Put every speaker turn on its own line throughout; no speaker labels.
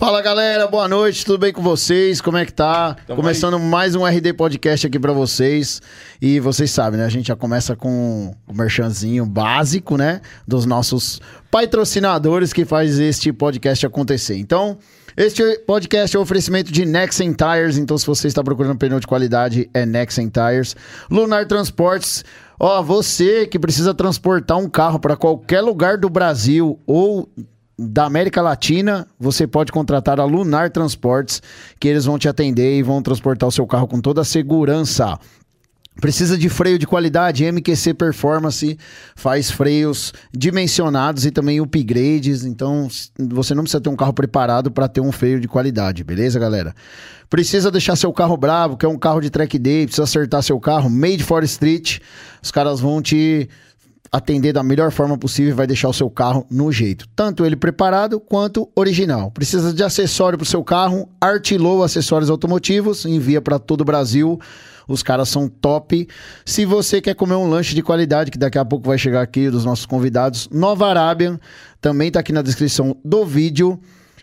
Fala galera, boa noite, tudo bem com vocês? Como é que tá?
Tamo
Começando mais um RD Podcast aqui pra vocês. E vocês sabem, né? A gente já começa com o merchanzinho básico, né? Dos nossos patrocinadores que faz este podcast acontecer. Então, este podcast é um oferecimento de Nexen Tires. Então, se você está procurando pneu de qualidade, é Nexen Tires. Lunar Transportes. Ó, você que precisa transportar um carro para qualquer lugar do Brasil ou da América Latina, você pode contratar a Lunar Transportes, que eles vão te atender e vão transportar o seu carro com toda a segurança. Precisa de freio de qualidade? MQC Performance faz freios dimensionados e também upgrades. Então s- você não precisa ter um carro preparado para ter um freio de qualidade, beleza, galera? Precisa deixar seu carro bravo, que é um carro de track day, precisa acertar seu carro. Made for Street, os caras vão te atender da melhor forma possível e vai deixar o seu carro no jeito, tanto ele preparado quanto original. Precisa de acessório para o seu carro? Artilou Acessórios Automotivos, envia para todo o Brasil. Os caras são top. Se você quer comer um lanche de qualidade, que daqui a pouco vai chegar aqui dos nossos convidados, Nova Arábia, também tá aqui na descrição do vídeo.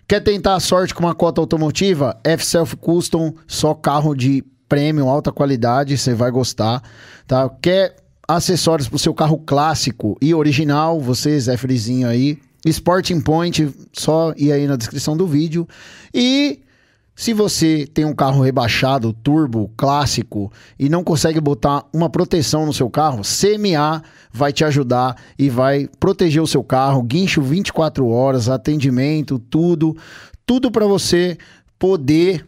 Quer tentar a sorte com uma cota automotiva? F-Self Custom, só carro de premium, alta qualidade, você vai gostar, tá? Quer acessórios para o seu carro clássico e original, você, Zé Frizinho aí, Sporting Point, só ir aí na descrição do vídeo. E se você tem um carro rebaixado, turbo, clássico e não consegue botar uma proteção no seu carro, CMA vai te ajudar e vai proteger o seu carro, guincho 24 horas, atendimento, tudo, tudo para você poder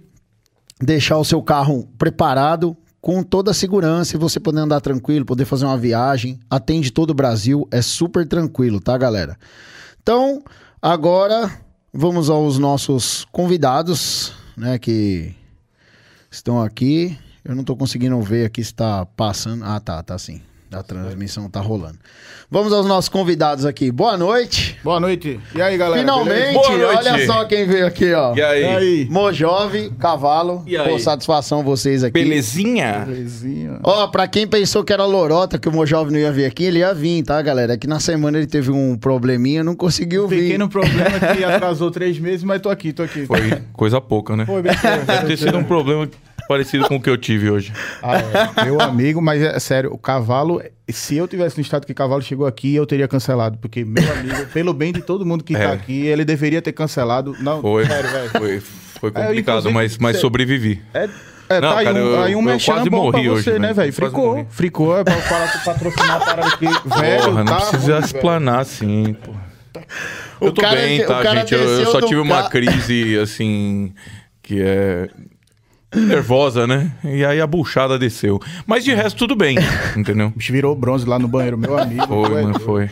deixar o seu carro preparado com toda a segurança e você poder andar tranquilo, poder fazer uma viagem. Atende todo o Brasil, é super tranquilo, tá, galera? Então, agora vamos aos nossos convidados, né, que estão aqui. Eu não tô conseguindo ver aqui se tá passando. Ah, tá, tá sim. A transmissão tá rolando. Vamos aos nossos convidados aqui. Boa noite.
Boa noite. E aí, galera?
Finalmente,
Boa noite.
olha só quem veio aqui, ó.
E aí?
beleza? E aí?
Mojove, Cavalo.
E aí?
Com satisfação vocês aqui.
Belezinha?
Belezinha.
Ó, pra quem pensou que era lorota, que o Mojove não ia vir aqui, ele ia vir, tá, galera? É que na semana ele teve um probleminha, não conseguiu vir.
Pequeno problema que atrasou três meses, mas tô aqui, tô aqui.
Foi coisa pouca, né?
Foi, besteira.
Deve ter sido um problema parecido com o que eu tive hoje.
Ah, é. Meu amigo, mas é sério, o cavalo, se eu tivesse no estado que o cavalo chegou aqui, eu teria cancelado. Porque, meu amigo, pelo bem de todo mundo que tá
É.
aqui, ele deveria ter cancelado. Não,
Foi,
sério, velho.
foi, foi complicado,
inclusive,
mas, mas
cê-
sobrevivi.
É, é
Não,
tá aí
cara,
um,
eu-
aí um
eu
merchan
quase
bom pra
morri
você,
hoje,
né,
velho? Quase
velho? Fricou,
morri.
fricou, é pra falar pra patrocinar a parada aqui. Velho,
Porra, não
tá
precisa
ruim, velho.
explanar assim, pô.
O
eu tô
cara
bem,
que- o
tá,
cara
gente? Eu, eu
desceu
só
do
tive uma
ca-
crise, assim, que é nervosa, né? E aí a buchada desceu. Mas de resto, tudo bem, entendeu?
O bicho virou bronze lá no banheiro, meu amigo. tu é
Foi, mano,
doido.
foi.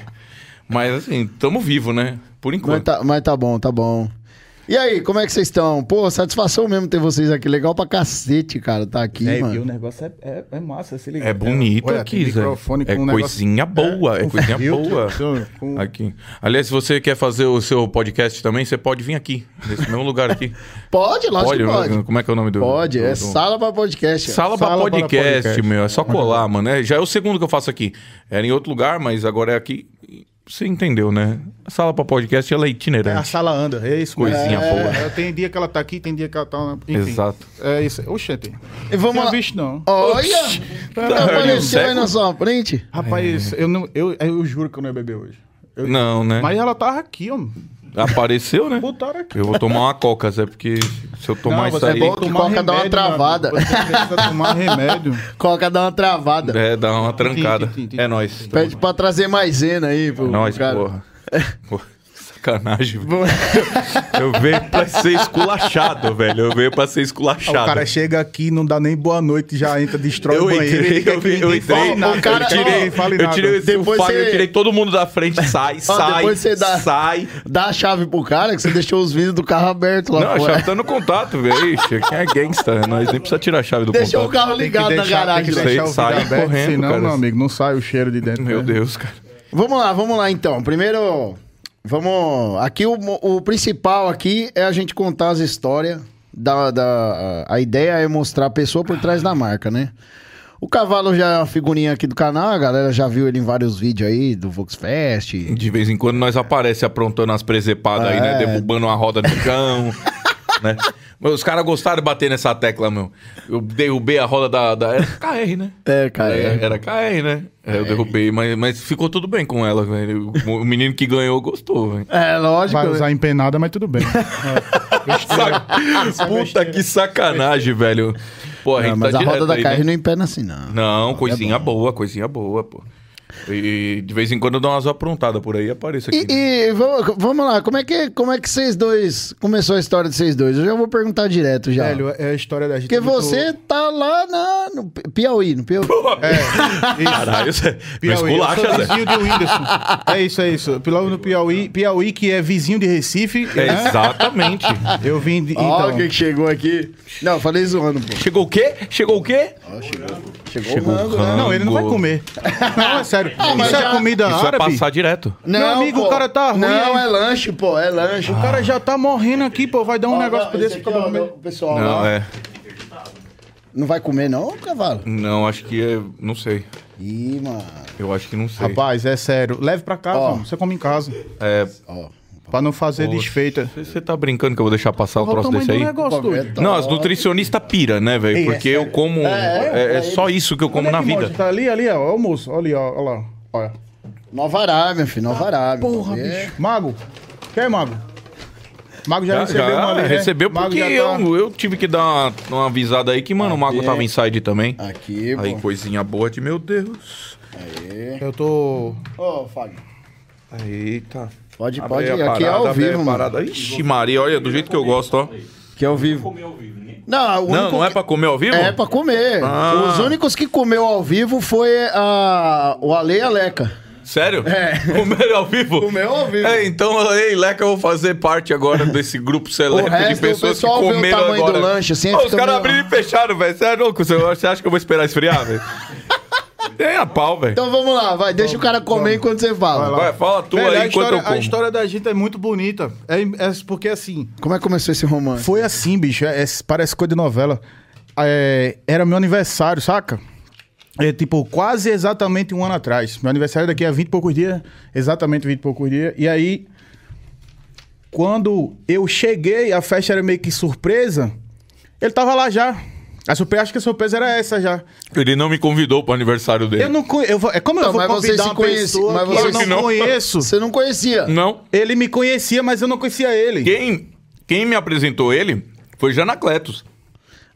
Mas assim, tamo vivo, né? Por
Mas
enquanto.
tá, mas tá bom, tá bom. E aí, como é que vocês estão? Pô, satisfação mesmo ter vocês aqui. Legal pra cacete, cara, tá aqui,
É, viu, o
mano.
negócio é, é, é massa, se liga.
É bonito
Olha,
aqui,
tem
Zé.
microfone
É
com um negócio- um
coisinha boa, é, coisinha
filtro,
boa.
Então, com-
Aqui. Aliás, se você quer fazer o seu podcast também, você pode vir aqui, nesse mesmo lugar aqui.
Pode, lógico
pode,
que pode.
como é que é o nome do.
Pode, é
do-
sala pra podcast. ó.
Sala pra
Sala para
podcast,
podcast. Uhum.
meu. É só colar, mano. É, já é o segundo que eu faço aqui. Era em outro lugar, mas agora é aqui. Você entendeu, né? A sala pra podcast ela é
É, a
itinerante.
sala anda, é isso.
Coisinha
é,
boa.
é, tem dia que ela tá aqui, tem dia que ela tá... Enfim,
Exato.
É isso. Oxente.
E vamos
Não
lá.
tinha visto, não.
Olha!
tá
Apareceu aí
vendo?
na sua frente.
Rapaz, eu, não, eu, eu juro que eu não ia beber hoje. Eu-
Não, né?
Mas é- ela tava aqui, ó.
Apareceu, né?
Botaram aqui.
Eu vou tomar uma coca, Zé, porque se eu tomar
Não,
isso
você é
aí.
tem
bom que Coca dá uma
remédio, meu
travada.
amigo. Você precisa tomar remédio.
Coca dá uma travada.
É, dá uma trancada.
Tim, tim, tim, tim.
É nóis.
Pede pra trazer maisena aí, pô.
Nós, porra. porra. Sacanagem, velho. Eu venho pra ser esculachado, velho. Eu venho pra ser
Aí
Ah,
esculachado.
O
é
cara chega aqui, não dá nem boa noite, já entra, destrói
eu
o banheiro.
entrei,
Fica
eu,
aqui,
vi- eu
ninguém fala
entrei,
nada.
eu tirei,
Não fale
eu
nada.
tirei esse
Depois
fone,
você-
eu tirei todo mundo da frente, sai, sai,
depois você dá-
sai.
Dá a chave pro cara que você deixou os vidros do carro aberto lá
Não, a
fora.
chave tá no contato, velho. Ixi, quem é gangsta, nós nem precisa tirar a chave do
Deixou o
contato.
carro
Tem que
ligado
deixar-
na garagem.
Tem que
lá.
Sei,
deixar o vidro
sai
aberto,
correndo,
senão,
cara.
meu amigo, não sai o cheiro de dentro.
Meu
né?
Deus, cara.
Vamos lá, vamos lá então. Primeiro, vamos. Aqui o, mo- o principal aqui é a gente contar as histórias. Da, da- a ideia é mostrar a pessoa por trás da marca, né? O cavalo já é uma figurinha aqui do canal, a galera já viu ele em vários vídeos aí do Voxfest.
De vez em quando nós aparece aprontando as presepadas aí, né?
É.
Derrubando uma roda no chão. né? Mas Os caras gostaram de bater nessa tecla, meu. Eu derrubei a roda da. da... Era KR, né?
É, cara.
Era, era KR, né? É, eu derrubei, mas, mas ficou tudo bem com ela, velho. O o menino que ganhou gostou, velho.
É, lógico.
Vai usar empenada, mas tudo bem.
Saca- Puta que sacanagem, velho. Pô, a gente
Não,
tá
mas a roda
direto
da
aí,
carne
né?
não empena assim, não.
Não, coisinha boa, coisinha boa, pô. E de vez em quando eu dou umas aprontadas por aí e apareço aqui.
E,
né?
e vamos, vamos lá, como é, que, como é que vocês dois. Começou a história de vocês dois? Eu já vou perguntar direto já.
Velho, é a história da gente.
Tá. Porque
é muito-
você tá lá na, no P- Piauí, no Piauí.
É, isso.
Caralho, Zé. Não
Piauí. eu
esculacha,
sou
Zé.
vizinho de Whindersson. É isso, é isso. Piauí no Piauí, Piauí que é vizinho de Recife.
É,
né?
exatamente.
Eu vim de.
Ó,
Então,
quem chegou aqui. Não, falei zoando, pô.
Chegou o quê? Chegou o quê?
Chegou,
Chegou
o rango,
o rango.
né?
não, ele não vai comer. Não, é sério. Isso é comida
Isso é
árabe.
passar direto.
Meu amigo, o cara tá ruim,
Não,
hein?
é lanche, pô, é lanche.
O cara já tá morrendo aqui, pô. Vai dar um negócio
pra
desse e acaba comendo.
é pessoal lá,
Não,
não,
é.
vai comer, não, cavalo?
Não, acho que é. Não sei.
Ih, mano.
Eu acho que não sei.
Rapaz, é sério. Leve pra casa,
Ó.
mano. Você come em casa.
É,
Ó.
Pra não fazer
Poxa.
desfeita.
você- você tá brincando que eu vou deixar passar o
Olha o
troço
tamanho
desse
do
aí?
negócio,
Pô, é
doido.
top.
Não, as nutricionistas pira, né, velho? Porque eu como. É, é só isso que eu como
Olha
na
que
vida.
mostra, Tá ali, ali, ó. Ó o almoço. Olha ali, ó. Olha lá. Olha.
Nova Arábia, filho, Nova Arábia.
Porra,
tá vendo?
bicho. Mago. Quer, Mago? Mago já,
Já,
recebeu
já
uma ali, né?
recebeu
Mago
porque
já tá-
eu, eu tive que dar uma, uma avisada aí que, mano, o Mago
Aqui.
tava inside também.
Aqui,
Aí,
é. pô.
coisinha boa de meu Deus.
Aí.
Eu tô...
Ô, Fábio.
Eita.
Pode,
Abre
pode.
aí a
Aqui é
parada,
ao
abre aí a
vivo, mano.
parada. Ixi, Maria, olha, do jeito que eu gosto, ó.
Aqui é ao vivo. né? Não, o
Não,
único
não é
que-
pra comer ao vivo?
É pra comer.
Ah.
Os únicos que comeu ao vivo foi a... o Ale e a Leca.
Sério?
É.
Comer ao vivo?
Comeu ao vivo.
É, então, ei, Leca, eu vou fazer parte agora desse grupo
O
seleto de
resto, o
pessoas que
pessoal vê o
comeram
tamanho do
agora.
lanche, assim,
Ô, os
fica
caras
meio-
abriram e fecharam, velho. Você é louco? Você você acha que eu vou esperar esfriar, velho? Tem a pau, velho.
Então vamos lá, vai. Deixa o cara comer enquanto você fala.
Vai, fala tu
Velho, a,
aí enquanto
história,
eu como.
a história da gente é muito bonita. É, é porque, assim...
Como é que começou esse romance?
Foi assim, bicho. é- é- parece coisa de novela. É, era meu aniversário, saca? É, tipo, quase exatamente um ano atrás. Meu aniversário daqui a 20 e poucos dias. Exatamente 20 e poucos dias. E aí, quando eu cheguei, a festa era meio que surpresa. Ele tava lá já. A surpresa, acho que a surpresa era essa já.
Ele não me convidou pro aniversário dele.
Eu não conheço. É como
Então,
eu
mas
vou
vocês
convidar
se
uma
conhecem-
pessoa
mas
que eu
vocês-
não,
Não.
conheço?
Você não conhecia?
Não.
Ele me conhecia, mas eu não conhecia ele.
Quem, quem me apresentou ele foi Janacletos.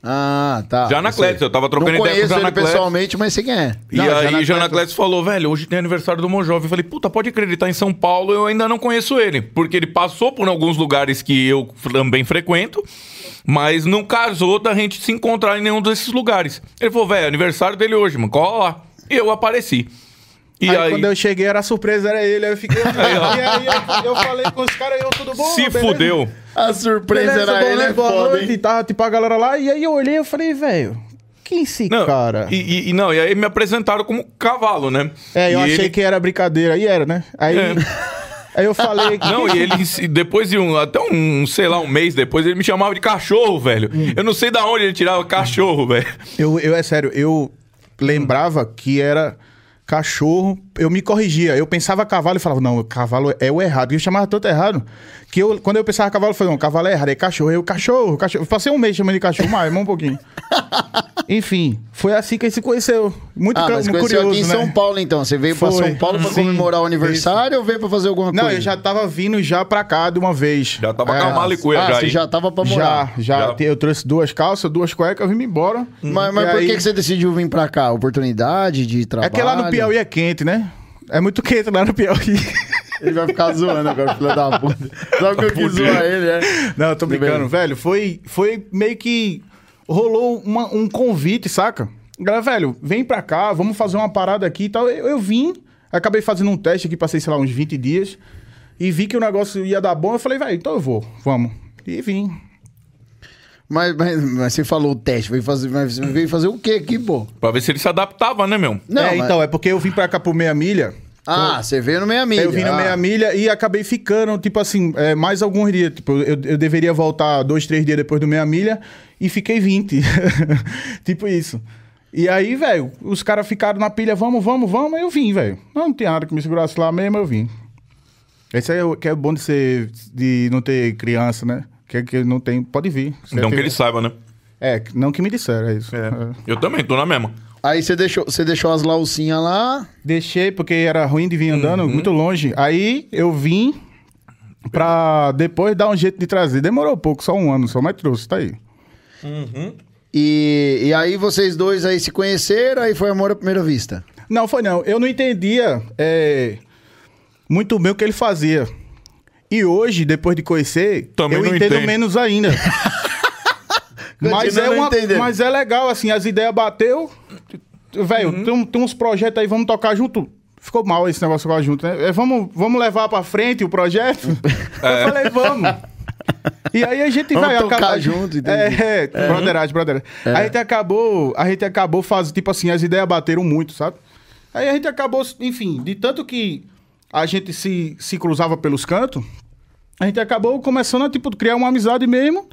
Ah, tá.
Janacletos, eu tava trocando
não
ideia com
conheço ele
Janacletos.
pessoalmente, mas sei quem é.
E
Não,
aí,
Janacletos-
Janacletos falou, velho, hoje tem aniversário do Mon Jovi. Eu falei, puta, pode acreditar, em São Paulo eu ainda não conheço ele. Porque ele passou por alguns lugares que eu também frequento, mas não casou da gente se encontrar em nenhum desses lugares. Ele falou, velho, aniversário dele hoje, mano, cola lá. E eu apareci. E
aí,
aí,
quando eu cheguei, era surpresa, era ele. Aí eu fiquei.
ó.
e aí eu, eu falei com os caras, eu, tudo bom?
se
beleza?
fudeu.
A surpresa
Beleza,
era
boa
ele,
noite,
é
boa
foda,
noite.
hein?
E tava tipo a galera lá. E aí eu olhei eu falei, velho, quem é esse
Não,
cara?
E, e- e não, e aí me apresentaram como cavalo, né?
É, eu
E
achei
ele-
que era brincadeira. E era, né? Aí,
É.
aí eu falei.
Não, e ele, se- depois de um, até um, sei lá, um mês depois, ele me chamava de cachorro, velho.
Hum.
Eu não sei da onde ele tirava cachorro, velho.
Eu, eu, é sério, eu lembrava que era cachorro, eu me corrigia. Eu pensava cavalo e falava, não, cavalo é o errado. E eu chamava tanto errado que eu, quando eu pensava cavalo, eu falava, não, cavalo é errado, é cachorro, eu cachorro, cachorro. Eu passei um mês chamando de cachorro, mas mais um pouquinho. Enfim, foi assim que a gente se conheceu. Muito
Ah,
cur-
mas conheceu
curioso,
aqui em
né?
São Paulo, então. Você veio pra
Foi.
São Paulo pra
Sim.
comemorar o aniversário ou veio pra fazer alguma
Não,
coisa?
eu já tava vindo já pra cá de uma vez.
Já tava com a mala e cuia
Ah,
já
você
aí.
já tava pra
Já,
morar.
já,
Já.
te- Eu trouxe duas calças, duas cuecas, eu vim embora.
Mas, mas
E
por
aí-
que que você decidiu vir pra cá? Oportunidade de trabalho?
É que lá no Piauí é quente, né? É muito quente lá no Piauí.
Ele vai ficar zoando agora, filho da puta. Sabe o que eu quis
Fudeu.
zoar ele, é?
Não, eu tô brincando,
bem.
velho. Foi, foi meio que rolou uma- um convite, saca? Galera, velho, vem pra cá, vamos fazer uma parada aqui e tal. Eu, eu vim, acabei fazendo um teste aqui, passei, sei lá, uns 20 dias. E vi que o negócio ia dar bom, eu falei, velho, então eu vou, vamos. E vim.
Mas, mas, mas você falou o teste, veio fazer, mas você veio fazer o quê aqui, pô?
Pra ver se ele se adaptava, né, meu?
Não,
é,
mas-
então, é porque eu vim pra cá pro Meia Milha.
Ah, você veio no meia milha.
Então, Eu vim na
ah.
meia milha e acabei ficando, tipo assim, é, mais alguns dias. Tipo, eu, eu deveria voltar dois, três dias depois do meia milha e fiquei 20. tipo isso. E aí, velho, os caras ficaram na pilha, vamos, vamos, vamos, aí eu vim, velho. Não, não tinha nada que me segurasse lá mesmo, eu vim. Esse aí é o que é bom de ser, de não ter criança, né? Que, que não tem. Pode vir. Se
Não que
tiver-
ele saiba, né?
É, não que me disseram, é isso. É.
Eu também, tô na mesma.
Aí você deixou, você deixou as laucinhas lá.
Deixei porque era ruim de vir andando
Uhum.
muito longe. Aí eu vim pra depois dar um jeito de trazer. Demorou pouco, só um ano só, mas trouxe, tá aí.
E, e aí vocês dois aí se conheceram, aí foi amor à primeira vista.
Não, foi não. Eu não entendia é, muito bem o que ele fazia. E hoje, depois de conhecer,
Também
eu
não
entendo
entende.
menos ainda. mas,
Continua
é
não
uma-
entendendo.
mas é legal, assim, as ideias bateu. Velho, tem, um, tem uns projetos aí, vamos tocar junto. Ficou mal esse negócio tocar junto, né? É, vamos, vamos levar pra frente o projeto? Eu falei, vamos. E aí a gente
Vamos
vai
tocar
acaba-
junto, entendi.
É, é, brotheragem, brotheragem. A gente acabou, a gente acabou fazendo, tipo assim, as ideias bateram muito, sabe? Aí a gente acabou, enfim, de tanto que a gente se, se cruzava pelos cantos, a gente acabou começando a, tipo, criar uma amizade mesmo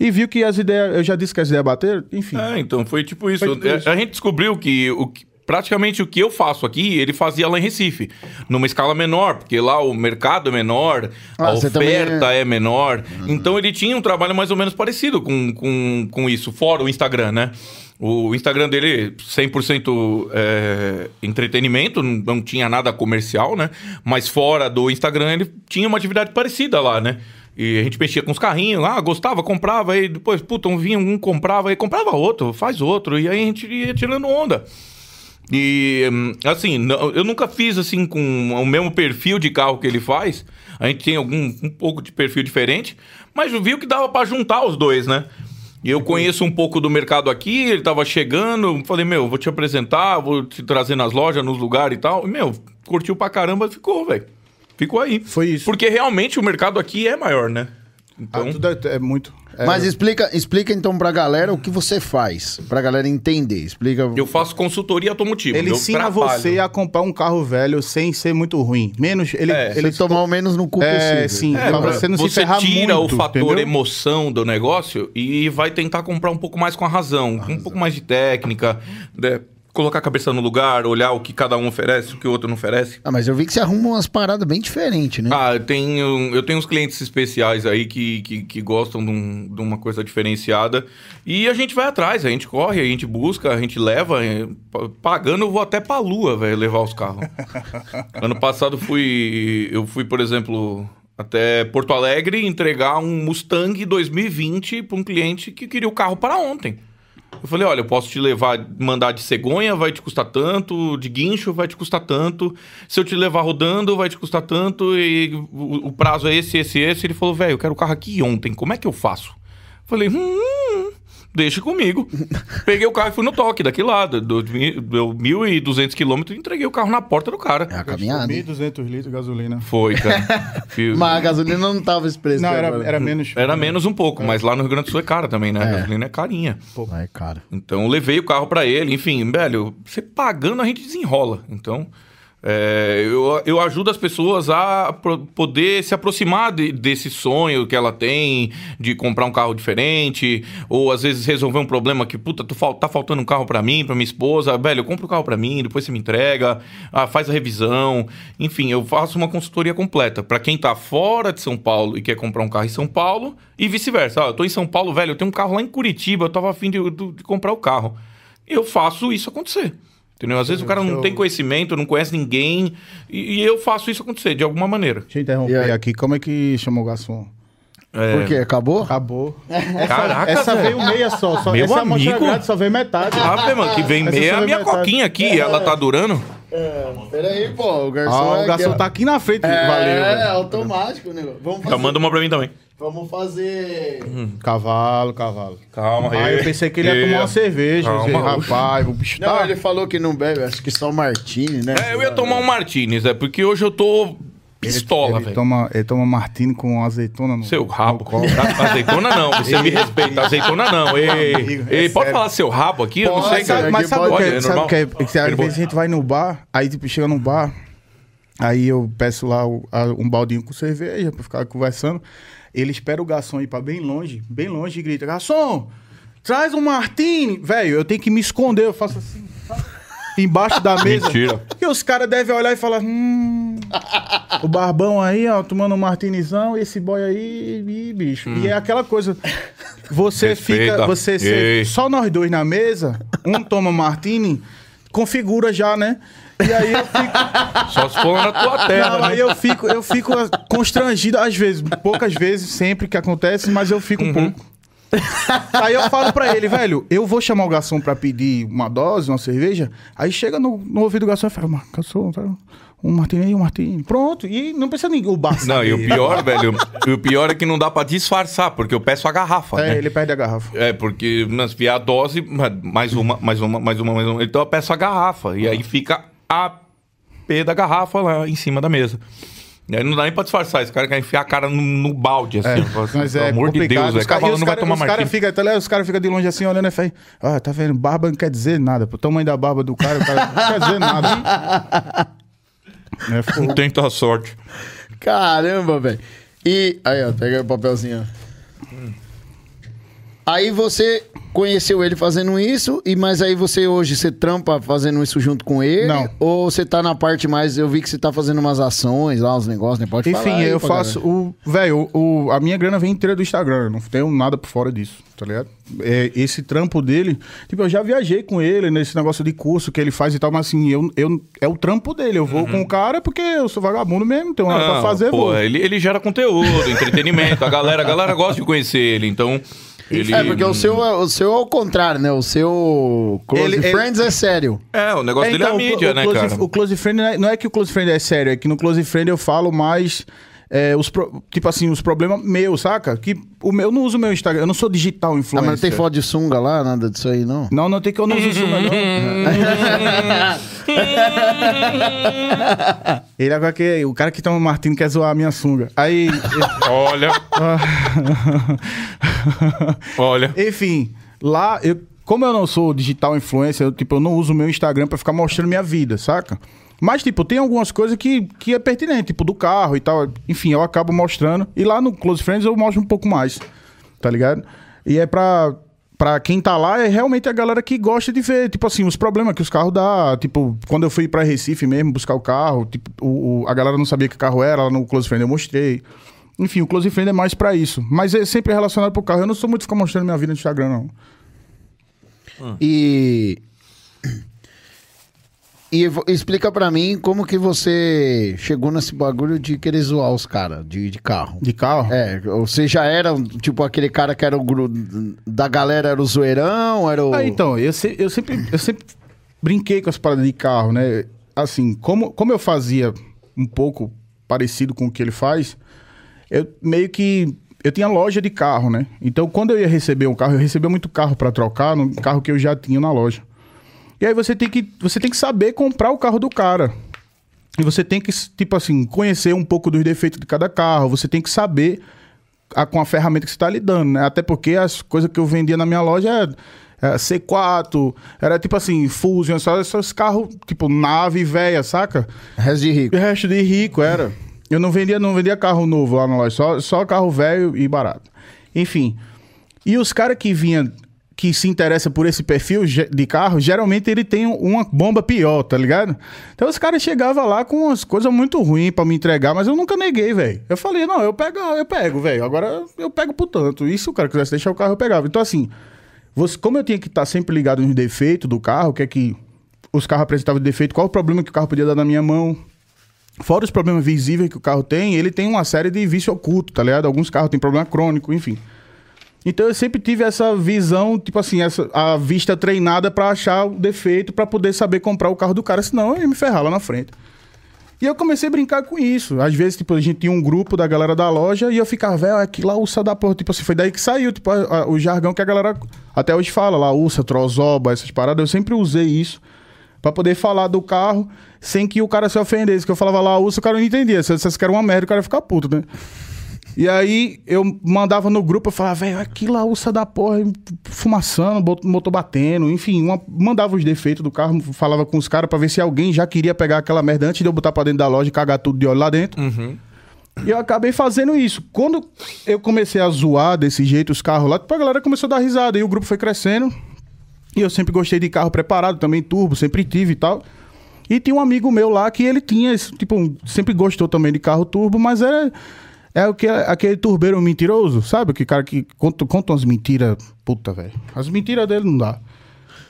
e viu que as ideias, eu já disse que as ideias bateram, enfim.
É, então foi tipo isso.
Foi tipo
É,
isso.
A gente descobriu que, o que- praticamente o que eu faço aqui, ele fazia lá em Recife, numa escala menor, porque lá o mercado é menor,
Ah,
a
você também Uhum.
oferta é menor. Então ele tinha um trabalho mais ou menos parecido com, com, com isso, fora o Instagram, né? O Instagram dele 100% é, entretenimento, não- não tinha nada comercial, né? Mas fora do Instagram ele tinha uma atividade parecida lá, né? E a gente mexia com os carrinhos lá, gostava, comprava, aí depois, puta, um vinha, um comprava, aí comprava outro, faz outro, e aí a gente ia tirando onda. E hum, assim, não- eu nunca fiz assim com o mesmo perfil de carro que ele faz. A gente tem algum um pouco de perfil diferente, mas viu que dava pra juntar os dois, né? E eu conheço um pouco do mercado aqui, ele tava chegando, falei, meu, vou te apresentar, vou te trazer nas lojas, nos lugares e tal. E, meu, curtiu pra caramba, ficou, velho. Ficou aí.
Foi isso.
Porque realmente o mercado aqui é maior, né?
Ah,
Então,
tudo é, é muito. é-
Mas explica, explica então pra galera o que você faz, pra galera entender. Explica.
eu faço consultoria automotiva.
ele
eu
ensina
trabalho.
você a comprar um carro velho sem ser muito ruim. Menos ele,
É,
ele
ele
tomar o menos no cu
É,
possível.
sim.
É,
pra
pra-
você não se ferrar
tira
muito,
o fator
entendeu?
emoção do negócio e vai tentar comprar um pouco mais com a razão, com um pouco mais de técnica, né? colocar a cabeça no lugar, olhar o que cada um oferece, o que o outro não oferece.
Ah, mas eu vi que você arruma umas paradas bem diferentes, né?
Ah, eu tenho, eu tenho uns clientes especiais aí que, que, que gostam de, um- de uma coisa diferenciada. E a gente vai atrás, a gente corre, a gente busca, a gente leva. eh, pa- Pagando, eu vou até pra lua, velho, levar os carros. ano passado fui. Eu fui, por exemplo, até Porto Alegre entregar um Mustang 2020 pra um cliente que queria o carro para ontem. Eu falei, olha, eu posso te levar, mandar de cegonha, vai te custar tanto, de guincho vai te custar tanto, se eu te levar rodando vai te custar tanto, e o, o prazo é esse, esse, esse. Ele falou, velho, eu quero o carro aqui ontem, como é que eu faço? Eu falei, hum, deixa comigo. Peguei o carro e fui no toque, daqui lá, do- do- deu 1.200 quilômetros, e entreguei o carro na porta do
É
cara.
a caminhada. hein?
1.200 litros de gasolina.
Foi, cara. Fiz-
Mas a gasolina não tava esse preço.
Não,
que
era,
agora.
era menos.
Era menos um pouco, mas lá no Rio Grande do Sul é cara também, né? A gasolina é carinha.
Vai, cara.
Então eu levei o carro pra ele, enfim, velho, você pagando a gente desenrola. Então é, eu, eu ajudo as pessoas a pro- poder se aproximar de- desse sonho que ela tem de comprar um carro diferente, ou às vezes resolver um problema que, puta, tu fal- tá faltando um carro pra mim, pra minha esposa, velho, compra o carro pra mim, depois você me entrega, ah, faz a revisão. Enfim, eu faço uma consultoria completa pra quem tá fora de São Paulo e quer comprar um carro em São Paulo e vice-versa. Ah, eu tô em São Paulo, velho, eu tenho um carro lá em Curitiba, eu tava afim de, de- de comprar o carro. Eu faço isso acontecer. Entendeu? Às vezes o cara não tem conhecimento, não conhece ninguém, e, e eu faço isso acontecer de alguma maneira.
Deixa eu interromper
E aí?
aqui. Como é que chamou o garçom?
É,
Por quê? Acabou?
Acabou.
Caraca,
essa
velho.
veio meia só. só
Meu
essa é amostra
amigo.
grátis só veio metade.
Ah, velho, mano, que vem
Essa
meia
só
a
veio
minha
metade. É.
coquinha aqui, ela tá durando.
É, Peraí, pô, o garçom.
Ah,
é
o garçom
aqui, ó.
tá aqui na frente.
É,
Valeu.
é
velho.
automático o negócio. Vamos
Tá,
fazer.
manda uma pra mim também.
Vamos fazer.
Hum.
Cavalo, cavalo.
Calma
Aí Ah, eu pensei que ele ia tomar uma cerveja.
É, Calma,
eu falei,
oxe.
rapaz, o bicho
Não,
tá.
ele falou que não bebe, acho que só o Martini, né?
Ah. É, eu ia tomar um Martinez, é porque hoje eu tô pistola,
ele, um
velho.
toma, ele toma martini com azeitona no.
Seu rabo.
no colo.
A- Azeitona não, você me respeita. Azeitona não. Ei,
Amigo, é
ei, pode
sério.
falar seu rabo aqui? eu não sei,
Mas sabe,
cara.
mas sabe o
Pode,
que,
é
sabe
normal?
o que é? Porque às
Ele-
vezes a gente vai no bar, aí tipo, chega num bar, aí eu peço lá o- a- um baldinho com cerveja pra ficar conversando. Ele espera o garçom ir pra bem longe, bem longe e grita: Garçom, traz um martini. Velho, eu tenho que me esconder, eu faço assim. sabe? Embaixo da mesa.
Mentira.
E os caras devem olhar e falar: Hum. O barbão aí, ó, tomando um martinizão, e esse boy aí, e, bicho. E é aquela coisa. Você
Respeita.
fica. Você
Ei.
se, só nós dois na mesa, um toma martini, configura já, né? E aí eu fico.
Só se for na tua terra,
Não,
né?
aí eu fico, eu fico constrangido, às vezes, poucas vezes, sempre que acontece, mas eu fico um
Uhum.
pouco. Aí eu falo pra ele, velho, eu vou chamar o garçom pra pedir uma dose, uma cerveja. Aí chega no, no ouvido do garçom e fala, "Mas, garçom, tá? um martini aí, um martini. Pronto, e não precisa nem o é, bar.
Não,
saber.
e o pior, velho, o pior é que não dá pra disfarçar, porque eu peço a garrafa,
É,
né?
ele perde a garrafa.
É, porque mas, via a dose, ma- mais uma, mais uma, mais uma, mais uma. Então eu peço a garrafa. E aí fica a P da garrafa lá em cima da mesa. E aí não dá nem pra disfarçar. Esse cara quer enfiar a cara no, no balde, assim. Eu falo assim,
Mas é
amor de
complicado.
Deus,
os
é
ca- e
cavalo
os
não vai
cara-
tomar
os cara
martini.
fica, tá ligado? Os caras ficam de longe assim, olhando e falam, ah, tá vendo, barba não quer dizer nada. pô. O tamanho da barba do cara, o cara não quer dizer nada. é fogo.
Não tenta a sorte.
Caramba, velho. E. Aí, ó, pega o papelzinho. ó.
Hum.
Aí você conheceu ele fazendo isso, e mas aí você hoje você trampa fazendo isso junto com ele?
Não.
Ou você tá na parte mais. Eu vi que você tá fazendo umas ações lá, uns negócios, né? Pode falar.
Enfim,
aí
eu
pra
faço o. Velho, o, o- a minha grana vem inteira do Instagram. Eu não tenho nada por fora disso, tá ligado? É, esse trampo dele. Tipo, eu já viajei com ele nesse negócio de curso que ele faz e tal, mas assim, eu, eu, é o trampo dele. Eu vou com o cara porque eu sou vagabundo mesmo, tenho nada pra
Uhum. Não,
fazer,
pô, é
vou.
ele, ele gera conteúdo, entretenimento. A galera, a galera gosta de conhecer ele, então... Ele...
É, porque o seu, é- o seu é o contrário, né? O seu Close
Ele- ele-
Friends é sério.
É, o negócio
É,
dele é a mídia, né,
close,
cara?
o Close Friend não é, não é que o Close Friend é sério, é que no Close Friend eu falo mais. é, os pro- tipo assim, os problemas meus, saca? Que o meu, eu não uso o meu Instagram, eu não sou digital
Ah,
influencer.
mas não
é-
tem foto de sunga lá, nada disso aí, não?
Não, não tem que eu não uso isso, mas não. Ele agora que. O cara que toma Martini quer zoar a minha sunga. Aí.
Olha, olha.
Enfim, lá, eu, como eu não sou digital influencer, eu, tipo, eu não uso o meu Instagram pra ficar mostrando minha vida, saca? Mas, tipo, tem algumas coisas que, que é pertinente, tipo, do carro e tal. Enfim, eu acabo mostrando. E lá no Close Friends eu mostro um pouco mais, tá ligado? E é pra, pra quem tá lá, é realmente a galera que gosta de ver, tipo assim, os problemas que os carros dá. Tipo, quando eu fui pra Recife mesmo buscar o carro, tipo, o, o- a galera não sabia que carro era, lá no Close Friends eu mostrei. Enfim, o Close Friend é mais pra isso. Mas é sempre relacionado pro carro. Eu não sou muito de ficar mostrando minha vida no Instagram, não.
E. E vo- explica pra mim como que você chegou nesse bagulho de querer zoar os caras de, de carro.
De carro?
É, você já era um- tipo aquele cara que era o gru... da galera, era o zoeirão, era o.
Ah, então, eu, se- eu sempre, eu sempre brinquei com as paradas de carro, né? Assim, como, como eu fazia um pouco parecido com o que ele faz, eu meio que. Eu tinha loja de carro, né? Então, quando eu ia receber um carro, eu recebia muito carro pra trocar no carro que eu já tinha na loja. E aí você tem que, você tem que saber comprar o carro do cara. E você tem que, tipo assim, conhecer um pouco dos defeitos de cada carro. Você tem que saber a- com a ferramenta que você está lidando, né? Até porque as coisas que eu vendia na minha loja é, é C4, era tipo assim, Fusion, só esses carros, tipo, nave velha, saca?
Resto de rico.
E resto de rico era. Eu não vendia, não vendia carro novo lá na loja, só, só carro velho e barato. Enfim. E os caras que vinha que se interessa por esse perfil ge- de carro, geralmente ele tem uma bomba pior, tá ligado? Então os caras chegavam lá com umas coisas muito ruins pra me entregar, mas eu nunca neguei, velho. Eu falei, não, eu pego, eu pego, velho. Agora eu pego por tanto. E se o cara quisesse deixar o carro, eu pegava. Então assim, você, como eu tinha que estar sempre ligado nos defeitos do carro, o que é que os carros apresentavam de defeito, qual o problema que o carro podia dar na minha mão, Fora os problemas visíveis que o carro tem, ele tem uma série de vício oculto, tá ligado? Alguns carros têm problema crônico, enfim. Então eu sempre tive essa visão, tipo assim, essa, a vista treinada pra achar o defeito, pra poder saber comprar o carro do cara, senão eu ia me ferrar lá na frente. E eu comecei a brincar com isso. Às vezes, tipo, a gente tinha um grupo da galera da loja e eu ficava, velho, é que lá ursa da porra. Tipo assim, foi daí que saiu, tipo, a- a- o jargão que a galera até hoje fala, lá ursa, trozoba, essas paradas. Eu sempre usei isso pra poder falar do carro sem que o cara se ofendesse. Que eu falava lá ursa, o cara não entendia. Se eu dissesse que era uma merda, o cara ia ficar puto, né? E aí eu mandava no grupo, eu falava, velho, que laúça da porra, fumaçando, bot- motor batendo, enfim, uma- mandava os defeitos do carro, falava com os caras pra ver se alguém já queria pegar aquela merda antes de eu botar pra dentro da loja e cagar tudo de olho lá dentro. E eu acabei fazendo isso. Quando eu comecei a zoar desse jeito os carros lá, tipo, a galera começou a dar risada, e o grupo foi crescendo. E eu sempre gostei de carro preparado também, turbo, sempre tive e tal. E tinha um amigo meu lá que ele tinha, esse, tipo, um- sempre gostou também de carro turbo, mas era, é o que aquele turbeiro mentiroso, sabe? Que cara que conta, conta umas mentiras, puta, velho. As mentiras dele não dá.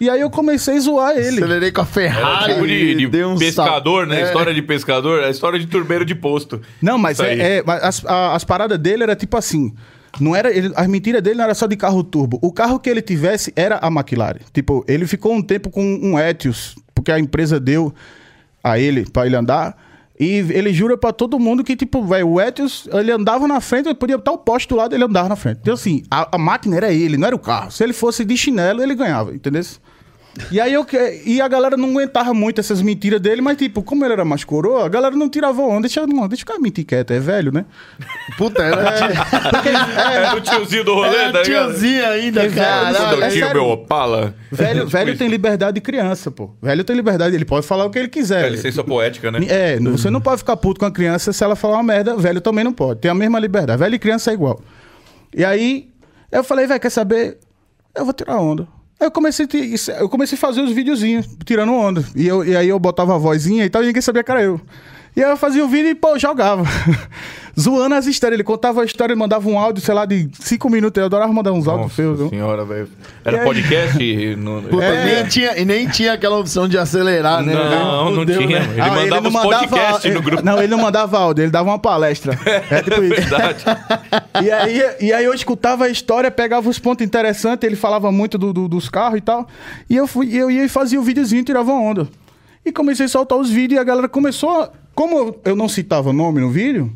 E aí eu comecei a zoar ele.
Acelerei com a
Era
Ferrari.
tipo de, de
dei um
pescador, né?
É.
História de pescador, a história de turbeiro de posto.
Não, mas
Isso aí.
é, é- mas as, a- as paradas dele era tipo assim. Não era, ele- as mentiras dele não era só de carro turbo. O carro que ele tivesse era a McLaren. Tipo, ele ficou um tempo com um Etios, porque a empresa deu a ele pra ele andar. E ele jura pra todo mundo que, tipo, velho, o Etios, ele andava na frente, ele podia botar o poste do lado, ele andava na frente. Então, assim, a, a máquina era ele, não era o carro. Se ele fosse de chinelo, ele ganhava, entendeu? E aí eu que- e a galera não aguentava muito essas mentiras dele, mas tipo, como ele era mais coroa, a galera não tirava onda, deixa, não, deixa o cara mentir quieto, é velho, né?
Puta, era
É, Era o tiozinho do rolê,
era
tá ligado?
tiozinho ainda,
Que
cara.
velho,
Quando eu
é
tinha o
sério.
meu Opala.
Velho, velho tem liberdade de criança, pô. Velho tem liberdade, ele pode falar o que ele quiser.
É, licença poética, né?
É, n- você não pode ficar puto com a criança se ela falar uma merda. Velho também não pode. Tem a mesma liberdade. Velho e criança é igual. E aí, eu falei, velho, quer saber? Eu vou tirar onda. Aí eu comecei, a ti- isso- eu comecei a fazer os videozinhos, tirando onda. E, eu- e aí eu botava a vozinha e tal, e ninguém sabia que era eu. E aí eu fazia o vídeo e, pô, jogava. Zoando as histórias. Ele contava a história, ele mandava um áudio, sei lá, de cinco minutos. Eu adorava mandar uns áudios feios.
Nossa
é viu?
senhora, velho.
E
Era
aí?
podcast? no-
Puta,
É.
nem tinha, e nem tinha aquela opção de acelerar, né?
Não, não
Fudeu,
tinha.
né?
Ah, Ele mandava é. os podcasts
ele-
no grupo.
Não, ele não mandava áudio, ele dava uma palestra. É tipo isso.
Verdade.
E aí, e aí eu escutava a história, pegava os pontos interessantes, ele falava muito do- do- dos carros e tal. E eu, fui, eu ia e fazia o videozinho, tirava onda. E comecei a soltar os vídeos e a galera começou. a- Como eu- eu não citava nome no vídeo,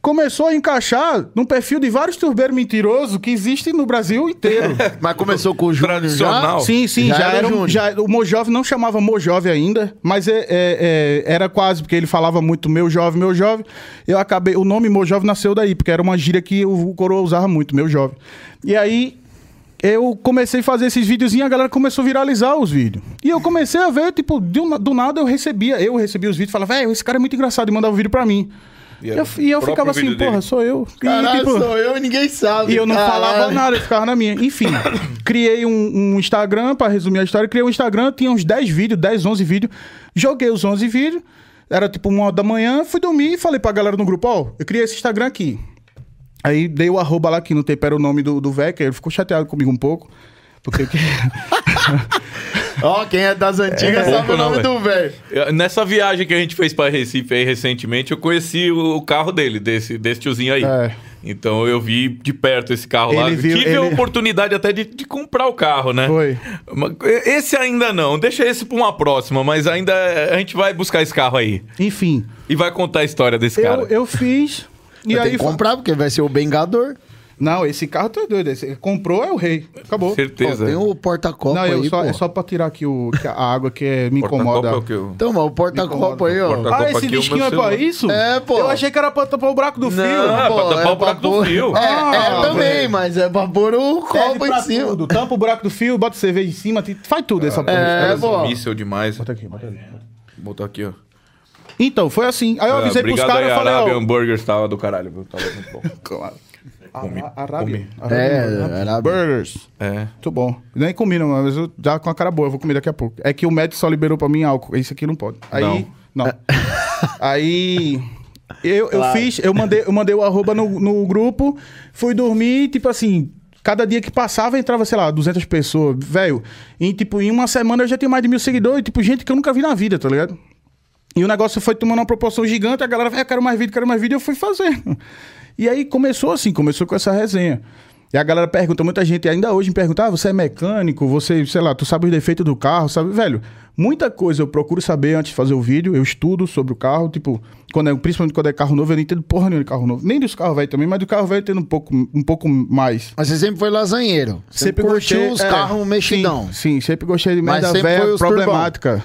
começou a encaixar num perfil de vários turbeiros mentirosos que existem no Brasil inteiro.
Mas começou com o Júnior
Tradicional.
já?
Sim, sim,
Já
já,
era
era, um-
Júnior.
já O Mojove não chamava Mojove ainda, mas é- é- é, era quase, porque ele falava muito meu jovem, meu jovem. Eu acabei. O nome Mojove nasceu daí, porque era uma gíria que o, o coroa usava muito, meu jovem. E aí. Eu comecei a fazer esses videozinhos, a galera começou a viralizar os vídeos. E eu comecei a ver, tipo, de um- do nada eu recebia, eu recebia os vídeos e falava, velho, esse cara é muito engraçado e mandava o vídeo pra mim.
E
E,
era
eu,
o
e eu
próprio
ficava assim,
vídeo dele.
porra, sou eu. E,
Caralho,
tipo,
sou eu e ninguém sabe.
e eu não
caralho.
falava nada, eu ficava na minha. Enfim, criei um, um Instagram, pra resumir a história, criei um Instagram, tinha uns 10 vídeos, 10, 11 vídeos. Joguei os 11 vídeos, era tipo uma hora da manhã, fui dormir e falei pra galera no grupo, ó, eu criei esse Instagram aqui. Aí dei o arroba lá, que no tempo era o nome do, do velho, que ele ficou chateado comigo um pouco. Porque
Ó, quem é das antigas
É.
sabe
Pouco
o
não,
nome
velho.
do velho.
Eu- Nessa viagem que a gente fez pra Recife aí recentemente, eu conheci o o carro dele, desse, desse tiozinho aí.
É.
Então eu vi de perto esse carro lá.
Ele viu-
Tive a
ele-
oportunidade até de, de comprar o carro, né?
Foi.
Mas Esse ainda não. Deixa esse pra uma próxima, mas ainda a gente vai buscar esse carro aí.
Enfim,
E vai contar a história desse cara.
eu, eu fiz. E
E
aí.
aí
fa-
comprar, porque vai ser o Bengador.
Não, esse carro tu é doido. Esse, comprou é o rei. Acabou.
Ó,
Certeza.
um
tem o porta-copo
Não,
aí,
eu só,
pô.
é só pra tirar aqui o, que a água que é- me
Porta-copo
incomoda.
é o que eu-
Então, mas o porta-copo aí, ó.
Porta-
Ah,
Copa
esse
aqui, o
disquinho
meu
é pra
celular.
isso?
É, pô.
Eu achei que era pra tapar o buraco do fio.
Ah, pra tapar o buraco do
pôr-
fio.
É,
Ah,
é
velho.
também, mas é pra pôr o
Serve
copo
pra
em cima.
tudo. Tampa o buraco do fio, bota cerveja em cima, te- faz tudo essa porra.
É,
Cara,
pô.
Míssel demais.
Tá Bota aqui, bota aqui.
Botar aqui, ó.
Então, foi assim. Aí eu
Ah,
avisei pros
Obrigado
caras
aí,
e falei,
Arábia
ó...
Hambúrguer tava do caralho, viu? Tava muito bom. Comi,
Ará- Arábia.
comi.
Arábia.
É, era
Burgers.
É.
Muito bom. Nem comi, não, mas eu já com a cara boa, eu vou comer daqui a pouco. É que o médico só liberou pra mim álcool. Isso aqui não pode. Aí. Não. Aí. Eu, eu fiz, eu mandei, eu mandei o arroba no, no grupo, fui dormir, tipo assim. Cada dia que passava entrava, sei lá, 200 pessoas, velho. E, tipo, em uma semana eu já tinha mais de mil seguidores, tipo, gente que eu nunca vi na vida, tá ligado? E o negócio foi tomando uma proporção gigante, a galera, "Ah, eu quero mais vídeo, quero mais vídeo, eu fui fazendo. E aí começou assim, começou com essa resenha. E a galera pergunta, muita gente ainda hoje me pergunta, ah, você é mecânico, você, sei lá, tu sabe os defeitos do carro, sabe? Velho, muita coisa eu procuro saber antes de fazer o vídeo, eu estudo sobre o carro, tipo, quando é, principalmente quando é carro novo, eu não entendo porra nenhuma de carro novo. Nem dos carros velho também, mas do carro velho eu entendo um pouco, um pouco mais.
Mas você sempre foi lasanheiro. Sempre, curtiu
gostei-
os
é,
carros mexidão.
Sim, sim, sempre gostei de
Mas
merda
sempre foi
velha
os turbão.
problemática.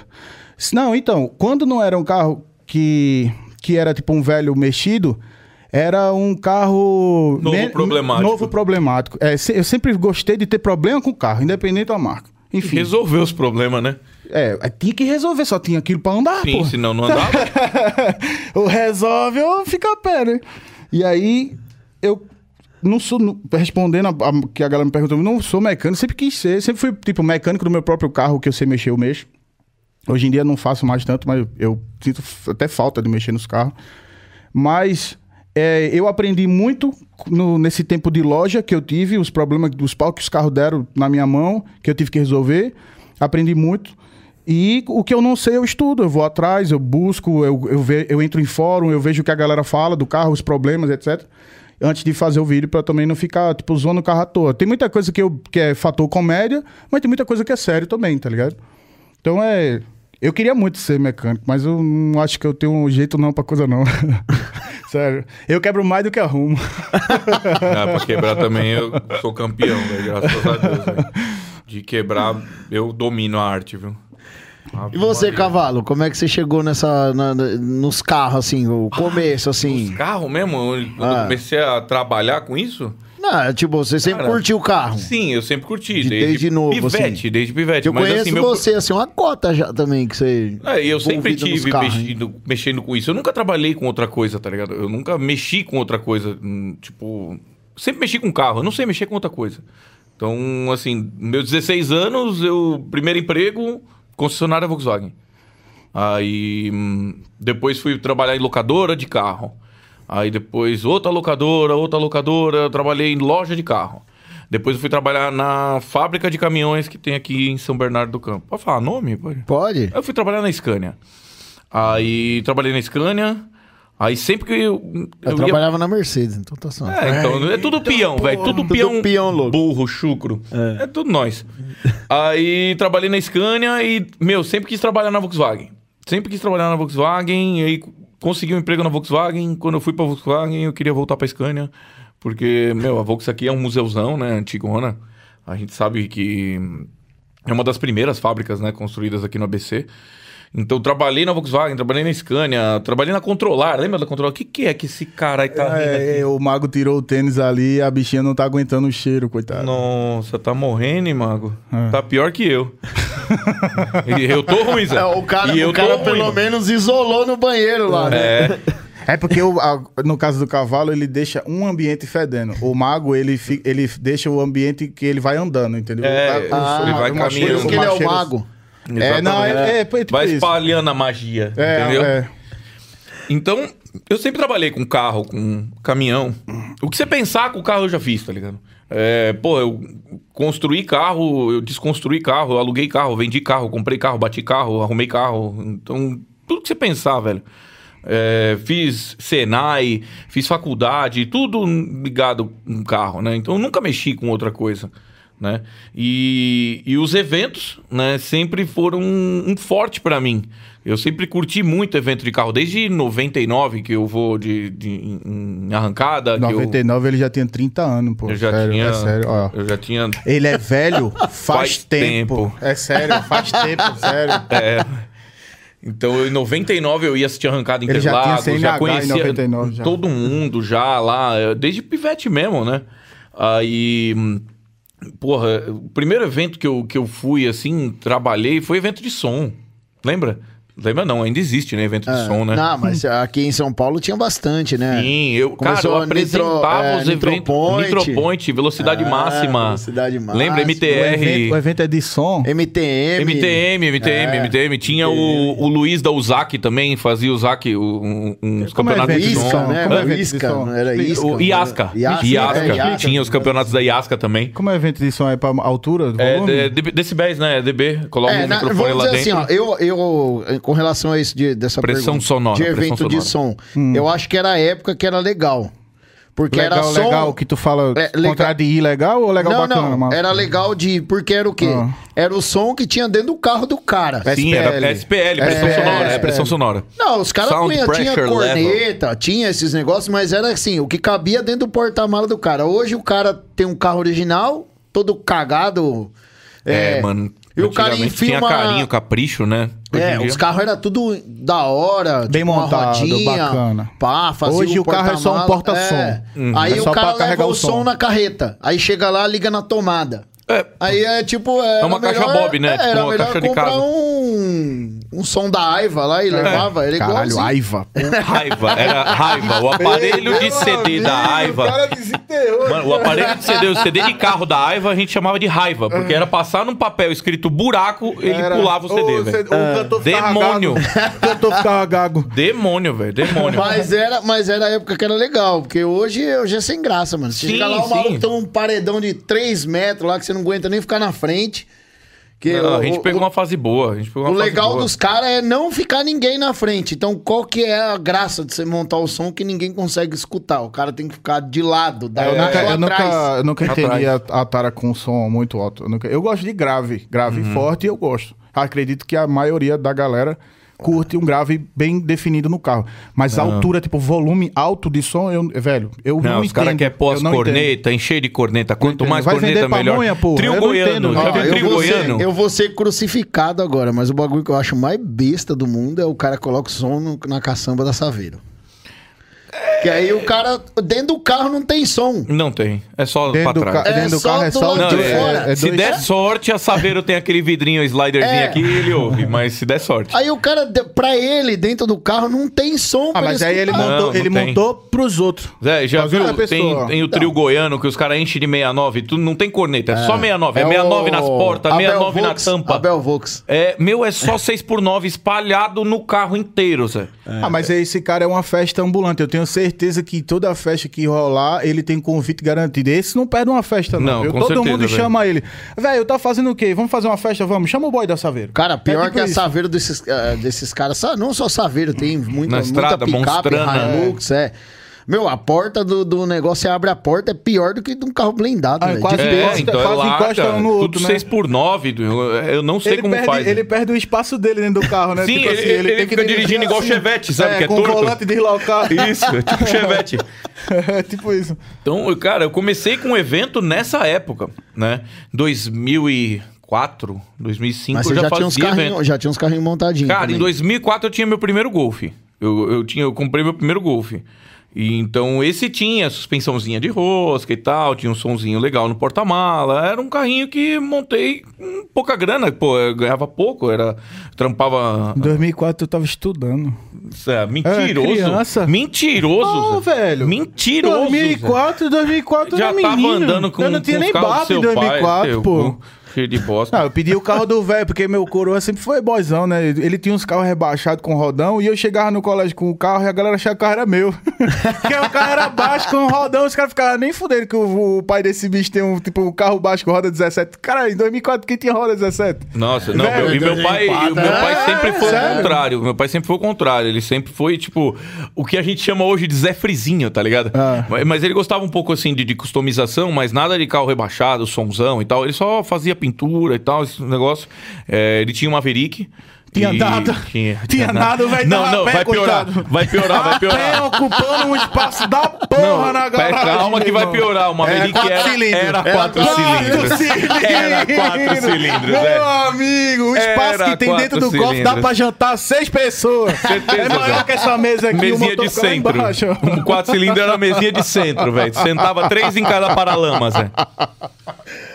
S- Não, então, quando não era um carro que, que era tipo um velho mexido, era um carro...
Novo problemático.
Novo problemático. É, se- eu sempre gostei de ter problema com o carro, independente da marca. Enfim,
Resolveu os problemas, né?
é, é, tinha que resolver, só tinha aquilo pra andar,
Sim,
pô.
senão não andava. né?
o resolve ou fica a pé, né? E aí, eu não sou, não- respondendo a, a- que a galera me perguntou, eu não sou mecânico, sempre quis ser, sempre fui, tipo, mecânico do meu próprio carro, que eu sei mexer, eu mexo. Hoje em dia não faço mais tanto, mas eu sinto f- até falta de mexer nos carros. Mas é, eu aprendi muito no- nesse tempo de loja que eu tive, os problemas dos pau que os carros deram na minha mão, que eu tive que resolver. Aprendi muito. E o que eu não sei, eu estudo, eu vou atrás, eu busco, eu, eu, ve- eu entro em fórum, eu vejo o que a galera fala do carro, os problemas, etc. Antes de fazer o vídeo, pra também não ficar, tipo, zoando o carro à toa. Tem muita coisa que, eu, que é fator comédia, mas tem muita coisa que é sério também, tá ligado? Então é. Eu queria muito ser mecânico, mas eu não acho que eu tenho um jeito não pra coisa não. Sério. Eu quebro mais do que arrumo.
Ah, pra quebrar também eu sou campeão, velho, graças a Deus. velho. De quebrar, eu domino a arte, viu?
E você,
cavalo?
Cavalo, como é que você chegou nessa, na- na- nos carros, assim, o começo, assim?
Carro mesmo? Eu- Quando
Ah.
eu comecei a trabalhar com isso?
Não, tipo, você sempre
Cara,
curtiu o carro.
Sim, eu sempre curti.
Ah. De- desde novo,
pivete,
assim.
desde pivete.
Eu
mas
conheço
assim, meu-
você, assim, uma cota já também, que você...
É, eu sempre
envolvido nos
tive
carros, hein?
mexido- mexendo com isso. Eu nunca trabalhei com outra coisa, tá ligado? Eu nunca mexi com outra coisa. hum, Tipo, sempre mexi com carro. Eu não sei mexer com outra coisa. Então, assim, meus 16 anos, eu primeiro emprego, concessionária Volkswagen. Aí hum, depois fui trabalhar em locadora de carro. Aí depois outra locadora, outra locadora, trabalhei em loja de carro. Depois eu fui trabalhar na fábrica de caminhões que tem aqui em São Bernardo do Campo. Pode falar nome? Pode.
Pode?
Eu fui trabalhar na Scania. Aí trabalhei na Scania. Aí sempre que eu.
Eu,
eu ia-
trabalhava na Mercedes, então tá só.
É, então, é tudo peão, velho. Tudo
Tudo
peão.
peão louco.
Burro, chucro. É, tudo nós. Aí trabalhei na Scania e, meu, sempre quis trabalhar na Volkswagen. Sempre quis trabalhar na Volkswagen. E aí consegui um emprego na Volkswagen. Quando eu fui pra Volkswagen, eu queria voltar pra Scania. Porque, meu, a Volkswagen aqui é um museuzão, né? Antigona. A gente sabe que é uma das primeiras fábricas, né? Construídas aqui no ABC. Então, trabalhei na Volkswagen, trabalhei na Scania, trabalhei na Controlar. Lembra da Controlar? O que, que é que esse cara aí tá rindo aqui?
É, o mago tirou o tênis ali e a bichinha não tá aguentando o cheiro, coitado.
Nossa, tá morrendo, hein, Mago? Tá pior que eu. E eu tô ruim, Zé.
É, o cara,
e eu
o cara
tô
pelo
ruim.
menos isolou no banheiro lá, né?
É,
É porque o- a- no caso do cavalo, ele deixa um ambiente fedendo. O mago, ele, fi- ele deixa o ambiente que ele vai andando, entendeu?
É,
O Ah, ca- o-
ele
o
vai
macheiro-
caminhando.
Por isso Ah, que ele é o mago.
É, não, é, é, é tipo
Vai
isso.
espalhando a magia,
É,
entendeu?
é.
Então, eu sempre trabalhei com carro, com caminhão. O que você pensar com o carro eu já fiz, tá ligado? É, pô, eu construí carro, eu desconstruí carro, eu aluguei carro, vendi carro, comprei carro, bati carro, arrumei carro. Então, tudo que você pensar, velho. É, fiz Senai, fiz faculdade, tudo ligado com carro, né? Então, eu nunca mexi com outra coisa. Né? E, e os eventos né, sempre foram um, um forte para mim. Eu sempre curti muito evento de carro, desde 99 que eu vou de, de- em em arrancada. que eu-
99 ele já tinha 30 anos, pô.
eu, já
sério,
tinha.
É sério, ó.
Eu já tinha.
Ele é velho faz,
Faz
tempo.
tempo.
É sério, faz tempo, sério.
é. Então, eu, em 99 eu ia assistir arrancada em
Ele já tinha
Interlagos, já,
CNH em
conhecia
99 já.
todo mundo já lá, eh, desde pivete mesmo, né? Aí, hum, porra, o primeiro evento que eu, que eu fui, assim, trabalhei, foi evento de som. Lembra? Lembra não, ainda existe, né? Evento de
É.
som, né?
Não, mas aqui em São Paulo tinha bastante,
é.
né?
Sim, eu, cara,
Começou
eu
a Nitro-
apresentava
é,
os
Nitro
eventos.
Point.
Nitropoint, velocidade
É,
Ah,
máxima.
velocidade máxima.
Lembra
O evento, o
MTR?
evento é de som.
MTM.
MTM,
É.
MTM, MTM. Tinha O, o Luiz da USAC também, fazia o ZAC, um, uns
Como é
campeonatos de
evento?
Isca, né?
som.
Como é
Era
evento de
Isca,
som?
não era Isca.
O Iasca.
né? Iasca.
Iasca.
é, Iasca.
Tinha os campeonatos da Iasca também.
Como é o evento de som? É pra altura?
É, de-
volume?
de- decibéis, né? DB. Coloca
É,
um
na,
microfone
vamos
lá
dizer
dentro.
assim, ó, eu, eu, eh, com relação a isso de, dessa
Pressão
pergunta,
sonora,
de
pressão
evento de som, eu acho que era a época que era legal, porque
Hum. legal,
era som...
legal, que tu fala
É, legal.
contrário de ilegal ou legal
não,
bacana?
não,
mano?
era legal de... Porque era o quê?
Ah.
Era o som que tinha dentro do carro do cara.
Sim, era SPL, pressão
É,
sonora. É,
SPL.
pressão sonora.
Não, os caras
Sound
tinha, tinha
pressure
corneta, tinha esses negócios, mas era assim, o que cabia dentro do porta-mala do cara. Hoje o cara tem um carro original, todo cagado.
É, mano.
E o cara
antigamente
enfia
tinha
uma-
carinho, capricho, né? Hoje
É,
em dia-
os carros era tudo da hora,
Bem
tipo
montado,
uma rodinha,
bacana.
pá, fazia
Hoje o carro é só um
porta-mala. É.
porta-som. Uhum.
Aí
É
o
só pra
cara leva
carregar
o
o
som
som.
na carreta, aí chega lá, liga na tomada.
É,
Aí é tipo. É
uma caixa Bob, né?
É,
Tipo
era
uma
melhor
caixa de
comprar
casa.
um. um som da Aiva lá e levava. Era
É. Caralho,
igualzinho.
Aiva.
Raiva, era raiva. O aparelho de CD da
é
Aiva.
desenterrou.
Mano, o aparelho de CD, o CD de carro da Aiva, a gente chamava de raiva, porque era passar num papel escrito buraco, ele pulava o CD, velho. Ah.
cantor ficava
Demônio.
gago.
Eu tô ficando gago.
Demônio, velho, demônio.
Mas era, mas era a época que era legal, porque hoje, hoje é sem graça, mano. Você
Sim,
chega lá, o
sim.
maluco tem um paredão de 3 metros lá que você não aguenta nem ficar na frente. Que
Não,
o-
a gente
o-
pegou uma fase boa. A gente pegou uma
O
fase
legal
boa.
dos caras é não ficar ninguém na frente. Então, qual que é a graça de você montar o som que ninguém consegue escutar? O cara tem que ficar de lado, da
É, Eu,
da-
nunca,
lá
eu, nunca, eu nunca
É, Atrás.
entendi a, a Tara com um som muito alto. Eu, nunca- eu gosto de grave. Grave
Uhum.
forte eu gosto. Acredito que a maioria da galera curte um grave bem definido no carro. Mas a altura, tipo, volume alto de som, eu, velho, eu não,
Não, os é caras
entendo.
querem pôr as
Eu não entendo.
cornetas, é encher de corneta. Quanto
entendo.
mais
Vai
corneta,
vender
melhor.
pamonha, porra. Eu
Trio
não
goiano.
entendo,
Já
cara.
viu
Ó,
o
eu,
trio
vou ser,
goiano?
eu vou ser crucificado agora, mas o bagulho que eu acho mais besta do mundo é o cara coloca o som no- na caçamba da Saveiro. Que aí o cara, dentro do carro não tem som.
Não tem. É só
Dentro,
pra
do,
trás.
ca- dentro do
só
carro é
do
só
lado
Não,
de
dois-
é-
fora.
é
se
dois-
der sorte, a Saveiro tem aquele vidrinho, sliderzinho
É.
aqui, ele ouve. Mas se der sorte.
Aí o cara, de- pra ele, dentro do carro, não tem som
Ah,
pra
mas aí ele
escutar.
Não,
montou, ele
não tem.
montou pros outros.
Zé, já
Mas olha a
viu?
pessoa.
Tem, tem o trio goiano que os caras enchem de 69. Tu não tem corneta, é só 69. É,
o
69 nas portas,
Abel
69
Vox,
na tampa.
Abel Vox.
É, meu, é só 6x9 espalhado no carro inteiro, Zé.
Ah, mas esse cara é uma festa ambulante. Eu tenho certeza que toda festa que rolar, ele tem convite garantido. Esse não perde uma festa, não.
Não,
Eu-
com
todo
certeza,
mundo
velho.
chama ele. Velho, tá fazendo o quê? Vamos fazer uma festa? Vamos. Chama o boy da Saveiro.
Cara, pior
É tipo
que a
isso.
Saveiro desses, ah, desses caras, sa- não só Saveiro, tem muita,
Na estrada, né?
muita picape,
Monstrana,
Hilux, é. Meu, a porta do, do negócio, você abre a porta, é pior do que de um carro blindado,
Ah,
velho.
quase
De-
É, encosta- quase encosta um no outro,
então tudo
né?
6x9, eu, eu não sei
Ele
como
perde,
faz. né?
ele perde o espaço dele dentro do carro, né?
Sim, ele- ele fica dirigindo igual Chevette, sabe, que é
assim, com
torto.
o volante deslocado.
Isso, é tipo chevette.
é tipo isso.
Então, eu- cara, eu comecei com o evento nessa época, né? 2004, 2005
Mas
eu
você
já,
já,
fazia
tinha uns
evento.
carrinhos, já tinha uns carrinhos montadinhos.
Cara,
também.
em 2004 eu tinha meu primeiro Golf. Eu, eu, tinha, eu comprei meu primeiro Golf. E, então, esse tinha suspensãozinha de rosca e tal, tinha um sonzinho legal no porta-mala. Era um carrinho que montei com pouca grana, pô, eu ganhava pouco, era trampava...
Em 2004 eu tava estudando.
é, mentiroso.
É, criança.
Mentiroso.
Não,
Zé.
velho.
Mentiroso. Zé.
2004, 2004 eu
Já
era
tava
é menino.
andando com
Eu não tinha
com os
nem
carros do
barba em
seu pai,
2004,
seu
pô.
cu Cheio de bosta.
Ah, eu pedi o carro do velho, porque meu coroa sempre foi boizão, né? Ele tinha uns carros rebaixados com rodão e eu chegava no colégio com o carro e a galera achava que o carro era meu. porque o carro era baixo com rodão, os caras ficavam nem fudendo que o, o pai desse bicho tem um, tipo, um carro baixo com roda 17. Cara, em 2004 quem tinha roda 17?
Nossa, não,
Velho, É,
meu- e meu pai, e o meu pai sempre foi o
sério.
contrário. Meu pai sempre foi o contrário. Ele sempre foi, tipo, o que a gente chama hoje de Zé Frizinho, tá ligado?
Ah.
Mas, mas ele gostava um pouco assim de, de customização, mas nada de carro rebaixado, somzão e tal. Ele só fazia pintura e tal, esse negócio. É, ele tinha um Maverick.
Tinha
e-
nada.
Tinha,
Tinha nada, o velho
Não,
tava
não,
a pé,
vai piorar.
coitado.
Vai piorar, vai
Pé
piorar.
ocupando um espaço da porra
Não,
na
pé,
garagem.
calma que
meu
vai
irmão. É
piorar. O Maverick
quatro
era,
cilindros.
era
Era
quatro
quatro
cilindros.
cilindros.
Era quatro cilindros,
Meu
é.
amigo, o espaço
Era
que tem dentro do
quatro
cofre dá
cilindros.
pra jantar seis pessoas.
Certeza,
é
Zé.
maior que essa mesa aqui, o
Mesinha
motor
de
fica lá
centro.
embaixo.
Um quatro cilindros era uma mesinha de centro, velho. Sentava três em cada paralama, Zé.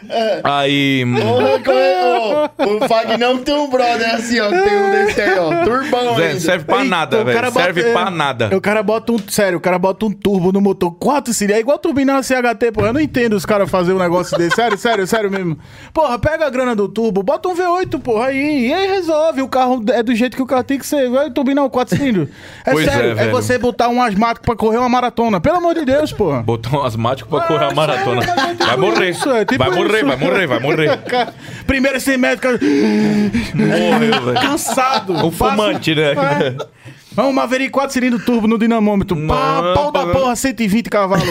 É.
Aí.
Ô, como é- ô, o Fagnão tem um brother assim, ó. que Tem um desse aí, ó. Turbão
Zé,
ainda.
serve pra
Eita,
nada,
o cara
velho. Serve
bota- é,
pra nada.
O cara bota um. Sério, o cara bota um turbo no motor. Quatro cilindros. É igual turbina na CHT, porra. Eu não entendo os caras fazer um negócio desse. Sério, sério, sério mesmo. Porra, pega a grana do turbo, bota um V8, porra, aí. E aí resolve. O carro é do jeito que o carro tem que ser. Vai turbinar o quatro cilindros. É
Pois é,
sério. É,
velho.
você botar um asmático pra correr uma maratona. Pelo amor de Deus, porra.
Botou um asmático pra correr a
Ah,
maratona.
sério, mas é tipo
Vai morrer.
isso, é tipo
Vai morrer,
isso.
vai morrer, vai morrer.
Cara, Primeiro sem médico, cara,
Morreu, velho.
cansado.
Um
Passa-
fumante, né?
É. Vamos, Maverick 4 cilindros turbo no dinamômetro. Pá,
Não, tá
pau da
pá.
porra, 120 cavalos.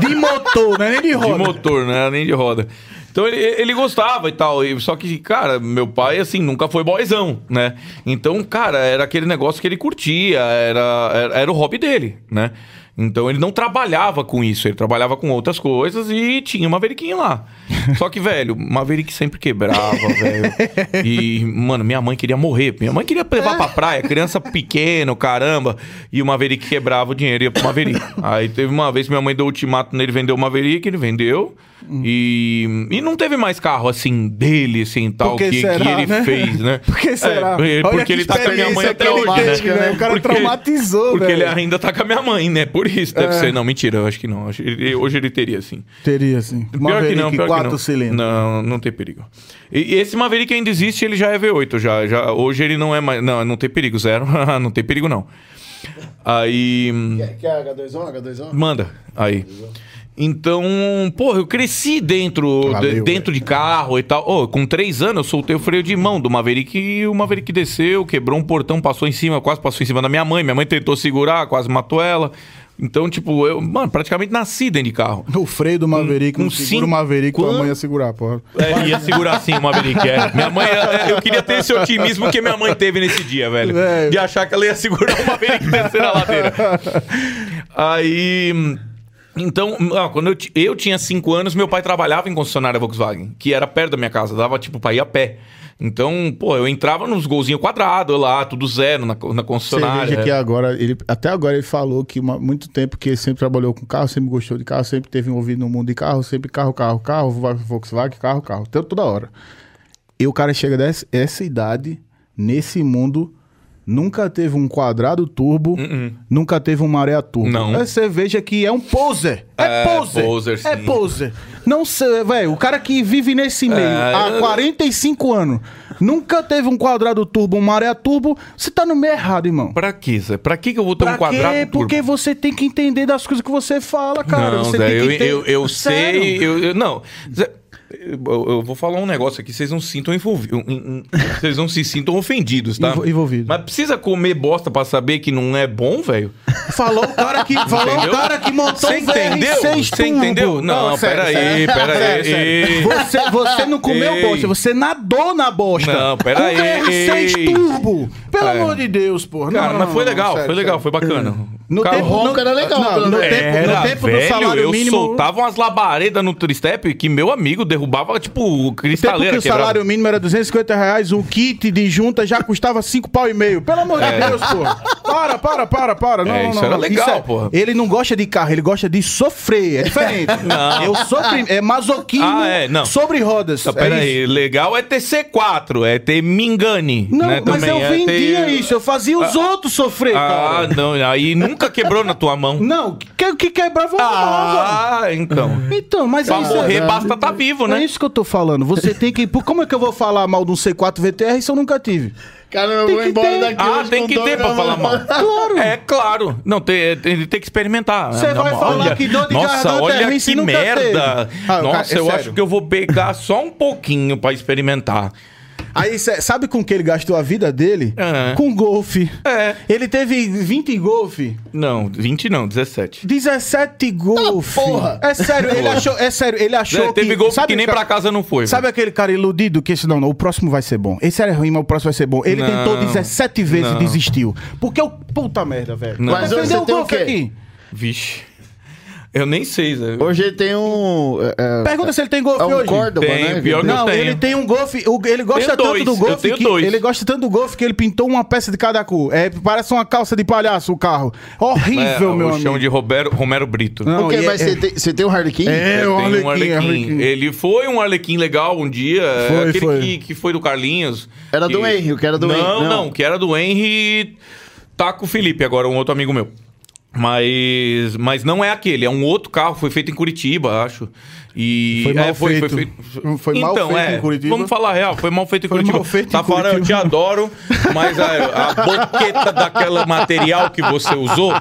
De motor, não é nem de
De
roda.
motor, não era nem de roda. Então ele, ele gostava e tal. e- Só que, cara, meu pai, assim, nunca foi boyzão, né? Então, cara, era aquele negócio que ele curtia, era, era, era o hobby dele, né? Então ele não trabalhava com isso, ele trabalhava com outras coisas e tinha uma veriquinha lá. Só que, velho, Maverick sempre quebrava, velho. E, mano, minha mãe queria morrer. Minha mãe queria levar pra praia, criança pequeno, caramba. E o Maverick quebrava o dinheiro e ia pro Maverick. Aí teve uma vez que minha mãe deu ultimato nele, vendeu o Maverick, ele vendeu. E, e não teve mais carro assim dele, assim, tal,
Por que
que, que
será,
ele
né?
fez, né?
Por que será?
É,
Olha
porque
que
ele tá com a minha mãe
experiência
até hoje, né?
traumática, né? O cara traumatizou,
Porque
velho. É.
ele ainda tá com a minha mãe, né? Por isso, deve ser. Não, mentira, eu acho que não. Acho- ele- Hoje ele teria, sim.
Teria, assim.
Pior que não, pior
quatro
que não.
cilindros.
Não, não tem perigo. E, e esse Maverick ainda existe, ele já é V8 já, já. Hoje ele não é mais... Não, não tem perigo, zero. não tem perigo, não. Aí... hum,
Quer, quer H2O, H2O?
Manda. Aí. Então, porra, eu cresci dentro,
Valeu,
de, dentro de carro e tal. Ô, com três anos eu soltei o freio de mão do Maverick e o Maverick desceu, quebrou um portão, passou em cima, quase passou em cima da minha mãe. Minha mãe tentou segurar, quase matou ela. Então, tipo, eu, mano, praticamente nasci dentro de carro.
O freio do Maverick,
Um
não segura
cinco-
o Maverick,
Quando-
tua mãe ia segurar, porra.
É, ia segurar assim o Maverick. É. Minha mãe, é, eu queria ter esse otimismo que minha mãe teve nesse dia, velho.
Velho.
De achar que ela ia segurar o Maverick descer na ladeira. Aí. hum, Então, ah, quando eu, ti- eu tinha 5 anos, meu pai trabalhava em concessionária Volkswagen, que era perto da minha casa, dava tipo pra ir a pé. Então, pô, eu entrava nos golzinhos quadrados lá, tudo zero na, co- na concessionária.
Cerveja que agora, ele, até agora ele falou que há muito tempo que ele sempre trabalhou com carro, sempre gostou de carro, sempre teve envolvido no mundo de carro, sempre carro, carro, carro, Va- Volkswagen, carro, carro, to- toda hora. E o cara chega dessa essa idade, nesse mundo, nunca teve um quadrado turbo, nunca teve um maré turbo.
Uh-uh. Não.
É cerveja que é um poser. É,
É,
poser.
poser,
é
sim.
poser. Não sei, velho, o cara que vive nesse meio
É,
há
eu-
45 anos, nunca teve um quadrado turbo, um maré turbo, você tá no meio errado, irmão.
Pra quê, Zé? Pra que que eu vou ter um quadrado turbo?
Porque você tem que entender das coisas que você fala, cara.
não,
você
Zé,
tem
eu,
que ter-
eu, eu
Sério.
sei. Eu, eu- não, Zé, eu, eu vou falar um negócio aqui, vocês não sintam envolvidos. um, Vocês não se sintam ofendidos, tá?
Envo- envolvido.
Mas precisa comer bosta pra saber que não é bom, velho?
Falou o cara que, falou o
Entendeu?
cara que montou
Você
um
entendeu?
VR6
Você entendeu?
turbo.
Não,
sério,
peraí,
sério.
peraí.
Sério, sério.
Ei.
Você, você não comeu
Ei.
bosta, você nadou na bosta.
Não, peraí.
Um VR6
Ei.
turbo. Pelo
É.
amor de Deus, porra.
Cara,
Não,
mas foi
não,
legal,
sério,
foi legal,
sério.
foi bacana.
No
Carro
tempo,
ronco
no-
era legal,
não,
pelo
no
menos.
tempo, no
Era,
tempo do
velho,
salário
eu
mínimo.
soltava umas labaredas no Tristep que meu amigo derrubava, tipo,
Tempo que
cristaleira
o salário mínimo era 250 reais, o kit de junta já custava 5 pau e meio. Pelo amor de Deus, pô. Para, para, para, para. Não,
É,
não,
isso
não,
era
não.
legal,
é-
porra.
Ele não gosta de carro, ele gosta de sofrer. É diferente. Eu sofri. É masoquismo
Ah, é, não.
sobre rodas.
Tá,
é
peraí,
isso.
legal é ter C4, é ter Mingani.
Não,
né,
mas
também,
eu
é
vendia
ter-
isso, eu fazia os outros sofrer,
Ah,
cara.
não, aí nunca quebrou na tua mão.
Não, o que, que quebrava uma roda?
Ah, então.
Então, mas
Pra
é isso.
morrer,
é-
basta tá vivo,
É
né?
isso que eu tô falando. Você tem que. Por- Como é que eu vou falar mal de um C4 VTR se eu nunca tive?
Cara, eu
Tem
vou
que
embora
ter.
daqui
Ah,
hoje
tem
com
que
dor
ter
na
pra
mão.
falar mal.
Claro.
É claro. Não, tem, tem, ele tem que experimentar.
Você
Não,
vai falar que dor de
Nossa,
garganta é
olha
ruim se
que
nunca
merda.
teve. Ah,
Nossa,
cara, é
eu
sério.
acho que eu vou pegar só um pouquinho pra experimentar.
Aí, cê- sabe com que ele gastou a vida dele?
É.
Com golfe.
É.
Ele teve 20 golfe.
Não, 20 não, 17.
17 golfe.
porra!
É sério, ele
Tá, Porra.
achou, é sério, ele achou
Zé, teve
que,
gol que
o
nem
ca-
pra casa não foi.
Sabe aquele cara iludido que esse não, não, o próximo vai ser bom. Esse era ruim, mas o próximo vai ser bom. Ele
Não.
tentou 17 vezes e
Não.
desistiu. Porque o puta merda, velho.
Não.
Mas hoje
Defendeu
você tem o quê?
Vixe. Eu nem sei, Zé.
Hoje ele tem um. É, é-
Pergunta se ele tem golfe
é um
hoje.
Córdoba,
Tem,
né?
pior que
Não,
Não,
tenho.
ele tem um golfe. o- Ele gosta
Tenho
tanto
dois,
do
eu
golfe.
tenho
que-
dois.
Ele gosta tanto do golfe que ele pintou uma peça de cada cor. É, parece uma calça de palhaço o carro.
É,
Horrível, meu
o chão
amigo.
de Roberto, Romero Brito.
Não,
Ok,
e é-
mas
é-
você tem- você tem o Harlequin?
É,
Eu
um
tenho
arlequim, arlequim.
Ele foi um arlequim legal um dia.
Foi,
aquele
foi.
Que, que foi do Carlinhos.
Era do
que-
Henry, o que era do
não,
Henry,
Não,
não.
que era do Henry. Tá com o Felipe agora, um outro amigo meu. Mas, mas não é aquele, é um outro carro, foi feito em Curitiba, acho. E
Foi mal
é,
feito. Foi mal
então,
feito
é,
em Curitiba.
Vamos falar a real, foi mal feito em
Foi
Curitiba. Tá
mal feito em
Tafarel, eu te
Curitiba.
adoro, mas a, a boqueta daquela material que você usou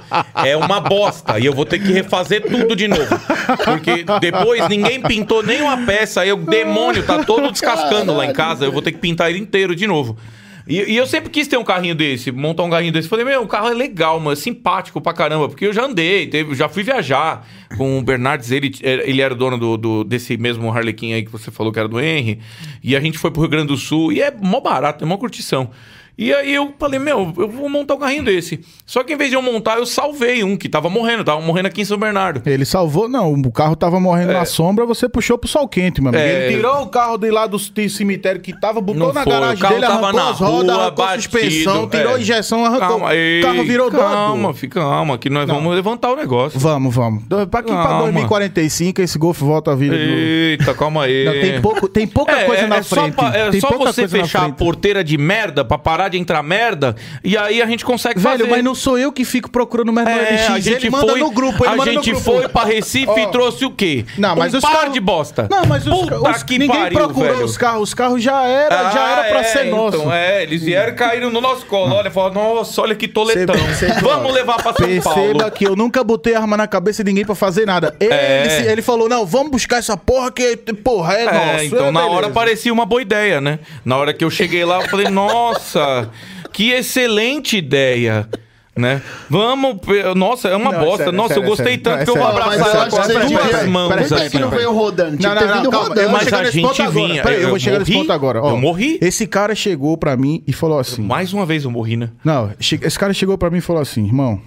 é uma bosta. E eu vou ter que refazer tudo de novo. Porque depois ninguém pintou nenhuma peça. Aí o demônio tá todo descascando lá em casa. Eu vou ter que pintar ele inteiro de novo. E, e eu sempre quis ter um carrinho desse, montar um carrinho desse. Falei, meu, o carro é legal, mano, é simpático pra caramba, porque eu já andei, teve, já fui viajar com o Bernardes, ele, ele era dono do, do- desse mesmo Harlequin aí que você falou que era do Henry, e a gente foi pro Rio Grande do Sul, e é mó barato, é mó curtição. E aí eu falei, meu, eu vou montar um carrinho desse. Só que em vez de eu montar, eu salvei um que tava morrendo, tava morrendo aqui em São Bernardo.
Ele salvou, não. O carro tava morrendo na sombra, você puxou pro sol quente, meu amigo.
É.
Ele tirou o carro de lá do c- cemitério que tava,
Não
botou na
foi, o
garagem
carro
dele,
tava
arrancou
na
as rodas,
rua,
arrancou a
batido,
suspensão, tirou
é.
a injeção, arrancou.
Calma aí.
o carro virou
Calma,
doido.
fica calma, que nós vamos levantar o negócio.
Vamos, vamos. Do- Pra que pra
Calma.
2045 esse Golf volta a vida. de novo.
Eita, calma aí.
Não, tem, pouco, tem pouca
É,
coisa
é,
na
é
frente.
Só, pa- é
tem
só
pouca
você
coisa na
fechar a
frente.
porteira de merda pra parar de entrar merda, e aí a gente consegue
Velho,
fazer.
mas não sou eu que fico procurando mais no
É,
LX.
a gente
ele manda
foi,
no grupo, ele
a
manda no
gente
grupo.
foi pra Recife e trouxe o quê?
Não, mas
um
os
par
carros-
de bosta.
Não, mas os,
Puta
os
que
ninguém
pariu,
procurou
velho.
os carros. Os carros já era, já era pra
Ah,
ser
é,
nosso.
Então, é, eles vieram e caíram no nosso colo. Olha, falaram, nossa, olha que toletão.
Cê- cê-
Vamos levar pra São Paulo.
Perceba que eu nunca botei arma na cabeça de ninguém pra fazer nada. Ele, se- ele falou: não, vamos buscar essa porra que, porra, é,
É,
nossa.
então
é
na
beleza."
hora parecia uma boa ideia, né? Na hora que eu cheguei lá, eu falei, nossa, que excelente ideia. Né? Vamos. pe- Nossa, é uma
Não, é
bosta.
sério, é
nossa,
sério,
eu gostei
é sério.
tanto
Não,
que eu
é
vou
sério.
abraçar
Não, mas eu
ela
acho
com as
que-
duas
peraí,
mãos.
peraí,
Por
peraí,
que
assim,
não
ó.
veio rodando? Tinha
Não,
que
não,
ter
não,
vindo
calma,
rodando.
eu vou
Mas
chegar
a
nesse
gente
ponto agora.
vinha,
Peraí, eu
eu
vou chegar nesse
morri?
ponto agora. ó.
Eu morri?
Esse cara chegou pra mim e falou assim:
Mais uma vez eu morri, né?
Não, che- esse cara chegou pra mim e falou assim, irmão,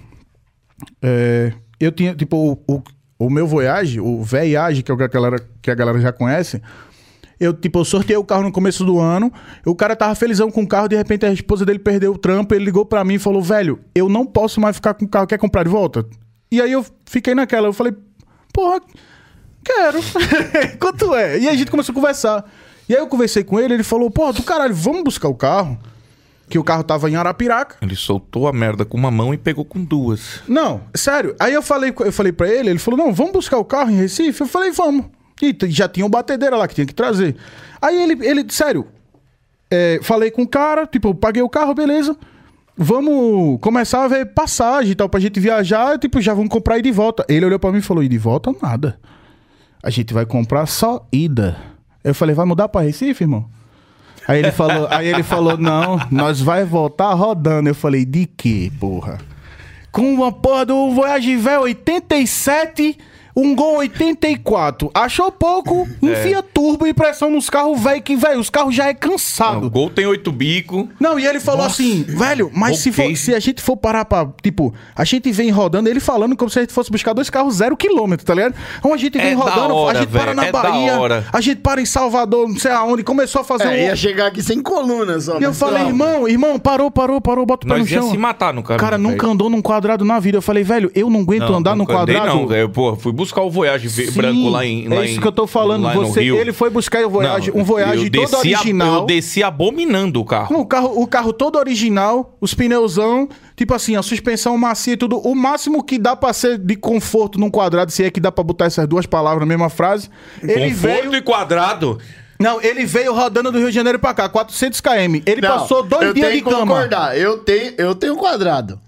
é, eu tinha, tipo, o, o, o meu Voyage, o Voyage, que é o que a galera, que a galera já conhece, eu, tipo, eu sorteei o carro no começo do ano, o cara tava felizão com o carro, de repente a esposa dele perdeu o trampo, ele ligou pra mim e falou, velho, eu não posso mais ficar com o carro, quer comprar de volta? E aí eu fiquei naquela, eu falei, porra, quero. Quanto é? E aí a gente começou a conversar. E aí eu conversei com ele, ele falou, porra, do caralho, vamos buscar o carro? Que o carro tava em Arapiraca.
Ele soltou a merda com uma mão e pegou com duas.
Não, sério. Aí eu falei, eu falei para ele, ele falou: "Não, vamos buscar o carro em Recife". Eu falei: "Vamos". E t- já tinha um batedeira lá que tinha que trazer. Aí ele, ele, sério, é, falei com o cara, tipo, paguei o carro, beleza. Vamos começar a ver passagem e tal pra gente viajar, tipo, já vamos comprar e de volta. Ele olhou pra mim e falou: "E de volta nada. A gente vai comprar só ida". Eu falei: "Vai mudar pra Recife, irmão?" Aí ele falou, aí ele falou: "Não, nós vai voltar rodando". Eu falei: "De quê, porra?" com uma porra do Voyage Vé 87, um Gol 84. Achou pouco, enfia turbo e pressão nos carros, velho, que, velho, os carros já é
O
cansado.
gol tem oito bico.
Não, e ele falou assim, velho, mas se,
Ok.
for- se a gente for parar pra, tipo, a gente vem rodando, ele falando como se a gente fosse buscar dois carros zero quilômetro, tá ligado? Então a gente vem
É da
rodando,
hora,
a gente para
velho,
na
é da hora.
Bahia, a gente para em Salvador, não sei aonde, começou a fazer
É,
um...
ia chegar aqui sem coluna só.
E eu
né?
falei,
Não.
irmão, irmão, parou, parou, parou, bota o pé Tá no
Nós ia
chão.
se matar no caminho.
Cara, nunca andou num quadrado na vida. Eu falei, velho, eu não aguento andar num
nunca andei,
quadrado.
Não, velho. Pô, fui buscar o Voyage ve-
Sim,
branco lá em. lá
é isso
em-
que eu tô falando.
lá no
Você,
Rio.
ele foi buscar o Voyage,
Não,
um Voyage
eu
todo
desci a-
original.
eu desci abominando o carro.
o, carro, o carro todo original, os pneuzão, tipo assim, a suspensão macia e tudo. O máximo que dá pra ser de conforto num quadrado, se é que dá pra botar essas duas palavras na mesma frase. Ele
Conforto
veio,
e quadrado.
Não, ele veio rodando do Rio de Janeiro pra cá, 400 km. Ele
Não,
passou dois
eu
dias de
tenho que
cama.
concordar. Eu tenho, eu tenho um quadrado.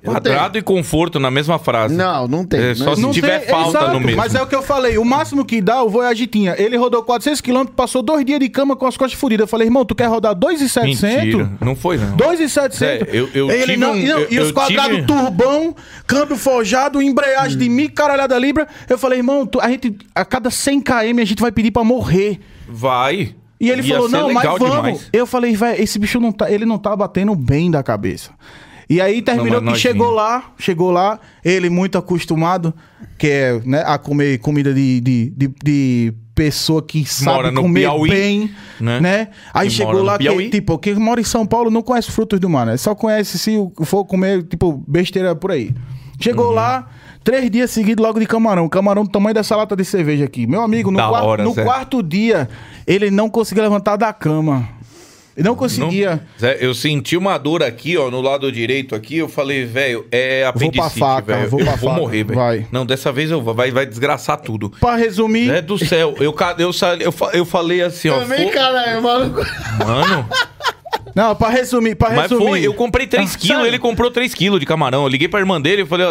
Eu
Quadrado e conforto na mesma frase.
tenho. Não, não tem.
É, só se
existe.
tiver falta no mesmo.
Mas é o que eu falei, o máximo que dá, o Voyage tinha. Ele rodou 400km, passou dois dias de cama com as costas fodidas. Eu falei, irmão, tu quer rodar 2,700?
Mentira. Não foi, não.
2,700?
É, eu- eu
Ele
tive
não,
um-
e não,
eu-
E os
eu
quadrados
tive-
turbão, câmbio forjado, embreagem de mil caralhada libra. Eu falei, irmão, tu- a gente, a cada 100km a gente vai pedir pra morrer.
Vai.
E ele
Ia
falou,
ser
não, mas
legal
vamos.
demais.
Eu falei, velho, esse bicho não tá, ele não tá batendo bem da cabeça. E aí
Não,
terminou
mas
que
nós
chegou
vinha.
lá, chegou lá, ele muito acostumado, que é, né, a comer comida de, de, de, de pessoa que sabe
Mora no
comer
Piauí,
bem,
né?
né? Aí
Que mora
chegou
no
lá, que,
Piauí.
tipo, quem mora em São Paulo não conhece frutos do mar, né? Só conhece se for comer, tipo, besteira por aí.
Uhum.
Chegou lá, três dias seguidos logo de camarão. Camarão do tamanho dessa lata de cerveja aqui. Meu amigo, no,
Da
quarto,
hora,
no
Zé.
quarto dia, ele não conseguia levantar da cama. Ele não
Não-
conseguia.
Zé, eu senti uma dor aqui, ó, no lado direito aqui. Eu falei, velho, é
pra
apendicite,
faca,
velho. Eu
vou pra faca.
morrer, velho.
Vai.
Não, dessa vez eu vou. Vai, vai desgraçar tudo.
Pra resumir,
É do céu. Eu, ca- eu, sa- eu, fa- eu falei assim, ó.
Também,
fo-
caralho, maluco.
Mano,
não, pra resumir, pra
mas
resumir.
foi. Eu comprei 3
Tá
Ah,
quilos,
sério?
ele comprou 3 quilos de camarão. Eu liguei pra irmã dele e falei, ó,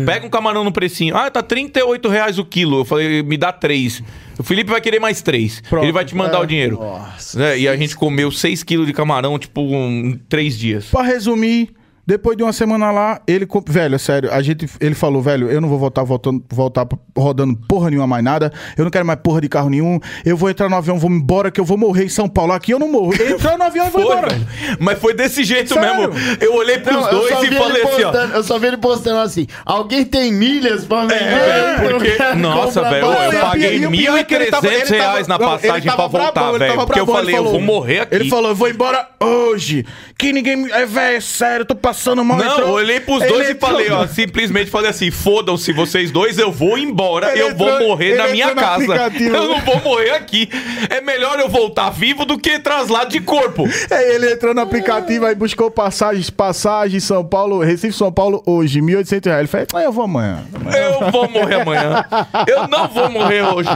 É.
pega um camarão no precinho. Ah, tá 38 reais o quilo. Eu falei, me dá 3. O Felipe vai querer mais 3.
Pronto.
Ele vai te mandar
É.
o dinheiro.
Nossa.
Né? E a gente comeu 6 quilos de camarão, tipo, em 3 dias.
Pra resumir, Depois de uma semana lá, ele. comp- Velho, é sério, a gente, ele falou, velho, eu não vou voltar, voltando, voltar p- rodando porra nenhuma mais nada. Eu não quero mais porra de carro nenhum. Eu vou entrar no avião, vou embora, que eu vou morrer em São Paulo. Aqui eu não morro. Ele entrou no avião e foi
Foi,
embora.
velho. Mas foi desse jeito
Sério?
mesmo. Eu olhei pros
Não, eu, só
dois
vi
e
ele
falei assim, ó. É,
postando, eu só vi ele postando assim: alguém tem milhas pra vender?
velho, porque-
Eu quero
nossa,
comprar
velho,
bala."
eu
e o
paguei
pior- e o pior é que ele tava-
1.300
ele tava-
reais na
não, ele
passagem pra
tava
voltar,
brabão, ele
velho,
tava
porque eu
brabão,
falei,
ele
eu vou morrer aqui.
Ele falou, eu vou embora hoje. Que ninguém. me- É, velho, sério, tô passando mal.
Não, eu
entrou-
olhei pros
Então, Ele
dois e
entrou-
falei, ó, simplesmente falei assim: fodam-se vocês dois, eu vou embora,
Ele
eu vou
entrou-
morrer
ele
na
entrou
minha
no
casa.
aplicativo.
Eu não vou morrer aqui. É melhor eu voltar vivo do que traslado de corpo.
É, ele entrou no aplicativo, aí buscou passagens, passagens, São Paulo, Recife, São Paulo, hoje, 1.800 reais. Ele falou, ah, eu vou amanhã.
Eu vou morrer amanhã. Eu não vou morrer hoje.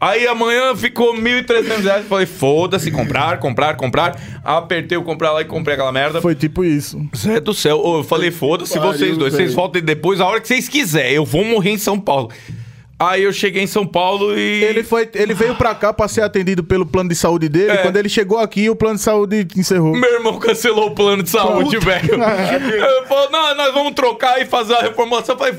Aí amanhã ficou 1.300 reais. Falei, foda-se, comprar, comprar, comprar. Apertei o comprar lá e comprei aquela merda.
Foi tipo isso.
Zé do céu, Ô, eu falei, foda-se
Pariu,
vocês dois, vocês
velho.
voltem depois, a hora que vocês quiserem, eu vou morrer em São Paulo. Aí eu cheguei em São Paulo e...
Ele, foi, ele veio pra cá pra ser atendido pelo plano de saúde dele.
É.
Quando ele chegou aqui, o plano de saúde encerrou.
Meu irmão cancelou o plano de saúde, velho.
É.
Ele falou, não, nós vamos trocar e fazer a reformulação. Eu falei,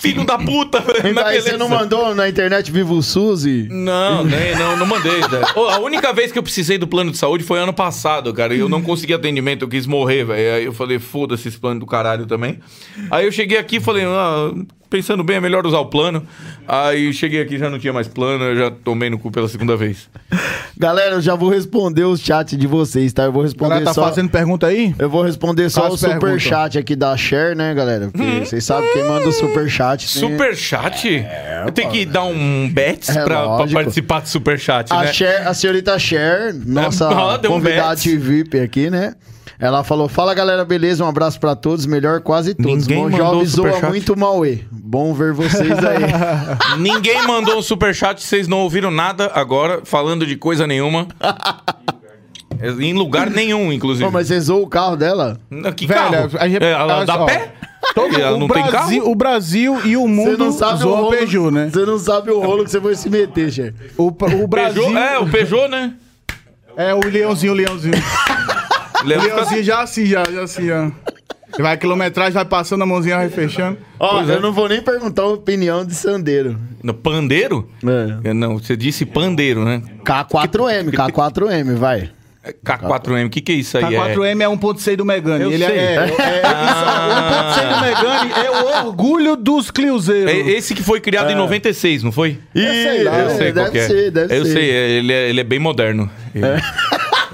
filho da puta,
Mas
velho. mas
Então, aí você
beleza.
não mandou na internet Viva o Suzy?
Não, nem, não, não mandei. Zé. Ô, a única vez que eu precisei do plano de saúde foi ano passado, cara. E eu não consegui atendimento, eu quis morrer, velho. Aí eu falei, foda-se esse plano do caralho também. Aí eu cheguei aqui e falei, ah, pensando bem, é melhor usar o plano. Aí cheguei aqui já não tinha mais plano, eu já tomei no cu pela segunda vez.
Galera, eu já vou responder o chat de vocês, tá? Eu vou
O cara
responder
tá
só.
fazendo pergunta aí?
Eu vou responder só
Caso
o superchat aqui da Cher, né, galera? Porque
Hum.
vocês sabem quem manda o superchat. né? tem-
Superchat? eu tenho que dar um bets
É
pra, pra
lógico.
participar do superchat,
A,
né?
Cher, a senhorita Cher, nossa
Ah, deu um
convidada
bet.
de VIP aqui, né? Ela falou: Fala galera, beleza? Um abraço pra todos, melhor quase todos.
Ninguém
Bom
mandou
jovem zoa
superchat.
muito Mauê. Bom ver vocês aí.
Ninguém mandou um superchat, vocês não ouviram nada agora, falando de coisa nenhuma. em lugar nenhum, inclusive.
Pô, mas vocês zoam o carro dela?
Não, Que
Velho,
carro?
a gente-
É, ela
ela-
dá
ó,
pé?
Todo
Ela não
o,
tem
Brasil,
carro?
o Brasil e o
Você
mundo
não sabe o
zoam
rolo.
Peugeot, né?
Você não sabe o rolo que você foi se meter, Cher.
O, o Brasil...
Peugeot, é, o Peugeot, né?
É, o leãozinho, o leãozinho.
Leva-
leãozinho já assim, já, já assim, ó. Vai a quilometragem, vai passando a mãozinha, vai fechando.
Ó,
é.
eu não vou nem perguntar a opinião de Sandeiro.
No pandeiro?
É.
É, Não, você disse pandeiro, né?
K4M, K4M, vai.
É K4M, o que, que é isso aí? É-
K4M é 1.6 do Megane.
Eu
Ele
sei.
é. é, é
Ah.
1.6 do Megane é o orgulho dos
É
cliuzeiros.
esse que foi criado em 96, não foi?
Ih,
sei lá,
Eu
é,
sei
deve
qual que é.
ser, deve
Eu
ser.
sei, é, ele é, ele é bem moderno. Ele-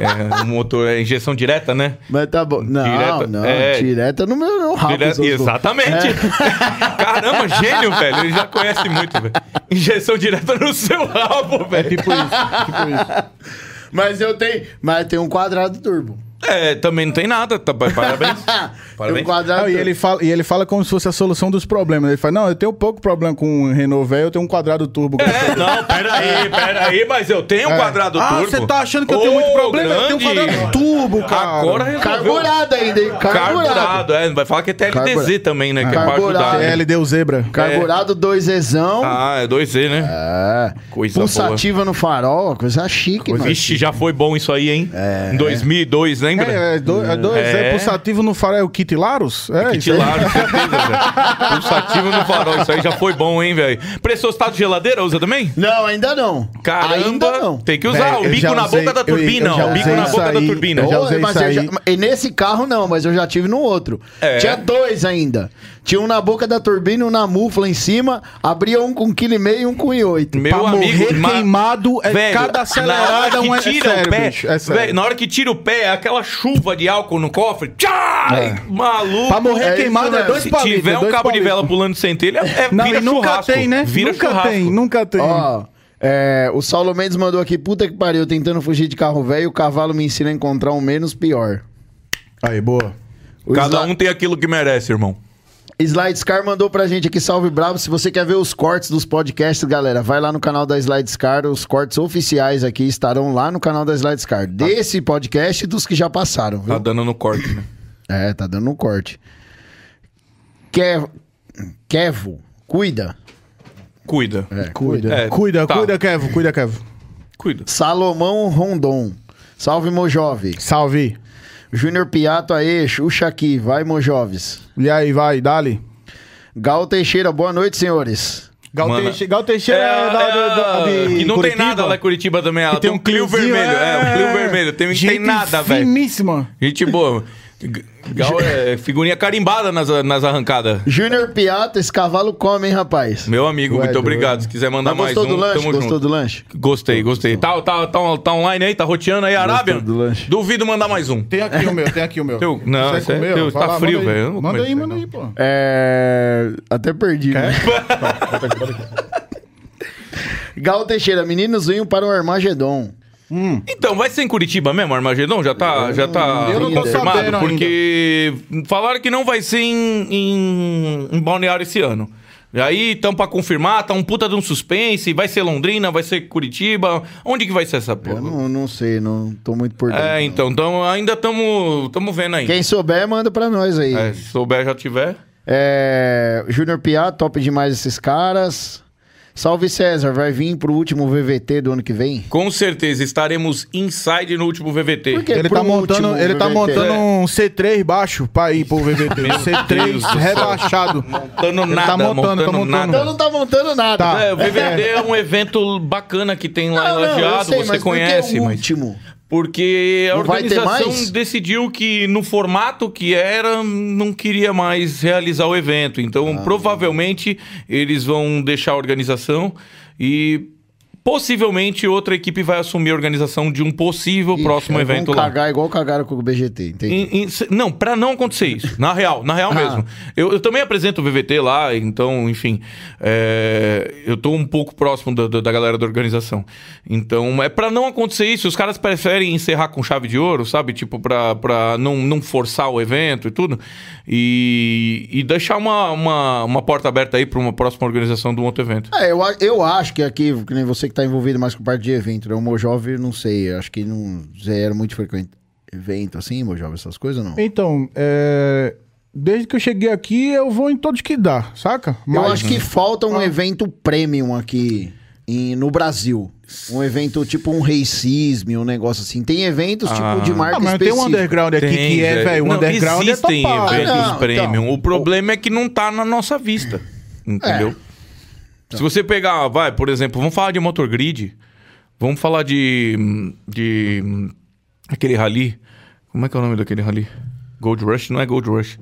É, o motor é injeção direta, né?
Mas tá bom. Não,
Direta-
não.
é.
Direta no meu no
Ah,
rabo.
Dire-
seus loucos.
Exatamente.
É.
Caramba, gênio, velho. Ele já conhece muito, velho. Injeção direta no seu rabo, velho.
Tipo isso, tipo isso.
Mas eu tenho. Mas tem um quadrado turbo.
É, também não tem nada. tá, pa- parabéns.
Tem um
Parabéns.
quadrado
Não, e,
turbo.
ele fala, e ele fala como se fosse a solução dos problemas. Ele fala: Não, eu tenho pouco problema com um Renault velho, eu tenho um quadrado turbo.
É, não, peraí, peraí, mas eu tenho um quadrado
Ah,
turbo.
você tá achando que eu tenho muito
Ô,
problema? Eu tenho um
grande.
quadrado turbo, cara.
Agora é resolveu.
Carburado ainda, hein? Carburado. Carburado,
Carburado, é, vai falar que é TLDZ
Carburado.
também, né? Que
Carburado,
é pra ajudar. né?
TL deu zebra.
dois Ezão.
Ah, é 2Z, né?
É.
Coisa
Pulsativa no farol, coisa chique,
boa.
mano.
Vixe, já foi bom isso aí, hein? Em 2002, lembra?
assim, É, é, do, é, dois,
É.
é. pulsativo no farol, é o Kit Larus? É,
Que
isso aí.
tilaram, certeza, velho. Pulsativo no farol, isso aí já foi bom, hein, velho? Pressostato de geladeira usa também?
Não, ainda não.
Caramba,
Ainda não.
tem que usar
Velho,
o
É, eu
bico
já
na
usei-
boca da
eu- eu
turbina,
já
ó, o bico
usei
na
isso
boca da
aí,
turbina.
eu já
Ô,
usei
mas
isso
eu
aí.
já- e nesse carro não, mas eu já tive no outro.
É.
Tinha dois ainda. Tinha um na boca da turbina, um na mufla em cima. Abria um com 1,5 kg e um com 1,8 kg.
Meu
pra
amigo,
morrer
ma-
queimado, é
Velho,
cada acelerada
na
é um
hora
é
que tira
sério,
o pé,
bicho, é sério.
velho, na hora que tira o pé, é aquela chuva de álcool no cofre, tchá, maluco.
É. Pra morrer
É isso
queimado é
mesmo.
dois
Se
palitos.
tiver
é
um
dois
cabo de
palitos.
vela pulando de centelha, é,
Não,
vira
e nunca
churrasco.
tem, né?
Vira
nunca
churrasco.
tem, nunca tem.
Ó, é, o Saulo Mendes mandou aqui, puta que pariu, tentando fugir de carro velho, o cavalo me ensina a encontrar um menos pior.
Aí, boa.
O
Cada
Sla-
um tem aquilo que merece, irmão.
Slidescar mandou pra gente aqui, salve bravo. Se você quer ver os cortes dos podcasts, galera, vai lá no canal da Slidescar. Os cortes oficiais aqui estarão lá no canal da Slidescar. Desse podcast e dos que já passaram, viu?
Tá dando no corte, né?
É, tá dando um corte. Kev... Kevo, cuida.
Cuida.
cuida.
É,
Cuida,
tá.
cuida, Kevo, cuida, Kevo.
Cuida.
Salomão Rondon. Salve, Mojove.
Salve.
Júnior Piato, aê, Xuxa aqui, vai, Mojoves.
E aí, vai, dali.
Gal Teixeira, boa noite, senhores.
Gal,
Mano.
Teixe- Gal Teixeira é, da, da- da- de
que não
Curitiba.
tem nada lá em Curitiba também. Ela
Que
tem, um Clio
cliozinho,
vermelho. É, um Clio vermelho. Tem,
Gente
tem nada, velho.
finíssima.
Gente boa. G- Gal é figurinha carimbada nas, nas arrancadas.
Júnior Piato, esse cavalo come, hein, rapaz?
Meu amigo,
Ué,
muito
doido. Tá
obrigado. Se quiser mandar
Mas
mais
gostou
um,
do lanche?
tamo
Gostou
junto.
do lanche?
Gostei, gostei. Tá, tá, tá, tá online aí, tá roteando aí, Arábia?
do lanche.
Duvido mandar mais um.
Tem aqui o meu, tem aqui o meu.
Teu- não,
Você
esse é
comeu?
teu,
Vai
tá
lá,
frio,
manda aí.
velho, eu não como
Manda aí,
isso aí,
manda aí, pô.
É... Até perdi, né?
Bota aqui, bota aqui.
Gal Teixeira, meninos vinham para o Armagedon.
Então, vai ser em Curitiba mesmo, Armagedon? Já tá, já tá
eu não tô sabendo ainda.
porque falaram que não vai ser em, em, em Balneário esse ano. E aí, estão pra confirmar, tá um puta de um suspense, vai ser Londrina, vai ser Curitiba, onde que vai ser essa
Eu
porra?
não, não sei, não tô muito por dentro.
É, então, tamo- ainda estamos tamo vendo ainda.
Quem souber, manda pra nós aí.
É,
É.
se souber, já tiver.
Júnior Piato, top demais esses caras. Salve César, vai vir pro último VVT do ano que vem?
Com certeza, estaremos inside no último VVT.
Por quê?
Ele
Pro
tá montando,
último
ele tá
VVT.
montando
É.
um C3 baixo pra ir pro VVT.
Meu Deus
C3
do céu.
Um rebaixado.
Montando
Ele
nada,
tá montando,
montando,
tá montando.
nada.
Então não tá montando nada.
Tá.
É, o VVD é um evento bacana que tem lá
Não, não,
em
eu
Lajeado,
sei,
Tá você
mas por que um?
conhece,
o
mas
último.
porque a
Não vai ter mais?
organização decidiu que no formato que era não queria mais realizar o evento. Então,
Ah.
provavelmente eles vão deixar a organização e possivelmente outra equipe vai assumir a organização de um possível
Ixi, é
próximo
aí vão
evento lá.
cagar igual cagaram com o BGT, entende?
Em- em- se- não, pra não acontecer isso. Na real, na real
Ah.
mesmo. Eu, eu também apresento o VVT lá, então, enfim. é, eu tô um pouco próximo da, da- da galera da organização. Então, é pra não acontecer isso. Os caras preferem encerrar com chave de ouro, sabe? Tipo, pra, pra não, não forçar o evento e tudo. E, e deixar uma, uma, uma porta aberta aí pra uma próxima organização de um outro evento.
É, eu, a- eu acho que aqui, que nem você que tá envolvido mais com parte de evento, né? O Mojove, não sei, acho que não era muito frequente evento assim, Mojove, essas coisas não.
Então, é, desde que eu cheguei aqui, eu vou em todos que dá, saca?
Eu acho que falta um evento premium aqui em- no Brasil. Um evento tipo um racisme, um negócio assim. Tem eventos tipo de marca
Ah, mas tem um
específica.
underground aqui
Tem,
que é, velho, o
Não,
underground é
existem
topado.
eventos
Ah, não,
premium.
então.
o problema é que não tá na nossa vista. Entendeu?
É.
Se você pegar, vai, por exemplo, vamos falar de motor grid. Vamos falar de. de. aquele rally. Como é que é o nome daquele rally? Gold Rush? Não é Gold Rush.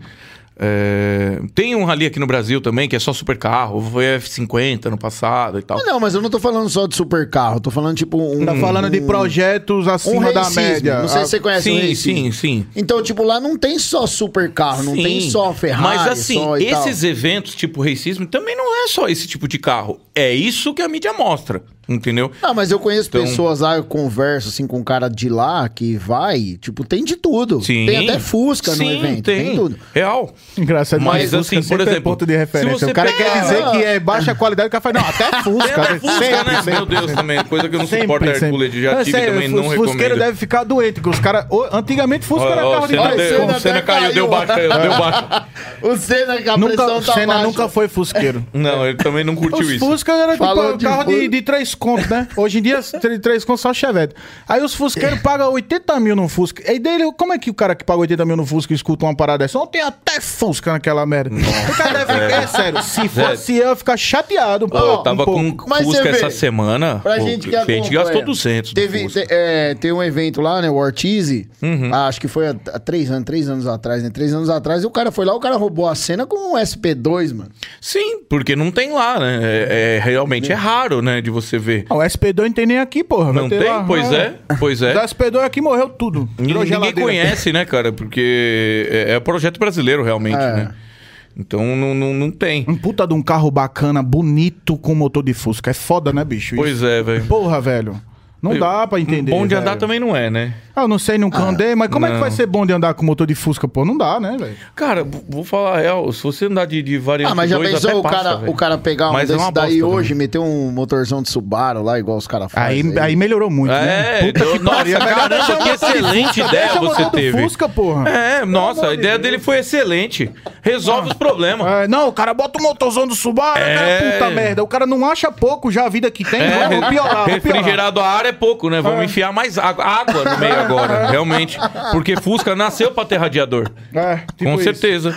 É, tem um rally aqui no Brasil também que é só super carro. Foi F50 no passado e tal.
Ah, não, mas eu não tô falando só de super carro, tô falando tipo um.
Tá falando de projetos
um
acima da
racismo.
média. Ah,
Não sei se você
é
conhece o
sim,
racismo.
sim, sim.
Então, tipo, lá não tem só super carro, Ah, não
Sim,
tem só Ferrari.
Mas assim,
só e tal.
esses eventos tipo racismo também não é só esse tipo de carro. É isso que a mídia mostra, entendeu?
Ah, mas eu conheço
Então-
pessoas lá, eu converso assim com um cara de lá que vai, tipo, tem de tudo.
Sim.
Tem até Fusca
Sim,
no evento, tem,
tem.
tudo.
Real.
Engraçado,
Mas,
Fusca
assim, por
sempre é
exemplo,
ponto de
se
referência.
você
O cara
pega-
quer dizer que é baixa qualidade, o cara fala, não, até Fusca.
Até Fusca,
sempre,
né?
sempre,
Meu Deus, também. Coisa que eu não suporto é Hercules. Já
Eu
tive
sei,
também,
os
não
fusqueiros
recomendo.
devem ficar doentes, que os caras... Antigamente, Fusca era
Ó, ó,
carro
o
de
Senna
Olha,
deu-
Senna
o Senna
até
caiu, deu
caiu.
baixo, caiu, deu baixo.
O Senna, que a
Nunca,
pressão tá
Senna
baixa.
nunca foi fusqueiro.
Não, ele também não curtiu
Os
isso.
Fusca era tipo
Falou
um
de
carro de,
Fusca.
de três contos, né? Hoje em dia, as tre- três contos só Chevette. Aí os
É.
Fusqueiros pagam 80 mil num Fusca. E dele, como é que o cara que paga 80 mil no Fusca escuta uma parada dessa? Não tem até Fusca naquela merda. O cara deve ficar, é sério, se fosse eu, eu ficar chateado.
Pô,
Pô,
eu tava com um
Mas você
Fusca
vê,
essa semana.
Pra
pô,
gente que
a gente
acompanha.
gastou 200 no
Teve,
Fusca. Uhum.
te- é, tem um evento lá, né? O Ortiz. ah, acho que foi há há três anos, três anos atrás, né? Três anos atrás, o cara foi lá, o cara roubou a cena com um SP2, mano.
Sim, porque não tem lá, né? É- é- realmente é raro, né, de você ver.
Ah, O SP2 não tem nem aqui, porra. vai
Não
ter
tem?
lá. né?
Pois é, pois é.
O SP2 aqui morreu tudo.
Ninguém-
Virou
Ninguém
geladeira.
conhece, né, cara? Porque é, é projeto brasileiro, realmente,
É.
né? Então não, não, não tem.
Um puta de um carro bacana, bonito, com motor de Fusca. É foda, né, bicho? Isso.
Pois é, velho.
Porra, velho. Não dá pra entender.
Bom de
velho.
andar também não é, né?
Ah, eu não sei, nunca andei, mas como é que
não.
vai ser bom de andar com motor de Fusca, pô? Não dá, né, velho?
Cara, v- vou falar a real. Se você andar de, de variante
Ah, mas já
dois,
pensou
até
o
passa,
cara,
velho.
o cara pegar um
Mas é
desse
uma
daí
bosta
hoje, meter um motorzão de Subaru lá, igual os caras
Aí,
fazem.
aí melhorou muito,
É,
né?
deu- nossa,
É melhor
caramba,
deixar o
que
motor de
excelente
Fusca,
ideia
deixa o
você
motor do
teve.
Fusca, porra.
É, nossa, a ideia dele foi excelente. Resolve os problemas.
É, não, o cara bota o motorzão do Subaru,
É.
cara, puta merda. O cara não acha pouco já a vida que tem, né?
É,
vamos piorar, É. vamos piorar.
refrigerado a ar é pouco, né? Vamos enfiar mais água, água no meio agora, realmente. Porque Fusca nasceu pra ter radiador.
É, tipo
Com
isso. É.
certeza.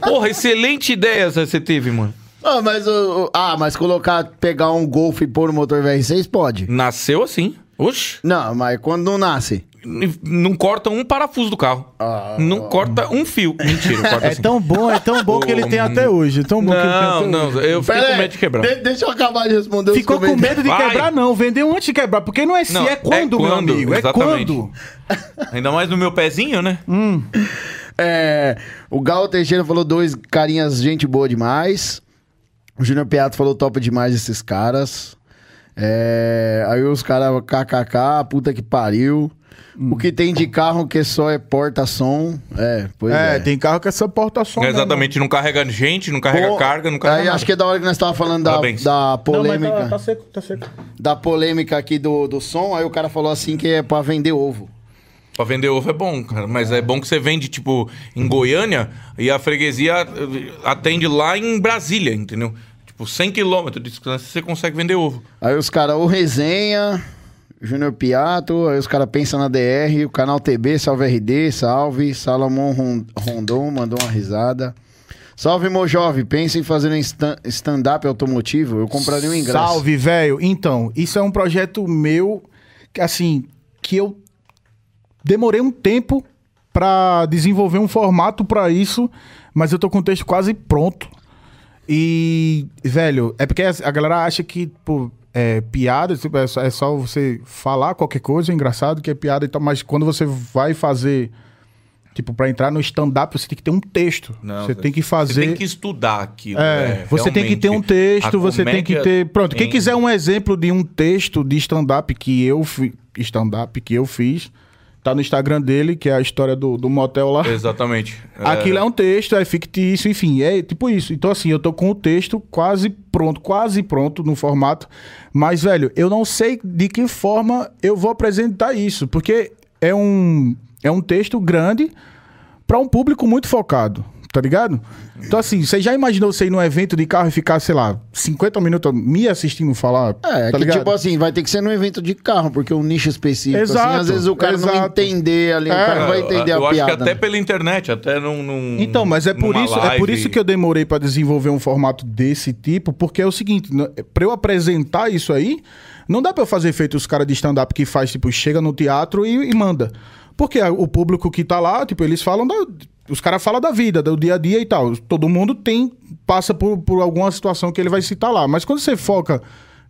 Porra, excelente ideia essa que você teve, mano.
Ah, mas, o- o- ah, mas colocar, pegar um Golf e pôr o motor VR6 pode.
Nasceu assim. Oxe.
Não, mas quando não nasce.
N- Não corta um parafuso do carro. Não corta um fio. Mentira, corta
Ah. É
assim.
tão bom, é tão bom que ele tem até hoje. É tão bom que ele tem até
Não,
hoje.
não. Eu fiquei
Pera
com
aí,
medo de quebrar.
de- deixa eu acabar de responder os
Ficou com
comentários.
medo de
Vai.
quebrar, não. Vendeu antes de quebrar. Porque não é se,
Não,
é
é
quando, meu
quando,
amigo.
exatamente.
É quando.
Ainda mais no meu pezinho, né?
Hum.
É, o Gal Teixeira falou dois carinhas, gente boa demais. O Júnior Piato falou top demais esses caras. É, aí os caras, kkk, puta que pariu.
Hum.
O que tem de carro que só é porta-som. É, pois é.
É, tem carro que essa porta só. né,
Exatamente. Não carrega gente, não carrega
Pô,
carga, não carrega
Aí
nada.
acho que é da hora que nós tava falando da,
Parabéns.
da polêmica.
Não, mas tá, tá seco, tá seco.
Da polêmica aqui do, do som. Aí o cara falou assim que é pra vender ovo.
Pra vender ovo é bom, cara. Mas é bom que você vende, tipo, em Goiânia e a freguesia eh, atende lá em Brasília, entendeu? Tipo, 100 quilômetros de distância você consegue vender ovo.
Aí os caras, o Resenha, Júnior Piato, aí os caras pensam na DR, o canal TB, salve RD, salve. Salomão Ron- Rondon mandou uma risada. Salve, Mojove, pensa em fazer um stan- stand-up automotivo? Eu compraria um ingresso.
Salve, velho. Então, isso é um projeto meu, que, assim, que eu demorei um tempo pra desenvolver um formato pra isso, mas eu tô com o texto quase pronto. E, velho, é porque a galera acha que, pô, é piada, tipo, é, só, é só você falar qualquer coisa, é engraçado que é piada e tal, mas quando você vai fazer, tipo, pra entrar no stand-up, você tem que ter um texto.
Não,
você tem que fazer.
Você tem que estudar aquilo.
É,
né?
você tem que ter um
Realmente. A
texto, você tem que
comédia
ter. Pronto, quem
tem-
quiser um exemplo de um texto de stand-up que eu fiz. Stand-up que eu fiz, tá no Instagram dele, que é a história do, do motel lá.
Exatamente.
Aquilo é um texto, é fictício, enfim, é tipo isso. Então, assim, eu tô com o texto quase pronto, quase pronto no formato. Mas, velho, eu não sei de que forma eu vou apresentar isso, porque é um, é um texto grande pra um público muito focado, tá ligado? Então, assim, você já imaginou você ir num evento de carro e ficar, sei lá, 50 minutos me assistindo falar?
É, que
tá ligado?
tipo assim, vai ter que ser num evento de carro, porque é um nicho específico. assim,
Exato,
às vezes o cara não
exato.
entender ali, o
É,
cara não vai
eu-
entender a
eu, acho
piada.
que até
né?
pela internet, até num. num-
Então, mas é por
numa
isso, é por
live.
isso que eu demorei pra desenvolver um formato desse tipo, porque é o seguinte, n- pra eu apresentar isso aí, não dá pra eu fazer feito os caras de stand up que faz tipo chega no teatro e, e manda. Porque a- o público que tá lá, tipo, eles falam da os caras falam da vida, do dia a dia e tal. Todo mundo tem passa por, por alguma situação que ele vai citar lá, mas quando você foca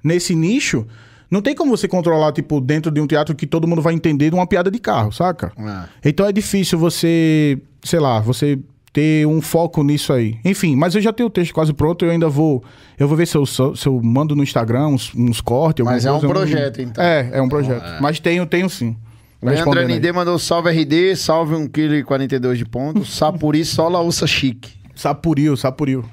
nesse nicho, não tem como você controlar tipo dentro de um teatro que todo mundo vai entender de uma piada de carro, saca?
Ah.
Então é difícil você, sei lá, você ter um foco nisso aí. Enfim, mas eu já tenho o texto quase pronto, eu ainda vou. Eu vou ver se eu, so- se eu mando no Instagram uns, uns cortes. alguma
Mas é um
coisa, eu não-
projeto, então.
É, é um projeto. Mas tenho, tenho sim.
Leandro
Respondendo aí.
ND mandou salve RD, salve 1,42kg de ponto, sapuri só laúça chique.
Sapuriu, sapuriu.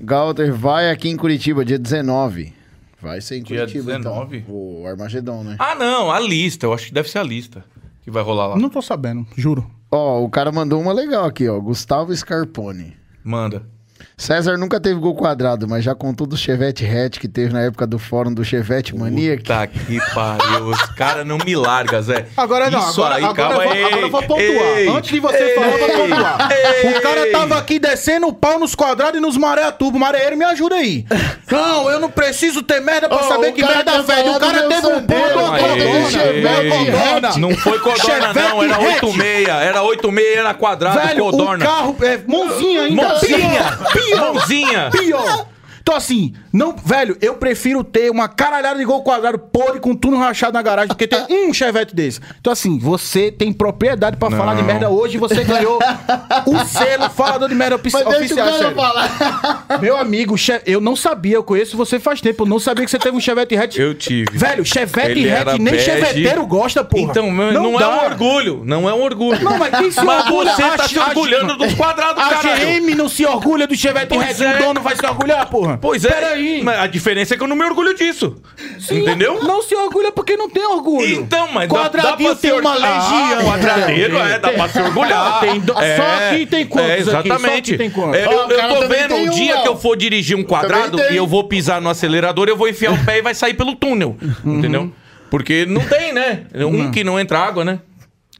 Galter vai aqui em Curitiba, dia 19. Vai ser em
Dia
Curitiba,
19?
então. O Armagedon, né?
Ah, não, a lista. Eu acho que deve ser a lista que vai rolar lá.
Não tô sabendo, juro.
Ó, o cara mandou uma legal aqui, ó. Gustavo Scarpone.
Manda.
César nunca teve gol quadrado, mas já contou do Chevette Hatch que teve na época do fórum do Chevette Mania. que-
Tá que pariu. Os caras não me largam, Zé.
Agora não,
Isso
agora,
aí,
agora
calma
eu vou,
aí.
agora eu vou pontuar.
Ei,
Antes de você
ei,
falar, eu vou pontuar.
ei.
O cara tava aqui descendo o pau nos quadrados e nos maré tubo. Mareiro, me ajuda aí. Não, eu não preciso ter merda pra
Ô,
saber
o
que
cara
merda
tá
velho. O
falando
cara
meu
teve um
sandeiro,
ponto, uma
mas
codona.
ele chegou
Uma
de
codona.
hatch.
Não foi Codorna,
Chevette
não. Era
hatch.
86. Era 86, era quadrado,
Velho, o
Codorna.
carro... É, mãozinha ainda.
Mãozinha. Mãozinha.
Pior. Então, assim, não, velho, eu prefiro ter uma caralhada de gol quadrado podre com tudo rachado na garagem do que ter um chevette desse. Então, assim, você tem propriedade pra falar de merda hoje, você ganhou o selo falador de merda ofici
Mas deixa o
oficial.
cara
sério.
falar.
Meu amigo, che- eu não sabia, eu conheço você faz tempo, eu não sabia que você teve um chevette hatch.
Eu tive.
Velho, chevette
Ele
hatch,
era
nem
bege.
cheveteiro gosta, porra.
Então, não, não é
dá.
um orgulho. Não é um orgulho.
Não, mas quem se orgulha?
você tá
A-
se
a-
orgulhando dos quadrados,
A
caralho.
GM não se orgulha do chevette
Pois
hatch,
é.
o dono vai se orgulhar, porra.
Pois é.
Peraí.
Mas a diferença é que eu não me orgulho disso. Entendeu?
Não se orgulha porque não tem orgulho.
Então, mas dá-
Quadradinho
dá pra
tem
se or-
uma
Ah,
legião.
quadradeiro, é, dá pra se orgulhar.
Tem do-
É,
só aqui tem quantos
É,
aqui? Só aqui
exatamente.
tem quantos?
É,
Ó,
eu,
o
eu
cara
tô
também
vendo
tem
um
um,
dia
ó.
que eu for dirigir um quadrado
tem.
Uhum.
e eu vou pisar no acelerador, eu vou enfiar o pé e vai sair pelo túnel. Entendeu? Porque não tem, né? Um que não entra água, né?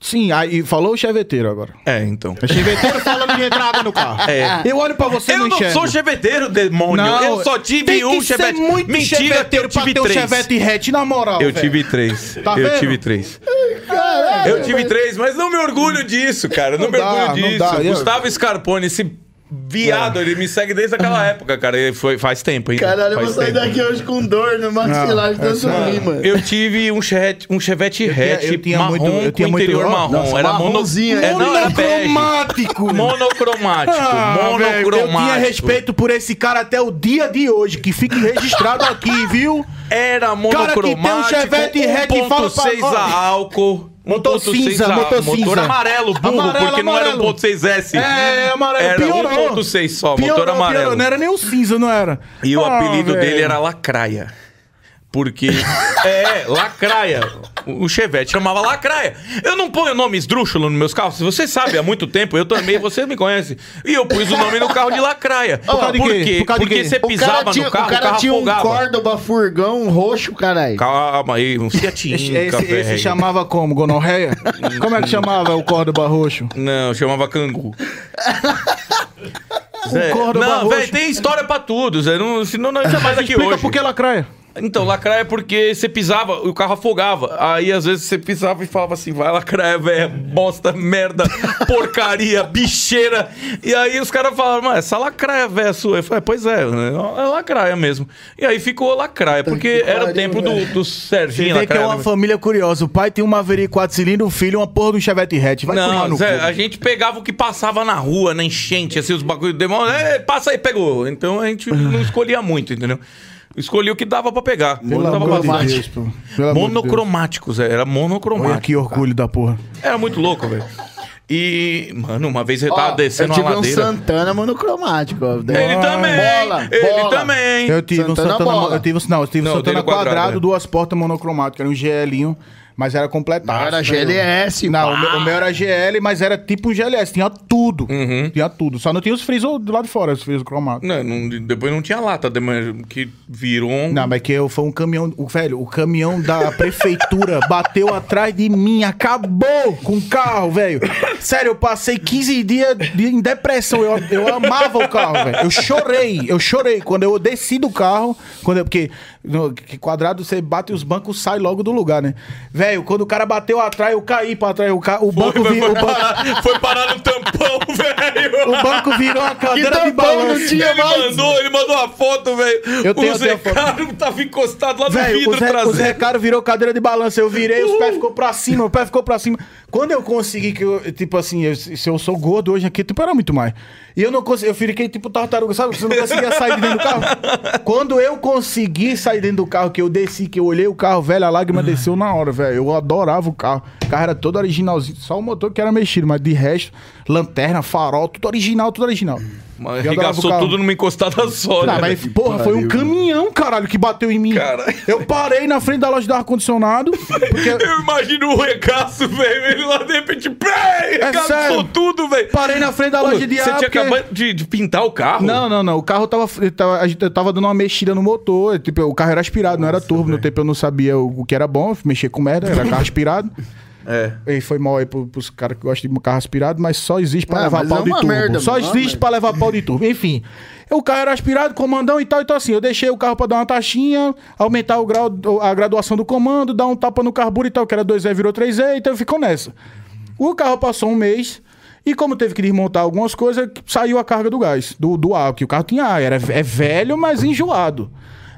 Sim, aí falou o cheveteiro agora.
É, então.
O cheveteiro falando que entra água no carro.
É.
Eu olho pra você e
Eu não,
enxergo.
sou cheveteiro, demônio.
Não,
eu só tive
tem que
um
ser
chevette.
muito
Mentira, que
cheveteiro
eu tive
pra ter um
três.
chevette hatch, na moral,
Eu
velho.
tive três.
Tá
eu
vendo?
tive três. eu tive três, mas não me orgulho disso, cara. Não,
Não
me
dá,
orgulho
não
disso.
dá. Eu- É.
Gustavo Scarpone, esse viado, ele me segue desde aquela época, cara. Ele foi, faz tempo, hein?
Caralho, eu vou
faz
sair
tempo.
daqui hoje com dor no maxilar de
Ah,
tanto rir, mano.
Eu tive um chevette, um chevette
tinha-
hatch
eu tinha
marrom
muito- eu tinha
com
muito-
interior
Nossa,
marrom. era mono...
marronzinho,
é, não, era bege.
Monocromático.
Monocromático.
Ah, velho,
monocromático.
Eu tinha respeito por esse cara até o dia de hoje, que fique registrado aqui, viu?
Era
Cara que tem um
monocromático.
Chevette hatch e fala pra-
1.6 a álcool.
Motor
1.6
cinza,
a-
motor
Motor
cinza.
amarelo, burro,
Amarelo,
porque
amarelo.
não era 1.6S.
É, amarelo.
Era
piorou.
1.6 só,
Piorou,
motor amarelo.
piorou. Não era nem o cinza, não era.
E o
Ah,
apelido
velho.
dele era Lacraia. Porque. é, Lacraia. O Chevette chamava Lacraia. Eu não ponho nome esdrúxulo nos meus carros. Você sabe, há muito tempo, eu também, você me conhece. E eu pus o nome no carro de Lacraia. Por,
causa de quê?
quê?
Por causa de
Porque
quê?
você pisava no carro,
o cara
carro
tinha
afogava.
um Córdoba furgão roxo, caralho.
Calma aí, um
Esse,
Fiatinho,
esse-
café.
esse chamava como? Gonorreia? como é que chamava o Córdoba Roxo?
Não, chamava Cangu. Zé,
Córdoba
não, velho,
roxo.
tem história pra tudo. Zé. Não, senão não ia mais aqui
Explica
hoje.
por que lacraia.
Então, lacraia é porque você pisava, o carro afogava. Aí, às vezes, você pisava e falava assim, vai lacraia, velho, bosta, merda, porcaria, bicheira. E aí, os caras falavam, mas essa lacraia, velho, sua. Eu falei, pois é, né? é lacraia mesmo. E aí, ficou lacraia, porque
que
era o
pariu,
tempo do,
velho.
do
Você
Serginho
vê que é
lacraia.
uma
né?
família curiosa. O pai tem um Maverick 4 cilindros, o filho uma porra de um Chevette hatch. Vai tomar
Não,
no
Zé,
cu.
a gente pegava o que passava na rua, na enchente, assim, os bagulhos demônios. É, passa aí, pegou. Então a gente não escolhia muito, entendeu? Escolhia o que dava pra pegar.
Pelo
Dava
amor de
pra-
Deus, pô. Pelo amor de Deus.
Monocromáticos, é, era monocromático.
Olha que orgulho da porra.
Era muito louco, velho. E, mano, uma vez eu tava
Ó,
tá descendo
eu tive
uma
um
ladeira.
Santana monocromático. ó.
Ele
Bola,
também!
bola,
ele
bola.
também!
Eu tive um
Santana
Santana.
bola.
mo- Eu tive, um- não, eu tive
Não,
um Santana
dele quadrado,
quadrado,
é.
duas portas monocromáticas. Era um GLinho, mas era é, completado.
Ah, Era GLS,
Não,
pá.
o meu, o meu era GL, mas era tipo um GLS. Tinha tudo. Tinha tudo. Só não tinha os frisos do lado de fora, os frisos cromados.
Não, não- depois não tinha lata, de- mas que virou um.
Não, mas que eu, foi um caminhão. O, velho, o caminhão da prefeitura bateu atrás de mim, acabou com o carro, velho. Sério, eu passei 15 dias de- em depressão. Eu, eu amava o carro, velho. Eu chorei, eu chorei. Quando eu desci do carro, quando eu, porque no, que quadrado você bate os bancos, sai logo do lugar, né? Velho, quando o cara bateu atrás, eu caí pra trás. O, ca, o, banco, vi, o, banco,
parar, foi parar no tampão, velho!
um o banco virou uma cadeira de
tampão,
balanço.
Então, não tinha
ele mandou, ele mandou uma foto, velho.
Eu tenho-
o
eu
Zé
tenho a foto.
Caro tava encostado lá no
Velho, o
vidro
Zé, o
traseiro.
Zé Caro virou cadeira de balanço. Eu virei, os
Uh!
pés ficou pra cima, o pé ficou pra cima. Quando eu consegui que eu, tipo assim, eu- se eu sou gordo hoje aqui, tipo, era muito mais. E eu não consegui, eu fiquei tipo tartaruga, sabe? Você não conseguia sair de dentro do carro. Quando eu consegui sair dentro do carro, que eu desci, que eu olhei o carro, velho, a lágrima desceu na hora, velho. Eu adorava o carro. O carro era todo originalzinho, só o motor que era mexido, mas de resto, lanterna, farol, tudo original, tudo original.
Mas
Eu adorava o
Arregaçou
carro.
tudo numa encostada só,
Tá,
né?
mas, porra,
pariu,
foi um caminhão, caralho, que bateu em mim.
Caralho.
Eu parei na frente da loja do ar-condicionado. Porque
Eu imagino o regaço, velho. Ele lá de repente, pé, regaçou
É sério.
tudo, velho.
parei na frente da loja de ar.
Você tinha
porque-
acabado de, de pintar o carro?
Não, não, não. O carro tava, ele tava. a gente- Eu tava dando uma mexida no motor. Tipo, o carro era aspirado, não era turbo. No tempo eu não sabia o, o que era bom. Mexer com merda, era carro aspirado.
É.
E foi mal aí pro- pros caras que gostam de carro aspirado, mas só existe pra
Ah,
levar
mas
pau
é
de
uma
turbo.
merda,
só
mano, é uma
existe
merda.
pra levar pau de turbo. Enfim, o carro era aspirado, comandão e tal, então assim, eu deixei o carro pra dar uma taxinha, aumentar o grau, a graduação do comando, dar um tapa no carburo e tal, que era 2E virou 3E, então ficou nessa. O carro passou um mês e como teve que desmontar algumas coisas, saiu a carga do gás, do, do ar, que o carro tinha ar, era, é velho, mas enjoado.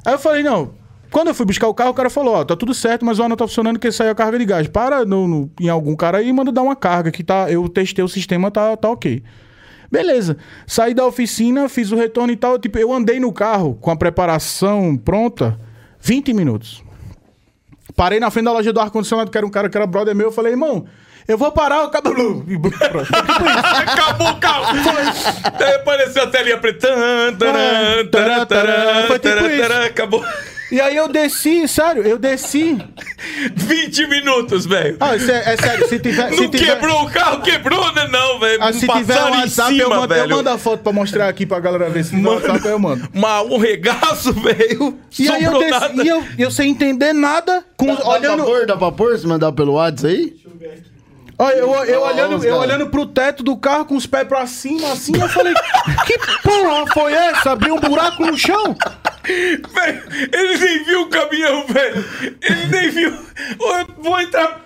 Aí eu falei, não... Quando eu fui buscar o carro, o cara falou, ó, tá tudo certo, mas o ar não tá funcionando porque saiu a carga de gás. Para no, no- em algum cara aí e manda dar uma carga que tá... Eu testei o sistema, tá, tá ok. Beleza. Saí da oficina, fiz o retorno e tal. Tipo, eu andei no carro com a preparação pronta 20 minutos. Parei na frente da loja do ar-condicionado, que era um cara que era brother meu. Eu falei, irmão, eu vou parar o cabelo.
Acabou o carro! Daí apareceu a telinha preta. Tan, taran, taran, taran,
Foi tipo
taran,
isso.
taran, Acabou.
E aí eu desci, sério, eu desci.
20 minutos, velho.
Ah, isso é, é sério, se tiver. se
não
tiver-
quebrou o carro, quebrou, né? Não, velho.
Ah, se tiver um
Passaram em
WhatsApp, eu,
cima,
mando, eu
velho.
mando a foto pra mostrar aqui pra galera ver. Se tiver
Manda.
WhatsApp, eu mando.
Uma- um regaço, velho.
E aí eu
Sobrou
desci,
nada.
e eu, eu sem entender nada, com,
Dá, dá pra
olhando,
pôr, dá pra pôr, se mandar pelo WhatsApp aí?
olha, eu, eu, olhando,
Vamos,
eu
cara.
olhando pro teto do carro com os pés pra cima, assim, eu falei, que porra foi essa? Abriu um buraco no chão?
Velho, ele nem viu o caminhão, velho. Ele nem viu. Ô, eu Vou entrar.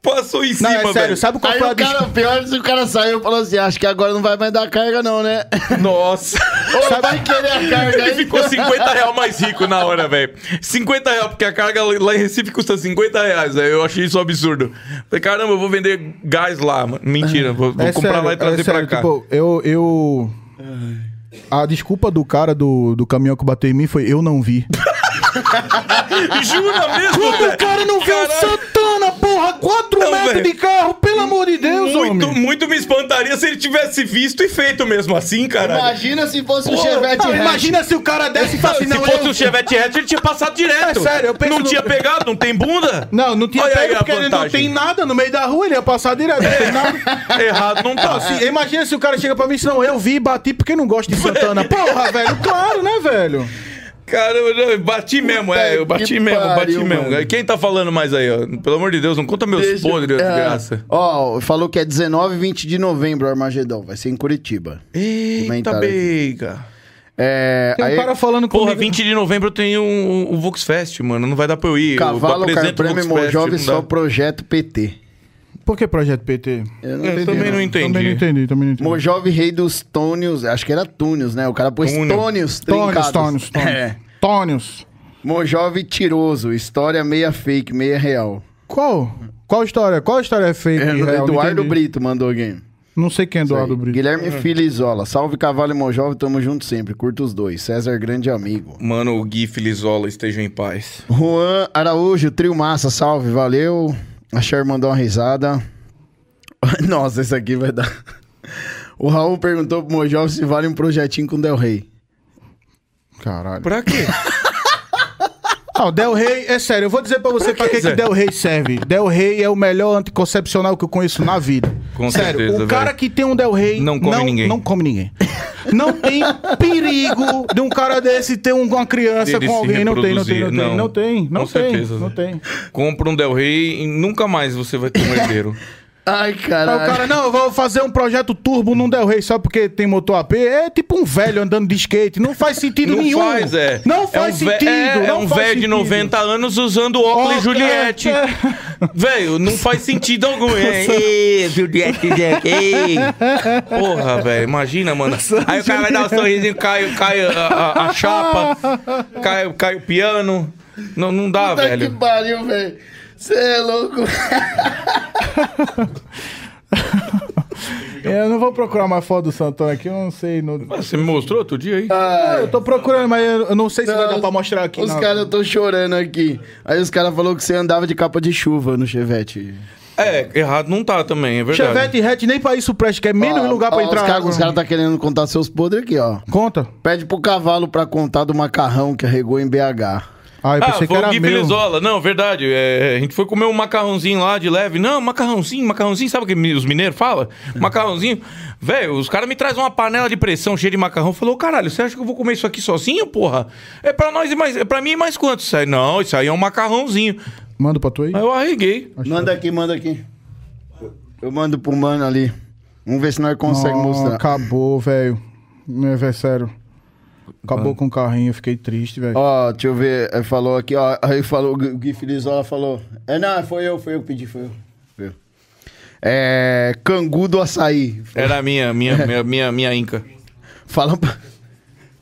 Passou em
Não,
cima,
é sério,
velho.
sabe qual
Aí
foi a
o cara, pior se o cara saiu e falou assim, acho que agora não vai mais dar carga não, né?
Nossa.
Ou vai querer a carga
Ele
aí?
ficou 50 reais mais rico na hora, velho. 50 reais, porque a carga lá em Recife custa 50 reais, velho. Eu achei isso um absurdo. Falei, caramba, eu vou vender gás lá, mano. Mentira, vou, vou
É
comprar
sério,
lá e trazer
é sério,
pra cá.
Tipo, eu. eu... A desculpa do cara do, do caminhão que bateu em mim foi eu não vi.
Jura mesmo, velho? Caralho.
Santana, porra? 4
Não, velho.
carro, pelo amor de Deus,
Muito, muito me espantaria se ele tivesse visto e feito mesmo assim, cara.
Imagina se fosse um
Pô,
Chevette
Não,
hatch.
imagina se o cara desce e fala assim,
se
não,
fosse
eu-
um Chevette Hatch, ele tinha passado direto.
É sério, eu penso
Não
no-
tinha pegado, não tem bunda?
Não, não tinha
Olha aí
pego
a
porque ele não
vantagem.
tem nada no meio da rua, ele ia passar direto, não tem nada.
Errado não tá.
Assim, imagina se o cara chega pra mim e diz, não, eu vi e bati porque não gosto de Santana. Porra, velho, claro, né, velho?
Caramba, não, eu bati mesmo,
Puta
é, eu
que
bati mesmo, bati
pariu,
mesmo.
mano.
Quem tá falando mais aí, ó? Pelo amor de Deus, não conta meus
Deixa-
podres,
Ah.
é.
graça.
Ó, falou que é 19 e 20 de novembro o Armagedão, vai ser em Curitiba.
Eita,
Comentário.
beiga.
É,
Tem um
aí,
cara falando
Porra,
comigo-
20 de novembro tem o um, um Voxfest, mano, não vai dar pra eu ir.
Cavalo,
eu
Car
apresento o
Prêmio
Voxfest,
Mojove
não dá.
só projeto PT.
Por que Projeto PT?
Eu não
Eu
entendi,
também não
Também não
entendi.
entendi, também não entendi.
Mojove Rei dos Tônios, acho que era Túnios, né? O cara pôs
Túnio.
Tônios,
Tônios,
trincados.
Tônios, Tônios.
É.
Tônios.
Mojove Tiroso, história meia fake, meia real.
Qual? Qual história? Qual história é fake?
É,
real? Não
Eduardo
entendi.
Brito mandou alguém.
Não sei quem é Eduardo
Aí.
Brito.
Guilherme Filho Isola. Salve Cavalo e Mojove, tamo junto sempre. Curto os dois. César, grande amigo.
Mano, o Gui Filizola esteja em paz.
Juan Araújo, trio massa, salve, valeu. A Cher mandou uma risada. Nossa, esse aqui vai dar. O Raul perguntou pro Mojove se vale um projetinho com o Del Rey.
Caralho.
Pra quê?
Ah, o Del Rey, é sério, eu vou dizer pra você pra,
que,
que, que
Zé?
Del Rey serve. Del Rey é o melhor anticoncepcional que eu conheço na vida.
Com
sério,
certeza,
o cara
velho.
que tem um Del Rey
Não come
não,
ninguém.
Não come ninguém. Não tem perigo de um cara desse ter um- uma criança
Dele
com
se
alguém. Não tem, não tem, não
reproduzir.
tem,
Não.
não tem, não
Com
tem,
certeza,
não
Zé.
tem.
Compra um Del Rey e nunca mais você vai ter um herdeiro.
Ai,
Aí o
caralho.
cara, não, eu vou fazer um projeto turbo num Del Rey só porque tem motor AP. É tipo um velho andando de skate. Não faz sentido
Não
nenhum.
faz, é.
Não
é
faz
um ve-
sentido.
É, é
não
um
faz
velho de
sentido.
90 anos usando óculos
Ó,
Juliette.
é, é.
Velho, não faz sentido algum. É, Ê, Juliette Jack, ei. Porra, velho, imagina, mano. Aí o cara vai dar um sorrisinho, cai, cai a, a- a chapa, cai, cai o piano. Não, não
Ah,
dá,
Puta que
velho.
pariu, velho. Você é louco.
é, Eu não vou procurar mais foto do Santana aqui, eu não sei. Não...
Você me mostrou outro dia aí?
Ah, eu tô procurando, mas eu eu não sei se vai dar
Não,
pra mostrar aqui.
Os
não.
caras, eu tô chorando aqui. Aí os caras falaram que você andava de capa de chuva no Chevette.
É, errado não tá também, é verdade.
Chevette e hatch nem pra isso preste, que é menos
Ó,
lugar
ó,
pra entrar.
Ah, Os caras
água. né?
os tá- caras tá querendo contar seus podres aqui, ó.
Conta.
Pede pro cavalo pra contar do macarrão que arregou em BH.
Ah, eu
Ah,
pensei que
foi o
era
Gui
meu.
Filizola. Não, verdade. é, a gente foi comer um macarrãozinho lá de leve. Não, macarrãozinho, macarrãozinho. Sabe o que mi- os mineiros falam?
Hum.
Macarrãozinho. Velho, os caras me trazem uma panela de pressão cheia de macarrão. Falou, caralho, você acha que eu vou comer isso aqui sozinho, porra? É pra nós e mais... É pra mim e mais quantos? Isso aí, não, isso aí é um macarrãozinho.
Manda pra tu aí.
Aí eu arreguei.
Manda aqui, manda aqui. Eu mando pro mano ali. Vamos ver se nós
Nossa,
conseguimos mostrar.
Acabou, velho. Meu, velho, sério.
Ah.
Acabou com o carrinho, eu fiquei triste, velho.
Ó, deixa eu ver. Aí falou aqui, ó. Aí falou, o Gui Filizola falou. É, não, foi eu, foi eu que pedi, foi eu. Foi eu. É. Cangu do açaí.
Era a minha, minha, minha, minha, minha inca.
Fala pra.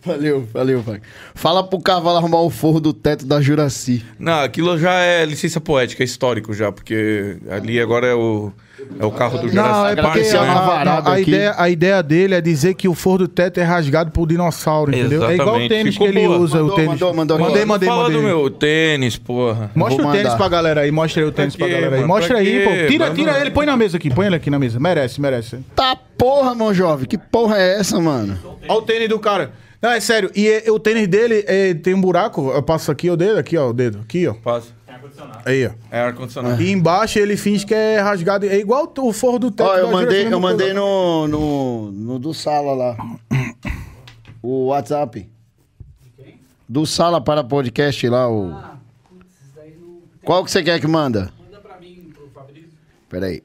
Valeu, valeu, pai. Fala pro cavalo arrumar o forro do teto da Juraci.
Não, aquilo já é licença poética, é histórico já, porque ali agora é o, é o carro do Jurassic
Não, é
Park,
porque
né?
a, a- a- a
Aqui.
ideia, a ideia dele é dizer que o forro do teto é rasgado por dinossauro, entendeu? É igual o
Exatamente.
tênis
Ficou
que ele
boa.
usa,
Mandou,
o tênis.
mandou, mandou.
Mandei,
Mano,
mandei,
Fala
mandei.
do meu tênis, porra.
Mostra
Vou
o tênis
mandar.
pra galera aí, mostra aí o tênis pra
quê,
galera aí.
mano?
Mostra
Pra
aí,
quê?
pô. Tira,
Manda.
tira ele, põe na mesa aqui, põe ele aqui na mesa. Merece, merece.
Tá porra, meu jovem. Que porra é essa, mano?
Olha o tênis do cara. Não, é sério. E é- o tênis dele é, tem um buraco. Eu passo aqui o dedo, aqui, ó, o dedo. Aqui, ó.
Passa.
Aí, ó.
É ar-condicionado.
E embaixo ele finge que é rasgado. É igual o forro do teto.
Ó, eu
da Jurassic
mandei,
mesmo
eu
coisa.
mandei no, no, no do Sala lá. O WhatsApp. Do Sala para podcast lá, o. Qual que você quer que manda? Peraí.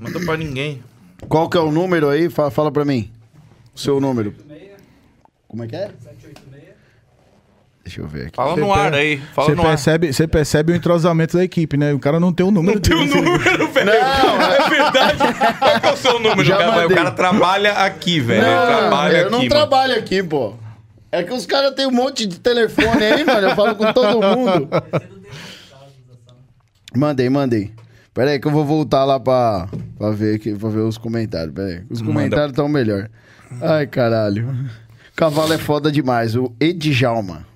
Manda pra ninguém.
Qual que é o número aí? Fala, fala pra mim. O seu número. Como é que é? Deixa eu ver aqui.
Fala no
Você
ar
per-
aí. Fala
Você
no ar.
percebe, você percebe o entrosamento da equipe, né? O cara não tem o número. né? Não
Tem o número, velho. É verdade. Qual que é o seu número,
Já
cara? Vai, O
mandei.
cara trabalha aqui, velho. Ele trabalha
eu
aqui.
não
mano.
trabalho aqui, pô. É que os caras têm um monte de telefone aí, mano. Eu falo com todo mundo. Mandei, mandei. Pera aí que eu vou voltar lá pra, pra, ver, aqui, pra ver os comentários. Pera aí. Os comentários estão melhor. Ai, caralho. Cavalo é foda demais. O Edjalma.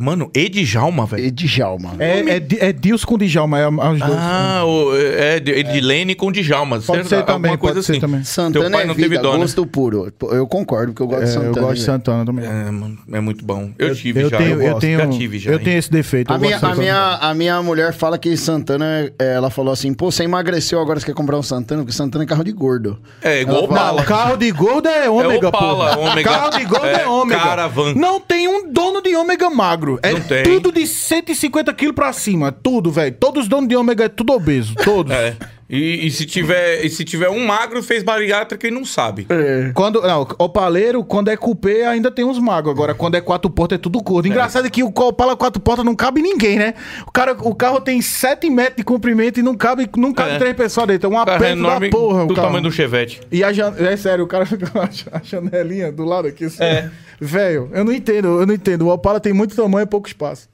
Mano, Edjalma, velho.
Edjalma.
É, é, Di- é Deus com Djalma, é os dois.
Ah, o, é, é Edilene com Djalma.
Pode
certo?
ser
Alguma
também,
coisa
pode ser
assim.
também.
Santana
Teu pai
é
não
vida,
teve dó, né?
gosto puro. Pô, Eu concordo, porque eu gosto
É,
de Santana.
eu gosto de
velho.
Santana também.
É, mano, é muito bom. Eu, tive
eu
já,
tenho,
eu,
eu
gosto.
tenho, um,
já tive já.
eu
hein?
tenho esse defeito. eu
A
gosto
minha,
Então de
a,
Santana.
minha, a minha mulher fala que Santana, eh, ela falou assim, pô, você emagreceu agora, você quer comprar um Santana? Porque Santana é carro de gordo.
É igual
Ela fala-
bala.
Não, carro de gordo é ômega, pô.
Opala, ômega.
Carro de gordo é,
É,
ômega.
Caravan.
Não tem um dono de ômega magro. É
Não tem.
tudo de 150 quilos pra cima. Tudo, velho. Todos os donos de ômega é tudo obeso. Todos.
É. E, e se tiver, e se tiver um magro, fez bariátrica e não sabe.
Tá Quando, não, opaleiro, quando é cupê, ainda tem uns magos. Agora, quando é quatro portas, é tudo gordo. Engraçado é que o Opala quatro portas não cabe ninguém, né? O, cara, o carro tem 7 metros de comprimento e não cabe, não cabe
É.
três pessoas dentro. É um
O carro é
aperto da
enorme
porra. O
do
carro.
tamanho do chevette.
E a jan... É sério, o cara fica com a jan- a janelinha do lado aqui. Assim.
É.
Velho, eu não entendo, eu não entendo. O Opala tem muito tamanho e pouco espaço.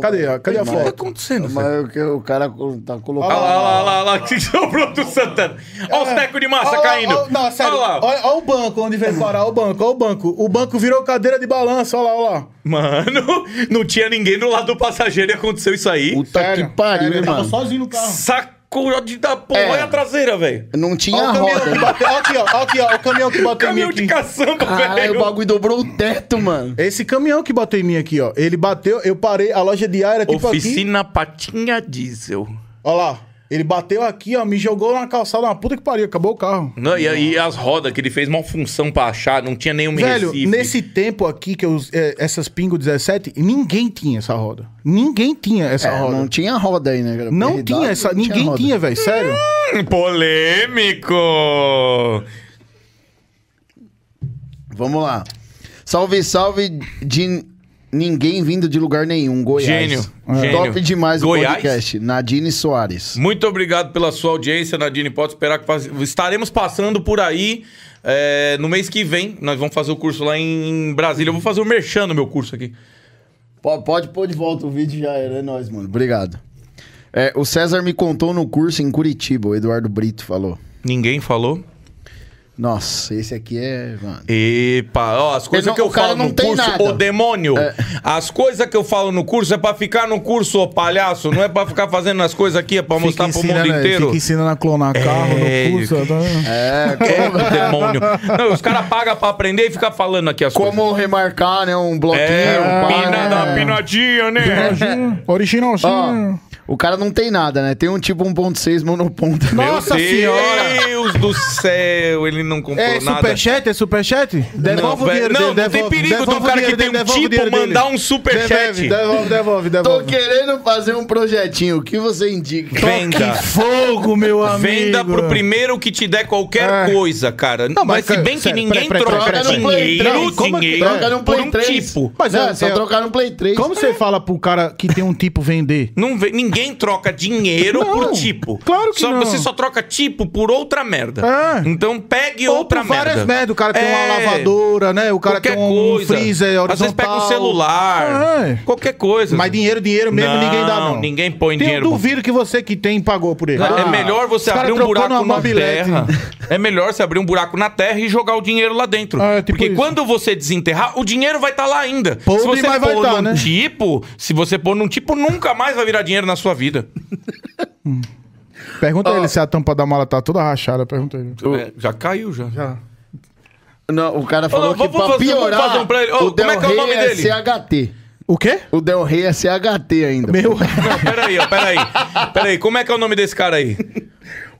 Cadê? a- Cadê a
O que tá
foto?
acontecendo? Olha
Mas o, que o cara co- tá colocando...
lá, olha lá, olha lá, o que sobrou do Santana. Olha os tecos é de massa
É. Olha lá,
caindo.
olha- não, sério.
Olha lá.
Olha, olha o banco onde veio parar. Olha o banco, olha o banco. O banco virou cadeira de balanço, olha lá, olha lá.
Mano, não tinha ninguém do lado do passageiro e aconteceu isso aí.
Puta que pariu, hein,
É, ele tava
mano.
sozinho no carro.
Saco de da
É.
porra. Olha a traseira, velho.
Não
Olha
tinha
o caminhão
roda.
que bateu. Olha aqui, ó. Olha aqui, ó. O caminhão que bateu em mim
Caminhão de
aqui.
caçamba,
Caralho, o
velho.
bagulho dobrou o teto, mano.
Esse caminhão que bateu em mim aqui, ó. Ele bateu, eu parei, a loja de ar era tipo aqui.
Oficina Patinha Diesel.
Olha lá. Ele bateu aqui, ó. Me jogou na calçada, uma puta que pariu. Acabou o carro.
Não, e, e as rodas que ele fez mal função pra achar, não tinha nenhum em
Velho,
Recife.
nesse tempo aqui que eu, us- é, essas Pingo 17, ninguém tinha essa roda. Ninguém tinha essa
É,
roda.
não
Não,
tinha roda aí, né? cara? PRW,
tinha essa, ninguém tinha,
roda.
velho, sério.
Hum, Polêmico!
Vamos lá. Salve, salve de ninguém vindo de lugar nenhum, Goiás.
Gênio, gênio.
Top demais
Goiás?
o podcast. Nadine Soares.
Muito obrigado pela sua audiência, Nadine. Pode esperar que faz- estaremos passando por aí é, no mês que vem. Nós vamos fazer o curso lá em Brasília. Eu vou fazer o merchan no meu curso aqui.
Po- Pode pôr de volta o vídeo, já era. É nóis, mano. Obrigado. É, o César me contou no curso em Curitiba, o Eduardo Brito falou.
Ninguém falou.
Nossa, esse aqui é. Mano.
Epa, ó, as coisas
Ele não-
que eu
o cara
falo
não
no
tem
curso,
nada. É.
ô demônio, as coisas que eu falo no curso é pra ficar no curso, ô palhaço, não é pra ficar fazendo as coisas aqui, é pra mostrar pro mundo
ensinando-
inteiro.
Fica ensinando a clonar carro
É,
no curso. tá?
É,
É, demônio. Não, os caras pagam pra aprender e fica falando aqui as coisas.
como remarcar, né? Um bloquinho.
É,
um pá,
pina,
né?
dá uma pinadinha,
É.
né?
Originalzinho, Originalzinho. né?
Ó, o cara não tem nada, né? Tem um tipo 1.6 monoponto.
Nossa
Meu
senhora!
Deus do céu, ele não comprou
É
Tipo, nada.
superchat? É superchat?
não,
Devolve o
velho,
dinheiro
não,
dele.
não tem
devolve,
perigo de um
devolve o
cara que
dinheiro
tem um
dele, devolve o
tipo
dinheiro dele.
mandar um superchat.
Devolve, devolve, devolve.
Tô
devolve.
querendo fazer um projetinho. O que você indica?
Venda.
Fogo, meu amigo.
Venda pro primeiro que te der qualquer
É.
coisa, cara.
Não,
mas,
mas,
se bem que
sério,
ninguém
peraí, peraí,
troca
peraí, é
Troca no Play
dinheiro,
3. Como que
dinheiro
troca no
por
Play
um
3?
tipo.
Mas
Não,
é,
só
é-
trocar no Play 3.
Como você fala pro cara que tem um tipo vender?
Não vê- ninguém troca dinheiro
Não,
por tipo.
claro que
Só-
não.
Você só troca tipo por outra merda.
É.
Então pegue
Ou
outra
por várias
merda.
merdas. O cara tem uma
É,
lavadora, né? O cara
qualquer
tem um
coisa.
freezer horizontal.
Às vezes pega um celular.
É.
Qualquer coisa.
Mas dinheiro, dinheiro mesmo, ninguém dá, não.
ninguém põe
Tem-
dinheiro.
Eu duvido que você que tem pagou por ele.
é melhor você
Ah. Os cara
abrir um
trocou
buraco
numa
na
mobilete.
terra. É melhor você abrir um buraco na terra e jogar o dinheiro lá dentro.
Ah, é tipo
Porque
isso.
quando você desenterrar, o dinheiro vai estar lá ainda.
Podre,
se você
mas vai
pôr
tá,
num
né?
tipo, se você pôr num tipo, nunca mais vai virar dinheiro na sua vida.
Pergunta a ele se a tampa da mala tá toda rachada. Pergunta a ele.
É, já caiu já.
Não, o cara falou
não,
que
vamos
pra
fazer- vamos
piorar,
fazer um pra ele. Ô,
o
como
Del
é que é o nome
Rey é
dele?
CHT.
O quê?
O Del Rey é CHT ainda.
Meu.
Não, peraí, ó, peraí. Peraí, como é que é o nome desse cara aí?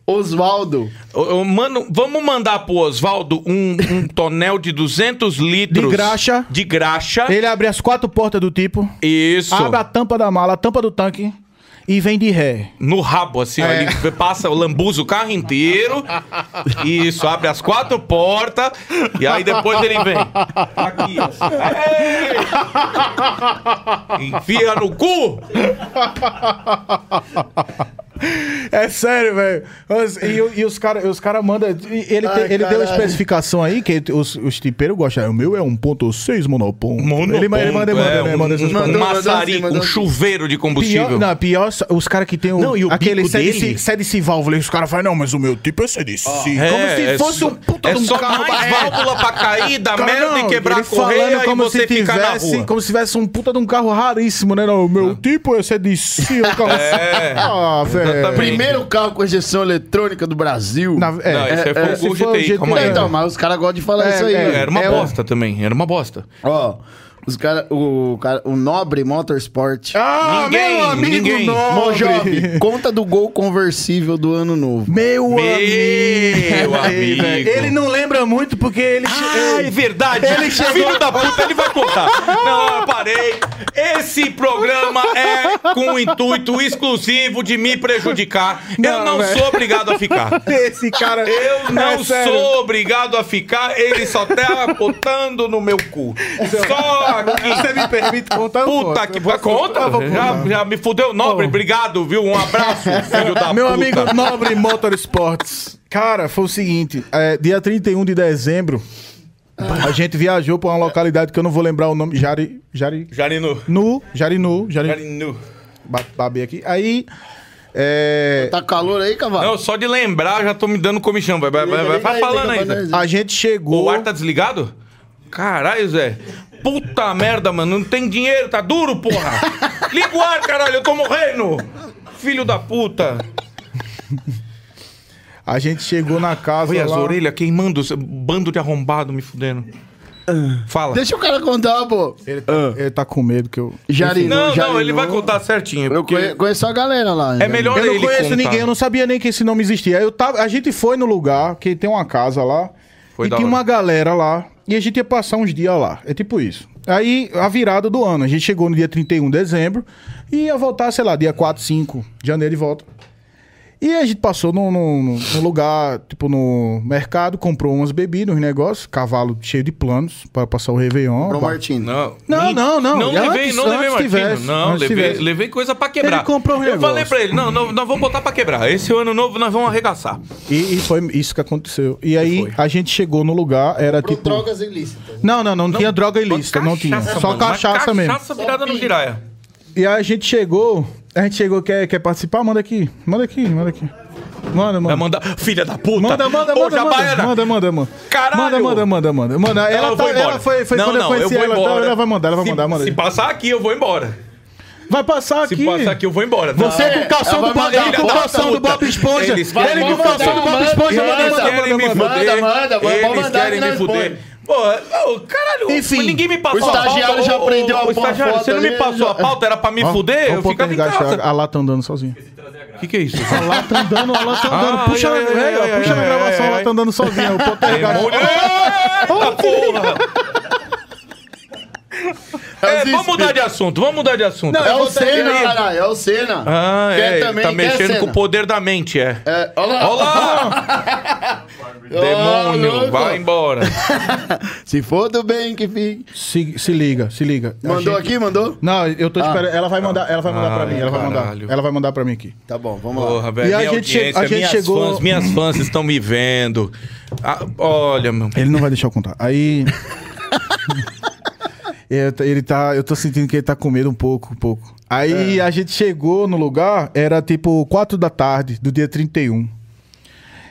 Oswaldo.
Ô, ô, mano, vamos mandar pro Oswaldo um, um tonel de 200 litros.
De graxa.
De graxa.
Ele abre as quatro portas do tipo,
Isso.
abre a tampa da mala, a tampa do tanque e vem de ré.
No rabo, assim, ó.
É.
Ele passa, lambuza o carro inteiro. Isso, abre as quatro portas. E aí depois ele vem. Aqui, ó. Ei! Enfia no cu!
É sério, velho. Os- E, o- e os caras os cara mandam. Ele,
Ai,
te- ele deu
caralho.
uma especificação aí que os, os tipeiros gostam. O meu é 1,6 monopom. Ele, ma- ele manda, ele manda,
é,
ele manda
um,
essas
um
paradas.
mandou assim,
maçarico,
mandou
um
assim.
chuveiro de combustível.
Pior, não, pior, só- os caras que tem o,
Não, e o
aquele
bico
CDC,
dele?
CDC válvula, e os caras falam, não, mas o meu tipo é CDC. como
É,
se
é
fosse
só-
um puta
é
de um
só
carro
mais
da- É.
válvula pra cair da
Cara,
merda e
não,
quebrar a
ele
correia
falando
e
como
você
se
ficar na
tivesse,
rua.
Como se tivesse um puta de um carro raríssimo, né? Não, o meu tipo é CDC, o carro...
É.
Ah, velho.
Exatamente.
Primeiro carro com injeção eletrônica do Brasil.
Na- é.
Não, esse aí
é,
foi o
esse foi o
Gol GTI,
GTI.
calma
Não,
aí.
então, mas os caras gostam de falar
É,
isso aí.
é,
velho.
Era uma
É, ó,
bosta também, era uma bosta.
Ó, os cara, o, cara, o Nobre Motorsport.
Ah,
Ninguém,
meu amigo
ninguém.
nobre.
Mojob, conta do gol conversível do ano novo.
Meu, amigo.
amigo.
Ele não lembra muito porque ele...
Ah, é
ele-
verdade.
Ele chegou-
Filho da puta, ele vai contar. Não, eu parei. Esse programa é com o intuito exclusivo de me prejudicar. eu
Não,
não
velho.
sou obrigado a ficar.
Esse cara...
Eu não
É sério.
sou obrigado a ficar, ele só tá botando no meu cu. Só aqui.
Você me permite contar? eu
Puta
conto.
que pariu. Conta,
Eu vou
já,
contar. Oh.
já me fudeu, nobre. Obrigado, viu? Um abraço, filho da
Meu
puta.
amigo Nobre Motorsports. Cara, foi o seguinte: é, dia 31 de dezembro, a gente viajou pra uma localidade que eu não vou lembrar o nome. Jari. Jari.
Jarinu.
Nu. Jarinu. Jari.
Jarinu.
ba- Babei aqui. Aí. é,
Tá calor aí, cavalo?
Não, só de lembrar já tô me dando comichão. Vai, vai, vai, vai, vai falando ainda.
a gente chegou.
O ar tá desligado? Caralho, Zé. Puta merda, mano. Não tem dinheiro, tá duro, porra. Liga o ar, caralho. Eu tô morrendo. Filho da puta.
A gente chegou na casa.
Olha as
lá.
orelhas queimando. esse Bando de arrombado me fudendo.
Ah.
Fala.
Deixa o cara contar, pô.
Ele tá,
Ah.
ele tá com medo que eu.
Jarinu,
Não,
Jarinu.
não, ele vai contar certinho.
Eu
porque
conhe- conheço a galera lá. né?
É melhor
Eu não
ele
conheço
contar.
ninguém, eu não sabia nem que esse nome existia. Aí Eu tava, a gente foi no lugar, que tem uma casa lá,
Foi
e
da
tinha
hora.
uma galera lá, e a gente ia passar uns dias lá. É tipo isso. Aí, a virada do ano, a gente chegou no dia 31 de dezembro, e ia voltar, sei lá, dia 4, 5 de janeiro e volta. E a gente passou num, num- num- num lugar, tipo no mercado, comprou umas bebidas, uns negócios, cavalo cheio de planos para passar o Réveillon.
Pro
Ba-
Martins.
Não,
Não,
Ih,
não, não.
Não
Antes,
levei, não levei
antes
Martino.
tivesse,
não,
antes
levei,
tivesse.
levei coisa pra quebrar.
Ele comprou um
Eu
negócio.
falei pra ele, não, não, nós vamos botar pra quebrar. Esse ano novo nós vamos arregaçar.
E, e foi isso que aconteceu. E aí
foi?
a gente chegou no lugar, era
Pro
tipo.
drogas ilícitas.
Não, não, não, tinha droga ilícita, não tinha. Só
mano, mas
cachaça, mesmo.
Cachaça virada no giraia.
E aí a gente chegou, a gente chegou, quer, quer participar? Manda aqui, manda aqui, manda aqui. Manda,
Vai
manda.
mandar... Filha da puta.
Manda, manda,
Ô,
manda,
Jabaiana.
manda, manda, manda, manda.
Caralho!
Manda, manda, manda, manda. Manda,
Não,
ela,
eu
tá,
vou embora.
ela foi, foi
não,
quando eu
não,
conheci
vou
ela,
embora.
então ela vai mandar, ela vai
se,
mandar, manda.
Se
aí.
passar aqui, eu vou embora.
Vai passar aqui.
Se passar aqui, eu vou embora. tá?
Você
Não.
com o calção
ela
do,
vai
Bob- ele
mandar,
com o
bota,
calção do
puta.
Bob Esponja.
Eles
querem
Ele com o
mandar, um
calção do Bob
manda,
Esponja.
manda,
Manda,
Eles
manda,
querem
manda,
me
manda.
manda.
fuder.
Manda, manda, pode
Eles
mandar
querem
que
me
nós
fuder. Pô, ô, caralho,
Enfim,
ninguém me passou
o estagiário
a pauta.
já
Ô, ô,
aprendeu a
ô, estagiário,
foto
Você não
ali,
me passou
já-
a pauta, era pra me
Ó,
fuder?
ó,
Eu
pô,
ficava em
pegar,
casa.
A lá tá andando sozinha.
O que que é isso?
A lá tá andando, a lá tá andando.
Ai,
puxa
ai,
na,
ai,
é, ó,
ai,
puxa na
ai,
gravação,
ai,
a lá
ai.
tá andando sozinha. O Pottergar.
Eita porra! É, vamos mudar de assunto, vamos mudar de assunto.
É o Senna,
aí.
caralho. É o Senna.
Ah,
Quer
é,
também,
tá
quer
mexendo
Senna.
com o poder da mente, é.
É, olha lá.
Olha lá!
Ô,
Demônio,
louco.
vai Tá embora.
Se for do bem que fique.
Se, se liga, se liga. A
Mandou
gente-
aqui, mandou?
Não, eu tô esperando. Ela vai mandar, ela vai mandar pra
Ai,
mim. Ela vai
caralho.
mandar. Ela vai mandar pra mim aqui.
Tá bom, vamos lá.
Porra, velho,
E a
minha
gente che- a
audiência,
gente
minhas
chegou-
fãs, minhas fãs estão me vendo. Ah, olha, meu...
Ele não vai deixar eu contar. Aí. Eu t- ele tá. Eu tô sentindo que ele tá com medo um pouco, um pouco. Aí a gente chegou no lugar, era tipo 4 da tarde, do dia 31.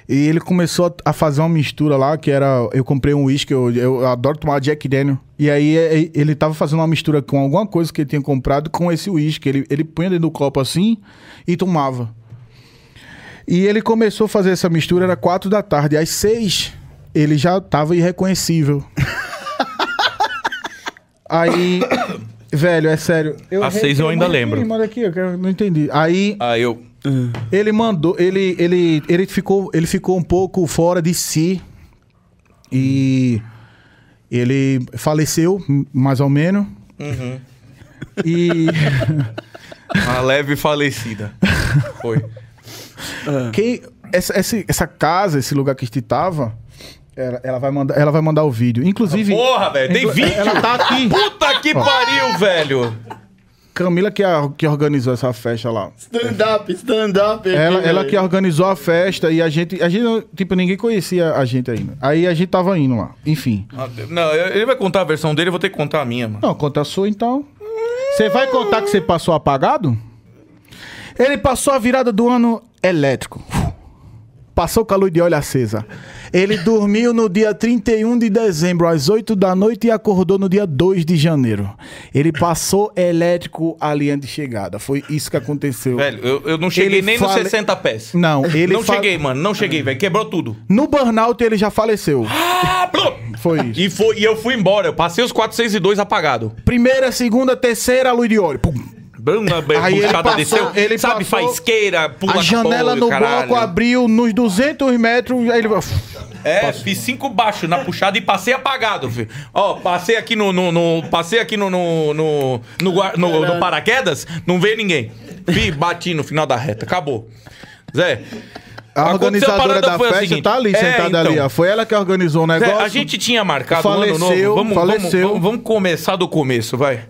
E ele começou a- a fazer uma mistura lá, que era. Eu comprei um uísque, eu, eu adoro tomar Jack Daniel. E aí é- ele tava fazendo uma mistura com alguma coisa que ele tinha comprado com esse uísque. Ele, ele punha dentro do copo assim e tomava. E ele começou a fazer essa mistura, era 4 da tarde. Às 6, ele já tava irreconhecível. Aí, velho, é sério. Eu
Às seis eu ainda
manda aqui,
lembro.
manda aqui, eu quero- não entendi. Aí
Aí Ah, eu.
ele mandou, ele, ele, ele, ficou, ele ficou um pouco fora de si e ele faleceu, m- mais ou menos. E
Uma leve falecida. Foi.
quem, essa, essa, essa casa, esse lugar que a gente tava, ela, ela vai, mandar, ela vai mandar o vídeo. Inclusive,
Porra, velho. Tem vídeo.
ela tá aqui.
Puta que pariu, velho.
Camila que, a- que organizou essa festa lá.
Stand-up, stand-up.
Ela, ela
né?
que é organizou a festa e a gente, a gente, não- tipo, ninguém conhecia a gente ainda. Aí a gente tava indo lá. Enfim.
Não, ele vai contar a versão dele, eu vou ter que contar a minha, mano.
Não, conta a sua então. Você vai contar que você passou apagado? Ele passou a virada do ano elétrico. Passou com a luz de óleo acesa. Ele dormiu no dia 31 de dezembro, às 8 da noite, e acordou no dia 2 de janeiro. Ele passou elétrico ali antes de chegada. Foi isso que aconteceu.
Velho, eu, eu não cheguei
Ele
nem
fale-
nos 60 pés.
Não, ele
não
fa-
cheguei, mano. Não cheguei, velho. Quebrou tudo.
No burnout ele já faleceu.
Ah, blum!
Foi isso.
E, foi, e eu fui embora. Eu passei os 402 apagado.
Primeira, segunda, terceira, luz de óleo. Pum.
Blum, a
Aí ele
puxada
passou-
desceu.
ele
sabe,
passou-
faisqueira, pula
a janela
fogo,
no
caralho.
bloco abriu nos 200 metros. Aí ele.
É, fiz cinco baixo na puxada e passei apagado, filho. Ó, passei aqui no. no- no- passei aqui no. no, no, no guar- no- no paraquedas, não veio ninguém. Vi, bati no final da reta. Acabou. Zé.
A
aconteceu a
organizadora
parada
da
foi a
festa
seguinte.
tá
É,
ali, sentada ali.
então.
Ó. Foi ela que organizou o
Zé,
negócio.
É, a gente tinha marcado
Faleceu,
um ano novo. Vamos,
faleceu.
Vamos, vamos, vamos começar do começo, vai.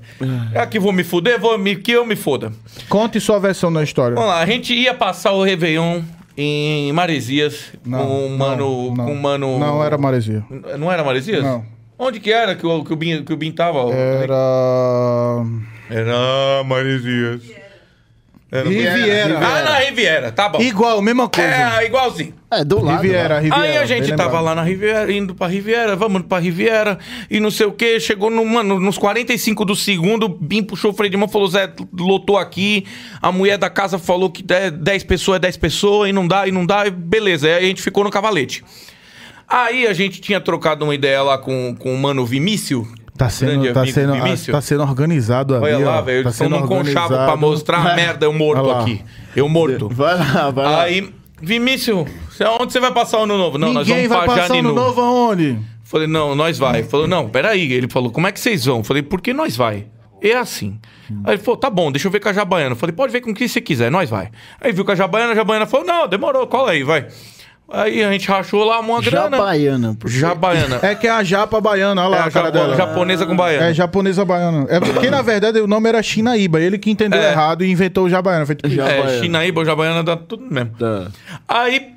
É que vou me fuder, vou me, que eu me foda.
Conte sua versão da história.
Vamos lá, a gente ia passar o Réveillon em Maresias com um mano.
não,
com um mano.
Não, era maresia.
N- Não era Maresias?
Não.
Onde que era que o, que o, Bin, que o Bin tava?
Era.
Era Maresias.
Riviera.
Ah, na Riviera, tá bom.
Igual, mesma coisa.
É, igualzinho.
É, do lado.
Riviera,
né?
Riviera.
Aí a
bem
gente tava
lembrado.
lá na Riviera, indo pra Riviera, vamos pra Riviera, e não sei o que, chegou no, mano, nos 45 do segundo, o Bim puxou o freio de mão, falou, Zé, lotou aqui, a mulher da casa falou que de- 10 pessoas é 10 pessoas, e não dá, e não dá, e beleza, aí a gente ficou no cavalete. Aí a gente tinha trocado uma ideia lá com, com o mano Vimício.
Tá sendo,
grande
tá
amigo
sendo,
Vinícius.
tá sendo organizado ali.
Olha lá,
ó.
velho,
tá
eles estão
sendo
num conchavo pra
organizado.
mostrar a merda, eu morto
Olha lá.
aqui, eu morto.
Vai lá, vai lá.
Aí, Vinícius, cê- onde você vai passar o ano novo? Não,
Ninguém vai
pra
passar no
Janinu.
novo aonde?
Falei, não, nós vai. Falou, não, peraí. Ele falou, como é que vocês vão? Falei, por que nós vai? É assim. Aí ele falou, tá bom, deixa eu ver com a Jabaiana. Falei, pode ver com o que você quiser, nós vai. Aí viu com a Jabaiana, a Jabaiana falou, não, demorou, cola aí, vai. Aí a gente rachou lá uma grana.
Jabaiana. por quê?
Jabaiana.
É que é a japa baiana, olha lá
É,
a cara
japo-
dela.
japonesa com baiana.
É japonesa baiana. É porque, na verdade, o nome era Chinaíba. Ele que entendeu
É.
errado e inventou o jabaiana. Foi tipo,
É, Chinaíba, Jabaiana, dá tudo mesmo.
Tá.
Aí,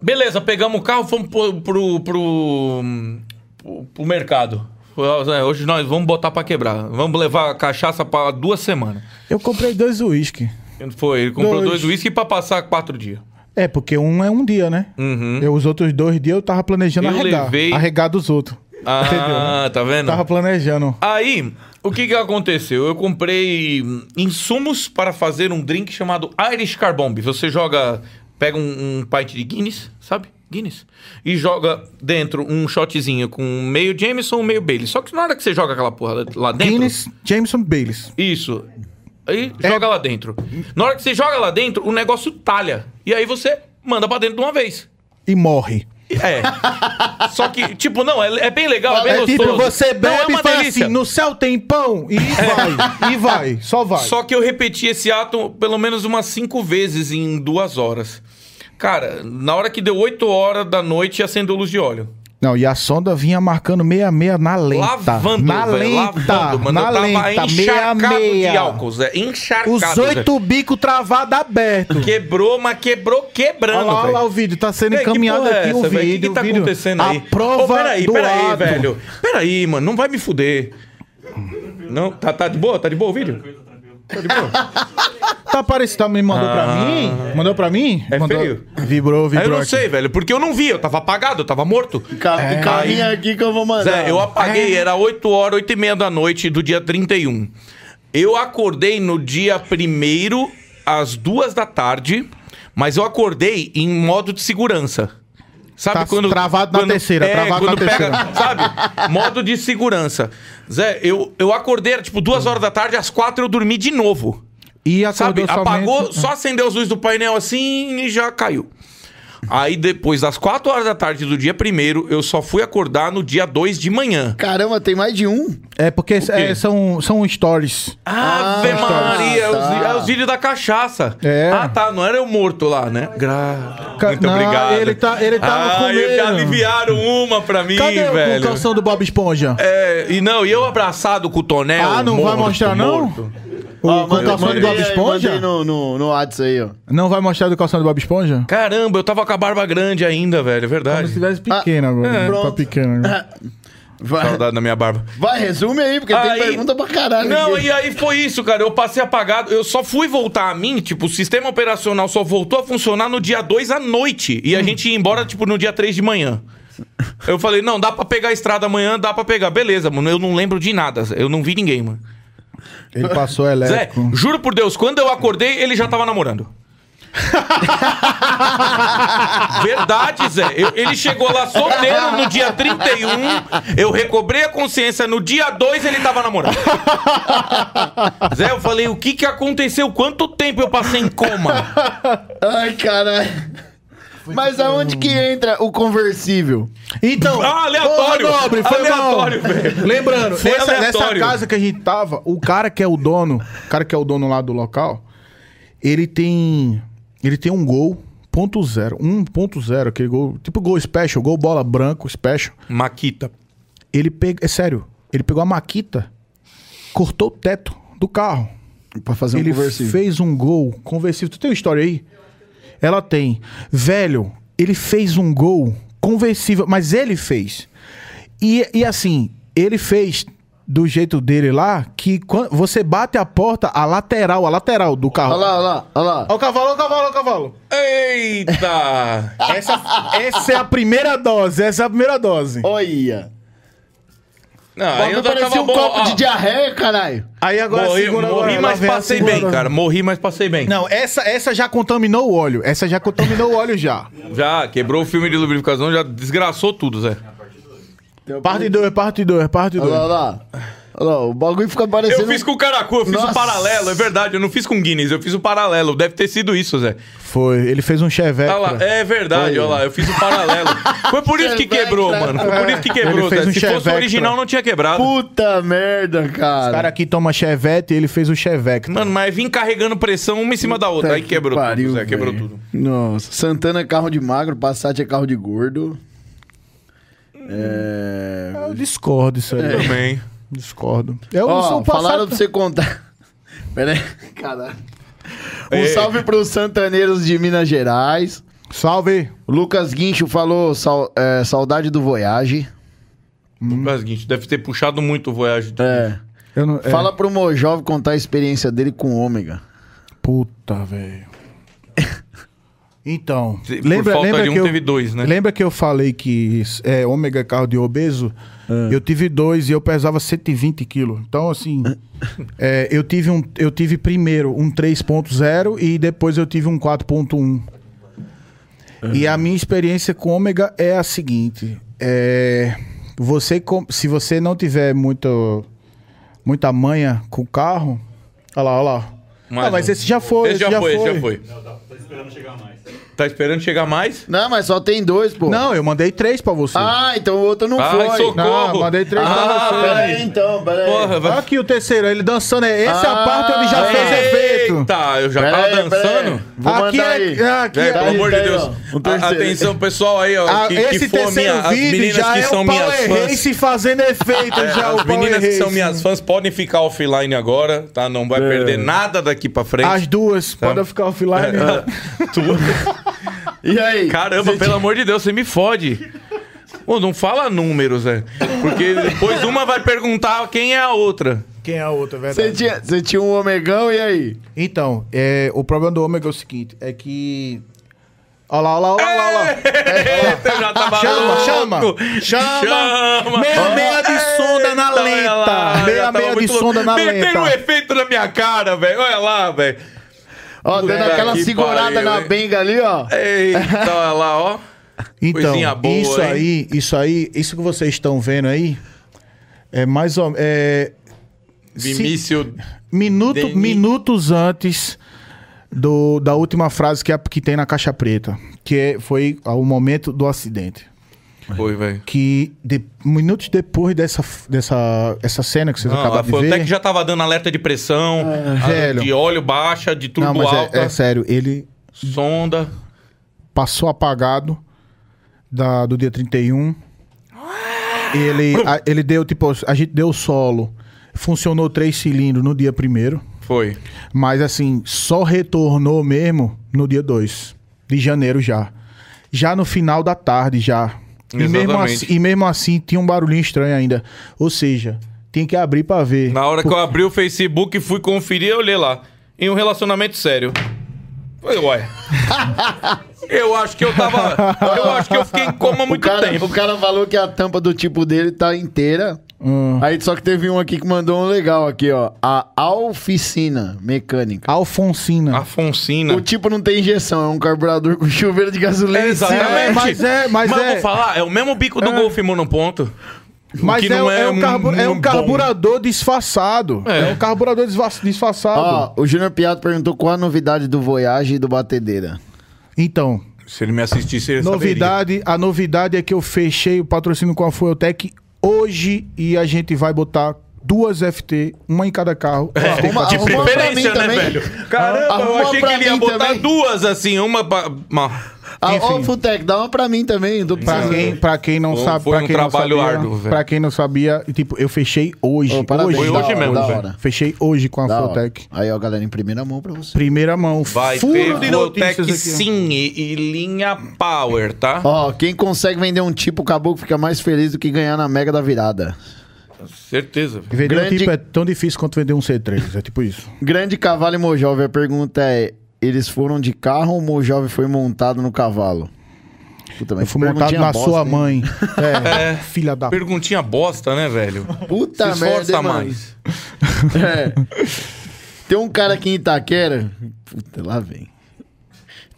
beleza, pegamos o carro, fomos pro, pro, pro, pro- pro mercado. Falei, ó, Zé, Hoje nós vamos botar pra quebrar. Vamos levar a cachaça pra duas semanas.
Eu comprei dois uísque.
Foi, ele comprou
Dois.
dois uísque pra passar quatro dias.
É, porque um é um dia, né? Eu, os outros dois dias eu tava planejando
Uhum. Eu
arregar.
levei-
Arregar dos outros.
Ah,
né?
tá vendo?
Tava planejando.
Aí, o que que aconteceu? Eu comprei insumos para fazer um drink chamado Irish Carbomb. Você joga, pega um, um pint de Guinness, sabe? Guinness. E joga dentro um shotzinho com meio Jameson, meio Bailey. Só que na hora que você joga aquela porra lá dentro...
Guinness, É. Jameson Bayliss.
Isso. Aí joga lá dentro. Na hora que você joga lá dentro, o negócio talha. E aí você manda pra dentro de uma vez.
E morre.
É. Só que, tipo, não, é, é bem legal, é bem
É
gostoso.
tipo, você
Não, é
bebe
uma
e fala
delícia. É.
assim, no céu tem pão. E vai, e vai, só vai.
Só que eu repeti esse ato pelo menos umas cinco vezes em duas horas. Cara, na hora que deu 8 horas da noite, acendeu luz de óleo.
Não, e a sonda vinha marcando meia-meia na lenta.
Lavando,
na
velho,
lenta,
lavando, mano.
na
eu tava
lenta,
encharcado de
meia-meia.
álcool, Zé. Encharcado,
Os
Zé.
oito bicos travado aberto.
Quebrou, mas quebrou
Olha
quebrando,
lá, olha lá
velho.
o vídeo, tá sendo
Ei, que
encaminhado
porra é
aqui o
essa, velho?
vídeo.
O que, que tá
o vídeo.
acontecendo aí?
A prova
Ô, peraí,
do
peraí,
ato.
velho. Peraí, mano, não vai me fuder. Não, tá, tá de boa? Tá de boa o vídeo?
Tá aparecendo, tá, me mandou pra mim? Mandou pra mim?
Ah, É
mandou...
feio?
Vibrou,
Aí eu
vibrou
não
aqui.
sei, velho, porque eu não vi, eu tava apagado, eu tava morto.
Ca-
É.
Caminha aqui que eu vou mandar.
Zé, eu apaguei, era 8 horas, 8 e meia da noite do dia 31. Eu acordei no dia 1 às 2 da tarde, mas eu acordei em modo de segurança. Sabe
Tá
quando.
travado na
quando-
terceira,
é,
travado
quando
na
pega,
terceira.
Sabe? Modo de segurança. Zé, eu, eu acordei, era tipo duas horas da tarde, às quatro eu dormi de novo.
E
Sabe?
acordou
Apagou,
somente- né?
só acendeu as luzes do painel assim e já caiu. Aí depois das 4 horas da tarde do dia primeiro, eu só fui acordar no dia 2 de manhã.
Caramba, tem mais de um.
É porque
quê?
é, são, são stories.
Ave
Ah,
Maria,
tá.
os vi- é os vídeos da cachaça.
É.
Ah, tá, não era eu morto lá, né? Gra...
Ca-
Muito
não,
obrigado.
ele tá- ele tava
ah,
comendo.
ele- aliviaram uma pra mim,
Cadê o-
velho.
o calção do Bob Esponja?
É, e não, e eu abraçado com o Tonel.
ah, não vai
morto,
mostrar
morto.
não? O calção do Bob
aí,
Esponja?
mandei no, no, no WhatsApp aí, ó.
Não vai mostrar do calção do Bob Esponja?
Caramba, eu tava com a barba grande ainda, velho, é
Como se
verdade.
tivesse pequeno
né?
agora.
Ah, é. pronto.
Tá pequeno agora.
Vai,
Saudade da minha barba.
vai, resume aí, porque
Aí-
tem pergunta pra caralho.
Não,
aqui.
e aí foi isso, cara. Eu passei apagado. Eu só fui voltar a mim, tipo, o sistema operacional só voltou a funcionar no dia 2 à noite. E a gente ia embora, tipo, no dia 3 de manhã. Eu falei, não, dá pra pegar a estrada amanhã, dá pra pegar. Beleza, mano. Eu não lembro de nada. Eu não vi ninguém, mano.
Ele passou
Zé,
elétrico.
juro por Deus, quando eu acordei, ele já tava namorando. Verdade, Zé. Eu- ele chegou lá solteiro no dia 31. Eu recobrei a consciência. No dia 2 ele tava namorando. Zé, eu falei: o que que aconteceu? Quanto tempo eu passei em coma?
Ai, caralho. Mas aonde que entra o conversível?
Então,
Ah, aleatório.
ô, Nobre, foi
Aleatório,
mal.
velho.
Lembrando,
Foi
nessa, nessa
aleatório.
casa que a gente tava, o cara que é o dono, o cara que é o dono lá do local, ele tem ele tem um gol ponto zero, 1.0, aquele gol, tipo gol special, gol bola branco special.
Maquita.
Ele pegou, é sério, ele pegou a maquita, cortou o teto do carro.
Pra fazer um
ele
conversível.
fez um gol conversível. Tu tem uma história aí? Ela tem. Velho, ele fez um gol conversível, mas ele fez. E, e assim, ele fez do jeito dele lá, que quan- você bate a porta, a lateral, a lateral do carro.
Olha lá, olha lá, olha lá.
Ó o cavalo, ó o cavalo, ó o cavalo.
Eita!
Essa, essa é a primeira dose, essa é a primeira dose.
Olha.
Não,
Aí
ainda
parecia
tava
um
bom,
copo
ó.
de diarreia, caralho.
Aí agora
Morri,
segura agora,
morri
lá
mas
vem a
passei
segunda
bem,
dose.
cara. Morri, mas passei bem.
Não, essa, essa já contaminou o óleo. Essa já contaminou o óleo já.
Já quebrou o filme de lubrificação, já desgraçou tudo, Zé.
Parte 2, parte 2, parte
Olha
2.
lá, olha lá. Olha lá, o bagulho fica parecendo...
Eu fiz com o Caracu, eu fiz
Nossa.
o paralelo, é verdade. Eu não fiz com o Guinness, eu fiz o paralelo. Deve ter sido isso, Zé.
Foi, ele fez um chevette.
Tá lá.
pra-
É verdade, olha lá, eu fiz o paralelo. Foi por isso que
Chevette,
quebrou,
né?
mano. Foi por isso que quebrou,
Ele fez
Zé.
um
Se fosse o
Chevette,
original,
né?
não tinha quebrado.
Puta merda, cara.
O cara aqui toma chevette e ele fez o chevette.
Mano, mas vim carregando pressão uma em cima da outra.
Puta
Aí
que
quebrou
pariu,
tudo, Zé. Quebrou
velho.
tudo.
Nossa, Santana é carro de magro, Passat é carro de gordo. É...
Eu discordo isso aí.
Também.
Discordo. Eu
Ó,
não sou
falaram
passado.
pra você contar. Pera aí, caralho. Um
É.
salve pros santaneiros de Minas Gerais.
Salve.
Lucas Guincho falou sal- é, saudade do Voyage.
Lucas Guincho, deve ter puxado muito o Voyage.
É.
Eu não, é.
Fala pro Mojove contar a experiência dele com ômega.
Puta, velho. Então,
Por
lembra,
falta
lembra
de um,
que eu,
teve dois, né?
Lembra que eu falei que s- é ômega é carro de obeso? Eu tive dois e eu pesava 120 quilos. Então, assim, é, eu, tive um, eu tive primeiro um 3.0 e depois eu tive um 4.1. E
Uhum.
a minha experiência com ômega é a seguinte: é, você, com- se você não tiver muito, muita manha com o carro. Olha lá, olha lá.
Mais
Ah, mas
um.
esse já foi,
Esse já, foi, esse já foi. tá esperando chegar mais. Tá esperando chegar mais?
Não, mas só tem dois, pô.
Não, eu mandei três pra você.
Ah, então o outro não
Ai,
foi.
socorro!
Não, mandei três pra
Ah,
você.
Peraí, então, peraí.
Porra, vai
Olha aqui o terceiro, ele dançando. é- Essa é a
Ah,
parte onde já fez efeito.
Eita, eu já
Pera
tava
aí, pera
dançando.
aí. Vou
Aqui
mandar
é-
aí.
é, aqui
É,
Tá
pelo
aí,
amor
tá
de
aí,
Deus.
ó. O terceiro.
A- Atenção, pessoal aí, ó.
Ah,
que,
esse
que for
terceiro
minha, as
vídeo
meninas
já
que
é
são
o
minhas
Power
fãs. É,
Race fazendo efeito. já é o
As
Power
meninas que são
Race.
minhas fãs podem ficar offline agora, tá? Não
É.
vai perder nada daqui pra frente.
As duas, podem ficar offline.
É.
E aí?
Caramba, pelo amor de Deus, você me fode. Pô, não fala números, Zé. Porque depois uma vai perguntar quem é a outra.
Quem é a outra, é verdade?
Você tinha, você tinha um omegão e aí?
Então, é, o problema do ômega é o seguinte: é que. Olha lá, olha lá, olha lá, olha lá.
É, Eita, já tava
É, Chama,
louco.
chama,
Chama!
chama. Meia meia de sonda na
Eita, então, olha lá,
lenta.
já
Meia
tava
meia de
muito louco.
sonda na
Meteram um
lenta.
efeito na minha cara, velho. Olha lá, velho.
Ó, dando
Puta
aquela
que
segurada
pariu,
na
hein?
benga ali, ó.
Eita, olha lá, ó.
Então,
Coisinha boa,
isso
hein?
aí, isso aí, isso que vocês estão vendo aí é mais ou é, se-
Vinícius.
minuto-
Deni-
minutos antes do, da última frase que, a- que tem na caixa preta, que é- foi ao momento do acidente.
Foi, velho.
Que de- minutos depois dessa, dessa essa cena que vocês
Não, a
acabaram de ver. É,
Fantec já tava dando alerta de pressão, a-
velho.
de óleo baixa, de turbo
não, mas é-
alta,
é sério, ele
sonda.
passou apagado da, do dia 31. Ele, a- ele deu, tipo, a gente deu solo. Funcionou três cilindros no dia primeiro.
Foi.
Mas assim, só retornou mesmo no dia 2 de janeiro já. Já no final da tarde, já. E mesmo,
Exatamente.
assim, e mesmo assim tinha um barulhinho estranho ainda. Ou seja, tem que abrir pra ver.
Na hora que eu abri o Facebook e fui conferir, eu olhei lá. Em um relacionamento sério. Falei, ué. eu acho que eu tava. Eu acho que eu fiquei em coma há
O
muito
cara,
tempo.
o cara falou que a tampa do tipo dele tá inteira. Aí só que teve um aqui que mandou um legal aqui, ó. A alficina mecânica.
Alfonsina.
Ah, Afonsina.
O tipo não tem injeção, é um carburador com chuveiro de gasolina.
Hum. É,
em cima.
exatamente.
É, mas é- mas
Mas
é-
vou falar, é o mesmo bico do Golf Monoponto. O
Mas
que
é,
não
é um
mu-
carbu- é um
bom.
carburador disfarçado. É.
É.
um carburador disfa- disfarçado.
Ó, o Júnior Piato perguntou qual a novidade do Voyage e do Batedeira.
Então,
Se ele me assistisse, ele saberia.
novidade, a novidade é que eu fechei o patrocínio com a Fueltec hoje e a gente vai botar duas FT, uma em cada carro.
É, uma-
De
arruma pra
preferência,
mim
né,
também.
velho? Caramba, eu
Arruma
achei que
pra
ele ia
mim
botar
também.
duas, assim, uma pra... uma-
Ah,
Enfim.
Ó, Futec, dá uma pra mim também. eu Tô
Pra
precisando.
quem, pra quem não
Foi-
sabe,
foi
pra
um
quem não
trabalho
sabia,
árduo, velho.
pra quem não sabia, e, tipo, eu fechei hoje,
Ô, parabéns,
hoje.
Foi
da
hoje
hora,
mesmo,
da
velho.
hora.
Fechei hoje com a
Da hora.
Flotec.
Aí, ó, galera, em primeira mão pra você.
Primeira mão,
Vai
furo de
ter Voltec
notícias aqui. ó.
sim e, e linha Power, tá?
Ó, quem consegue vender um tipo, o caboclo fica mais feliz do que ganhar na mega da virada.
Certeza. velho.
Vender
Grande-
um tipo é tão difícil quanto vender um C3, é tipo isso.
Grande Cavalo e Mojove, a pergunta é: eles foram de carro ou o Mojove foi montado no cavalo? Puta, mas
Eu fui
que
montado
perguntinha
na
bosta,
sua
hein?
mãe. É, filha da...
Perguntinha bosta, né, velho? Se
Puta merda.
esforça
hein, mano?
mais.
É. Tem um cara aqui em Itaquera. Puta, lá vem.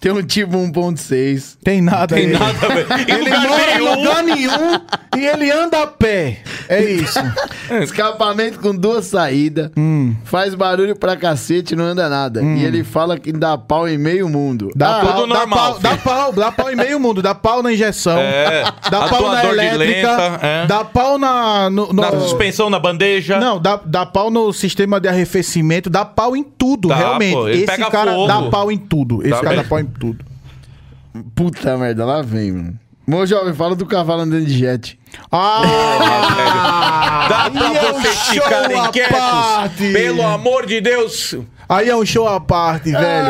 Tem um tipo 1.6.
Tem nada
Tem
aí.
nada, velho. E
Ele
lugar
mora em
nenhum.
lugar nenhum e ele anda a pé. É isso.
Escapamento com duas saídas.
Hum.
Faz barulho pra cacete, não anda nada. E ele fala que dá pau em meio mundo.
Dá,
Ah,
pau,
tudo
dá,
normal,
pau,
filho.
dá pau, dá pau em meio mundo, dá pau na injeção,
É,
dá pau na
atuador de
elétrica,
lenta, é.
dá pau na... No, no-
Na suspensão, na bandeja.
Não, dá, dá pau no sistema de arrefecimento, dá pau em tudo,
Dá,
realmente.
pô, ele
Esse
pega
cara
fogo.
dá pau em tudo. Esse
Dá
cara dá
mesmo.
pau em tudo.
Puta merda, lá vem, mano. Meu jovem, fala do cavalo andando de jet.
Ah!
Dá pra
Aí é um
vocês
show
ficarem
à parte.
quietos. Pelo amor de Deus.
Aí é um show à parte, velho.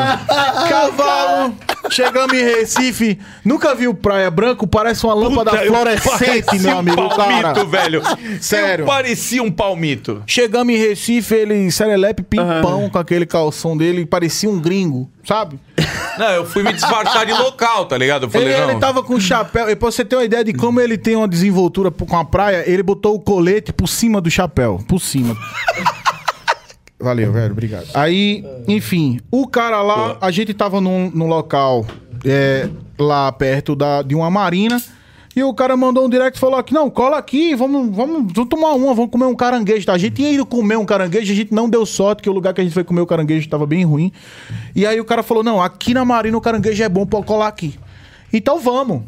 Cavalo, chegamos em Recife. Nunca viu Praia Branco? Parece uma lâmpada
Puta, eu
fluorescente,
parecia
meu amigo.
Um
cara.
palmito, velho.
Sério.
Eu parecia um palmito.
Chegamos em Recife, ele serelepe pimpão com aquele calção dele, parecia um gringo, sabe?
Não, eu fui me disfarçar de local, tá ligado? Eu falei,
Ele,
não.
ele tava com um chapéu. E pra você ter uma ideia de como ele tem uma desenvoltura pro- com a praia, ele botou o colete por cima do chapéu. Por cima. Valeu, velho. Obrigado. Aí, enfim, o cara lá, a gente tava num, num local é, lá perto da, de uma marina. E o cara mandou um direct e falou aqui, não, cola aqui, vamos, vamos, vamos tomar uma, vamos comer um caranguejo. Tá? A gente ia ido comer um caranguejo, a gente não deu sorte, que o lugar que a gente foi comer o caranguejo tava bem ruim. E aí o cara falou, não, aqui na marina o caranguejo é bom, pode colar aqui. Então vamos.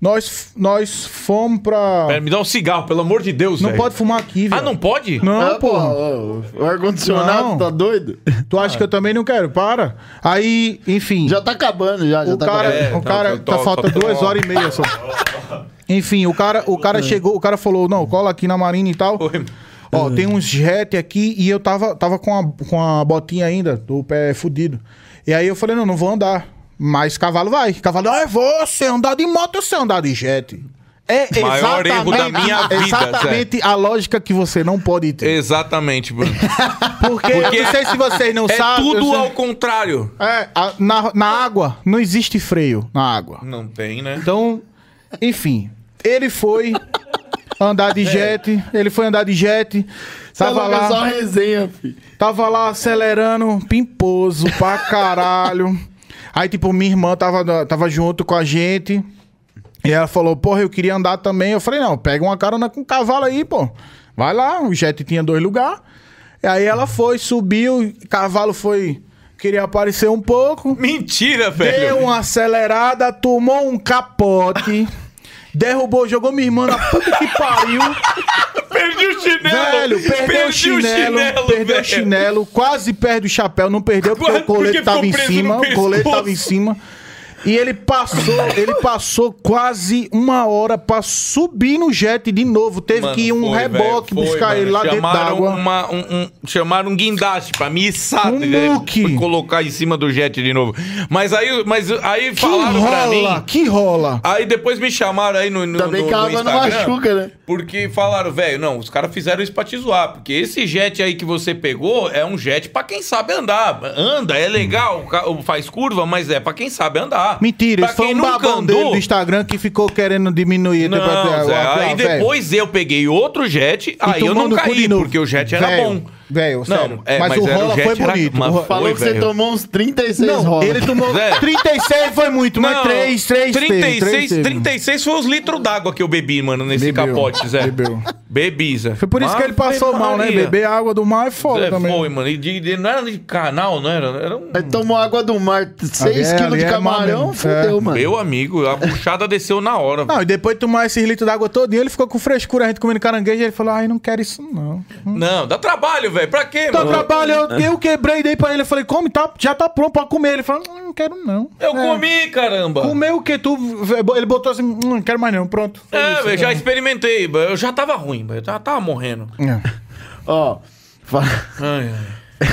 Nós, nós fomos pra...
Pera, me dá um cigarro, pelo amor de Deus,
não
velho.
pode fumar aqui, velho.
Ah, não pode?
Não,
Ah,
porra.
ó, O ar-condicionado
Não.
tá doido?
Tu acha que eu também não quero? Para. Aí, enfim.
Já tá acabando, já. já
o
tá
cara,
acabando.
É,
o
não,
cara
tô-
tá
tô-
falta
tô-
duas
tô-
horas e meia só. Enfim, o cara, o cara chegou, o cara falou, não, cola aqui na marina e tal.
Foi.
Ó, tem uns jet aqui e eu tava, tava com, a, com a botinha ainda, do pé fudido. E aí eu falei, não, não vou andar. Mas cavalo vai. Cavalo, ah, eu vou, se eu andar de moto, eu sei andar de jet. É
Maior erro da
exatamente-
minha vida,
exatamente a lógica que você não pode ter.
Exatamente, Bruno.
Porque, eu não
é-
sei se vocês não
é
sabem. eu
tudo
sei-
ao contrário.
É, a- na, na água não existe freio na água.
Não tem, né?
Então, enfim, ele foi andar de jet, ele foi andar de jet,
Tá
tava
louco, é só
lá,
resenha, fi.
tava lá acelerando, pimposo pra caralho. Aí, tipo, minha irmã tava, na- tava junto com a gente. E ela falou, porra, eu queria andar também. Eu falei, não, pega uma carona com o cavalo aí, pô. Vai lá, o jet tinha dois lugares. E aí ela foi, subiu, cavalo foi. Queria aparecer um pouco.
Mentira, velho.
Deu uma acelerada, tomou um capote. Derrubou, jogou minha irmã na puta que pariu.
Perdi o chinelo.
velho, perdeu o chinelo, perdeu
velho.
o chinelo, quase perde o chapéu, não perdeu porque
Quase,
o colete
porque
tava
ficou
em
preso
cima,
no
o colete
pescoço.
tava em cima. E ele passou, ele passou quase uma hora pra subir no jet de novo. Teve
Mano,
que ir um
foi,
reboque
velho, foi,
buscar ele
mano.
lá dentro
Chamaram
d'água.
uma- um, um- chamaram um guindaste pra me içar,
Um
né?
muque.
Pra colocar em cima do jet de novo. Mas aí, mas aí
Que
falaram pra
rola,
mim.
que rola.
Aí depois me chamaram aí no, no,
Ainda bem
no-
que a
no
água não
Instagram,
machuca, né?
Porque falaram, velho, não, os caras fizeram isso pra te zoar. Porque esse jet aí que você pegou é um jet pra quem sabe andar. Anda, é legal, ca- faz curva, mas é pra quem sabe andar.
Mentira,
pra
isso foi
quem
um
nunca
babão dele
andou-
do Instagram que ficou querendo diminuir.
não,
depois-
Zé,
ah,
aí
velho.
depois eu peguei outro jet, aí eu
tomou
não
no cu de
caí,
novo.
porque o jet era
Velho,
bom.
velho, sério.
Não, é,
Mas
mas,
o
era-
rola
jet
foi
era-
bonito.
mas
O rola-
foi,
Falou que você
velho.
tomou uns 36
Não,
rolas.
ele tomou
Zé.
36 foi muito, mas
Não,
3, 3,
36, 36 foi os litros d'água que eu bebi, mano, nesse
Bebeu,
capote, Zé.
bebeu.
Bebi, Zé.
Foi por isso que ele passou mal, né? Beber água do mar é foda
Zé,
também.
foi, mano. E de- de- não era de canal, não era? Era um...
Ele tomou água do mar, 6
Ali é-
quilos
ali
de
é mar
camarão,
mesmo.
fudeu, mano.
Meu amigo, a puxada desceu na hora.
Não, e depois de tomar esse litro d'água todinho, ele ficou com frescura, a gente comendo caranguejo, ele falou, ai, não quero isso não.
Não, É. dá trabalho, velho. Pra quê,
Então,
mano?
trabalho, eu, eu quebrei, dei pra ele, eu falei, come, tá, já tá pronto pra comer. Ele falou, "Hum, não quero não.
Eu
É.
comi, caramba.
Comeu o que tu... Ele botou assim, "Hum, não quero mais não, pronto. Foi
É,
isso,
velho, já
cara.
experimentei. Eu já tava ruim, velho. Eu já tava morrendo.
É.
Ó, fa-
Ai, ai.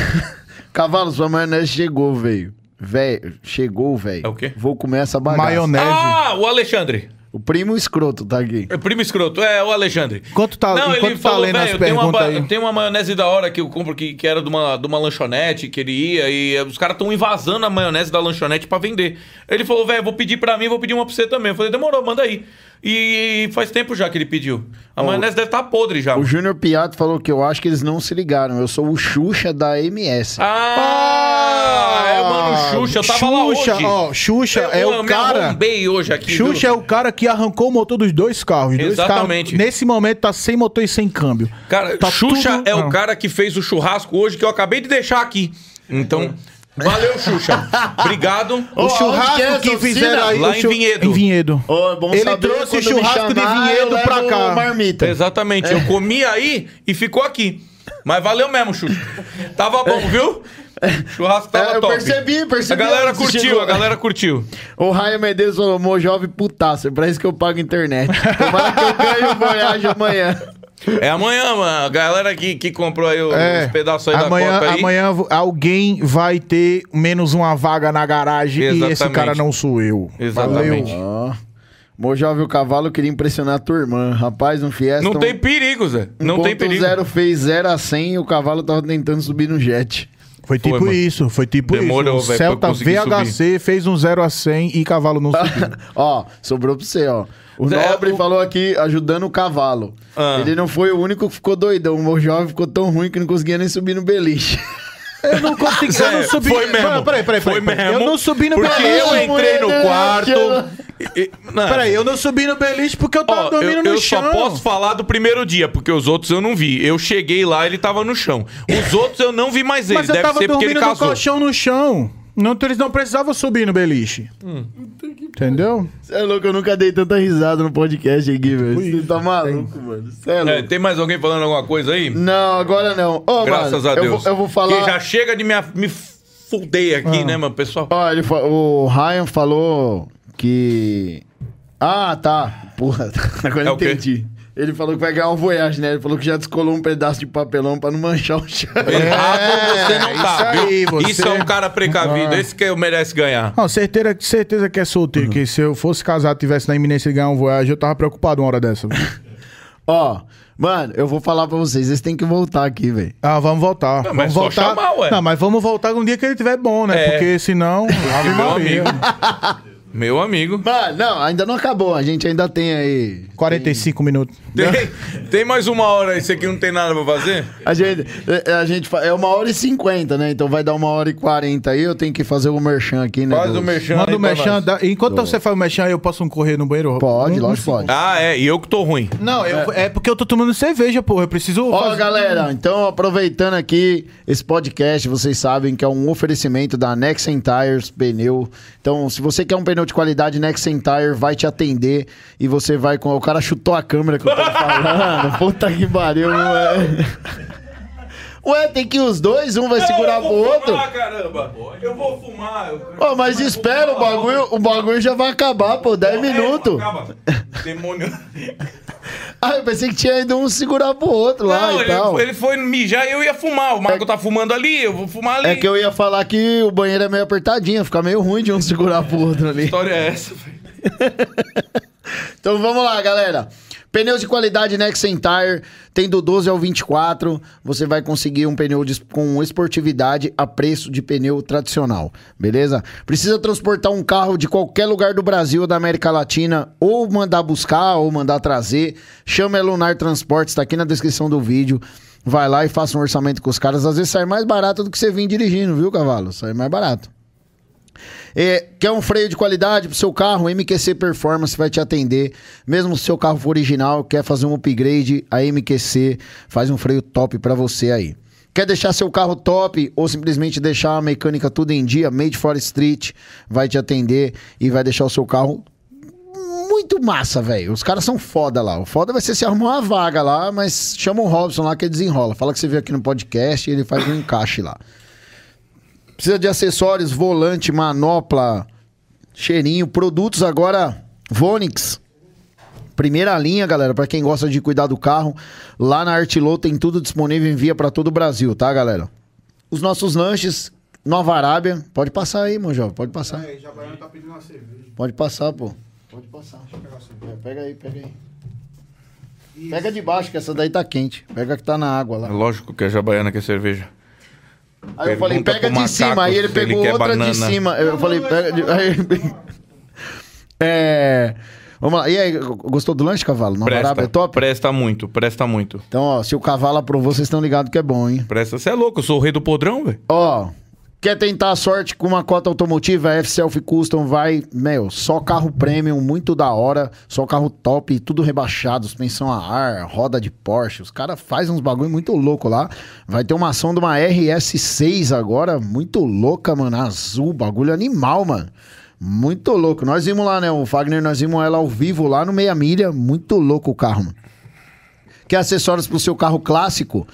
Cavalo, sua maionese chegou, velho. Véi, chegou, velho.
É o quê?
Vou comer essa bagaça.
Maionese.
Ah, o Alexandre.
O primo escroto tá aqui.
É Primo escroto, é o Alexandre.
Enquanto tá-
Não, ele
enquanto tá
falou,
lendo as
velho, tem uma,
perguntas
ba-
aí.
tem uma maionese da hora que eu compro que, que era de uma, de uma lanchonete que ele ia e eh, os caras estão invasando a maionese da lanchonete pra vender. Ele falou, velho, vou pedir pra mim, vou pedir uma pra você também. Eu falei, demorou, manda aí. E faz tempo já que ele pediu. A maionese deve estar podre já.
O Júnior Piato falou que eu acho que eles não se ligaram. Eu sou o Xuxa da MS.
Ah, é, mano, Xuxa, eu tava lá hoje.
Xuxa, ó, Xuxa
Eu-
é
eu
o
me
cara...
arrombei hoje aqui.
Xuxa é o cara que arrancou o motor dos dois carros. Dois
Exatamente.
carros- nesse momento tá sem motor e sem câmbio.
Cara,
Tá
Xuxa
tudo-
é
Não.
o cara que fez o churrasco hoje que eu acabei de deixar aqui. Então, valeu, Xuxa. Obrigado.
Ô,
O
aonde
churrasco
que é essa
que
oficina?
fizeram aí.
Lá
o
em
chu-
Vinhedo.
Em Vinhedo.
Ô, é bom
Ele
saber,
trouxe
quando me
churrasco de
chamar, eu
Vinhedo
levo
pra cá.
Marmita.
Exatamente. Eu comi aí e ficou aqui. Mas valeu mesmo, Xuxa. Tava bom, viu? Churrasco tava
É, eu
top.
percebi, percebi
A galera
onde
curtiu,
chegou.
a galera curtiu.
O Raio Medeiros falou, "Mô, jovem putaça, é pra isso que eu pago internet. Tomara que eu ganhe o Voyage amanhã.
É amanhã, mano. A galera que, que comprou aí os
É.
pedaços aí da
Amanhã,
Copa aí.
amanhã vo- alguém vai ter menos uma vaga na garagem e esse
Exatamente.
cara não sou eu.
Exatamente.
Valeu.
Ó. Mô, jovem o cavalo queria impressionar a tua irmã. Rapaz, um Fiesta...
Não
um-
tem perigo, Zé. Não tem perigo.
1.0 fez 0 a 100 e o cavalo tava tentando subir no jet.
Foi tipo
mano.
isso, foi tipo
Demorou,
isso. O
velho, pra eu
Celta
conseguir
VHC fez um 0 a 100 e cavalo não subiu.
ó, sobrou pra você, ó. O
Zé,
Nobre
É, o-
falou aqui ajudando o cavalo.
Ah.
Ele não foi o único que ficou doidão. O Mô, jovem ficou tão ruim que não conseguia nem subir no beliche.
Eu não consegui, eu não subi.
Foi mesmo.
Peraí, peraí,
Foi
peraí.
mesmo.
Eu não subi no
Porque
beliche.
eu entrei no
mulher,
quarto. e- e- não.
Peraí, eu não subi no beliche porque eu tava
Ó,
Tá dormindo
eu,
no
eu
chão.
só posso falar do primeiro dia, porque os outros eu não vi. Eu cheguei lá, ele tava no chão. Os outros eu não vi mais ele.
Mas eu
Deve
tava
ser porque ele
dormindo no
casou.
colchão no chão. Não, então eles não precisavam subir no beliche. Entendeu?
Você é louco, eu nunca dei tanta risada no podcast aqui, velho. Você tá maluco, mano. Você é
É,
louco.
tem mais alguém falando alguma coisa aí?
Não, agora não. Ô,
Graças
mano,
a
Eu
Deus.
vou, eu vou
Que já
falar.
chega de me, af- me fuder aqui,
Ah.
né, meu pessoal?
Ó, ele fa- O Ryan falou que. Ah, tá. Porra, agora
É
eu
o quê?
entendi. Ele falou que vai ganhar um voyage, né? Ele falou que já descolou um pedaço de papelão pra não manchar o chão.
Errado você não
É, isso
tá, viu?
aí, você- Ah.
Isso é um cara precavido. Esse que eu merece ganhar.
Não, certeza, certeza que é
Uhum.
solteiro. Que se eu fosse casado, tivesse na iminência de ganhar um voyage, eu tava preocupado uma hora dessa.
Ó, mano, eu vou falar pra vocês. Vocês têm que voltar aqui, velho.
ah, vamos voltar.
Não,
vamos
mas só
voltar.
chamar, ué.
Não, mas vamos voltar um dia que ele tiver bom, né?
É.
Porque senão. Ave
meu
Maria.
amigo. Meu amigo.
Mano, não, ainda não acabou. A gente ainda tem aí.
45 minutos.
Tem, tem mais uma hora aí, você aqui não tem nada pra fazer?
A gente, a a gente fa- é uma hora e cinquenta, né? Então vai dar uma hora e quarenta aí. Eu tenho que fazer o merchan aqui, né?
Faz o
dos-
merchan. aí
Manda
pra
o merchan.
nós.
dá- Enquanto você faz o merchan, eu posso correr no banheiro?
Pode,
Um- um
lógico, pode.
Ah, é, e eu que tô ruim.
Não, eu- é porque eu tô tomando cerveja, porra. Eu preciso.
Ó,
fazer-
galera, então aproveitando aqui esse podcast, vocês sabem que é um oferecimento da Nexen Tires Pneu. Então, se você quer um pneu de qualidade, Nexen Tire vai te atender e você vai com. O cara chutou a câmera que eu tô falando. Puta que pariu, ué. Ué, tem que ir os dois, um vai segurar pro outro.
caramba. Eu vou fumar. É,
Ô, mas espera, o bagulho, o bagulho já vai acabar, pô, 10 minutos.
Demônio.
Ah, eu pensei que tinha ido um segurar pro outro lá
Não,
e tal.
ele, ele foi mijar e eu ia fumar. O Marco tá fumando ali, eu vou fumar ali.
É que eu ia falar que o banheiro é meio apertadinho, fica meio ruim de um segurar pro outro ali.
história é essa, velho?
Então vamos lá, galera. Pneus de qualidade Nexen Tire, tem do 12 ao 24, você vai conseguir um pneu de- com esportividade a preço de pneu tradicional, beleza? Precisa transportar um carro de qualquer lugar do Brasil ou da América Latina, ou mandar buscar, ou mandar trazer, chama a Lunar Transportes, tá aqui na descrição do vídeo. Vai lá e faça um orçamento com os caras. Às vezes sai mais barato do que você vir dirigindo, viu, cavalo? Sai mais barato. É, quer um freio de qualidade pro seu carro? MQC Performance vai te atender. Mesmo se seu carro for original, quer fazer um upgrade, a MQC faz um freio top pra você aí. Quer deixar seu carro top ou simplesmente deixar a mecânica tudo em dia? Made for Street vai te atender e vai deixar o seu carro muito massa, velho. Os caras são foda lá. O foda vai ser se arrumar uma vaga lá, mas chama o Robson lá que ele desenrola. Fala que você veio aqui no podcast e ele faz um encaixe lá. Precisa de acessórios, volante, manopla, cheirinho, produtos agora Vonix. Primeira linha, galera, pra quem gosta de cuidar do carro, lá na Artilô tem tudo disponível em via pra todo o Brasil, tá, galera? Os nossos lanches, Nova Arábia, pode passar aí, Monjó, pode passar.
Jabaiano tá pedindo uma cerveja.
Pode passar, pô. Pode passar. É, pega aí, pega aí. Pega de baixo, que essa daí tá quente. Pega a que tá na água lá.
É Lógico que a jabaiana quer cerveja.
Aí eu falei,
Pergunta
pega
pro
de cima. Aí ele
macaco se ele
pegou
quer
outra de
banana.
cima. Eu falei, pega de. Aí... É. Vamos lá. E aí, gostou do lanche, cavalo? Nova
Presta,
Arábia é top?
presta muito, presta muito.
Então, ó, se o cavalo aprovou, vocês estão ligados que é bom, hein?
Presta, você é louco, eu sou o rei do podrão, velho.
Ó, quer tentar a sorte com uma cota automotiva? A F-Self Custom vai, meu, só carro premium, muito da hora, só carro top, tudo rebaixado, suspensão a ar, roda de Porsche, os caras fazem uns bagulho muito louco lá. Vai ter uma ação de uma RS6 agora, muito louca, mano, azul, bagulho animal, mano. Muito louco. Nós vimos lá, né, o Fagner, nós vimos ela ao vivo lá no Meia Milha, muito louco o carro, mano. Quer acessórios pro seu carro clássico?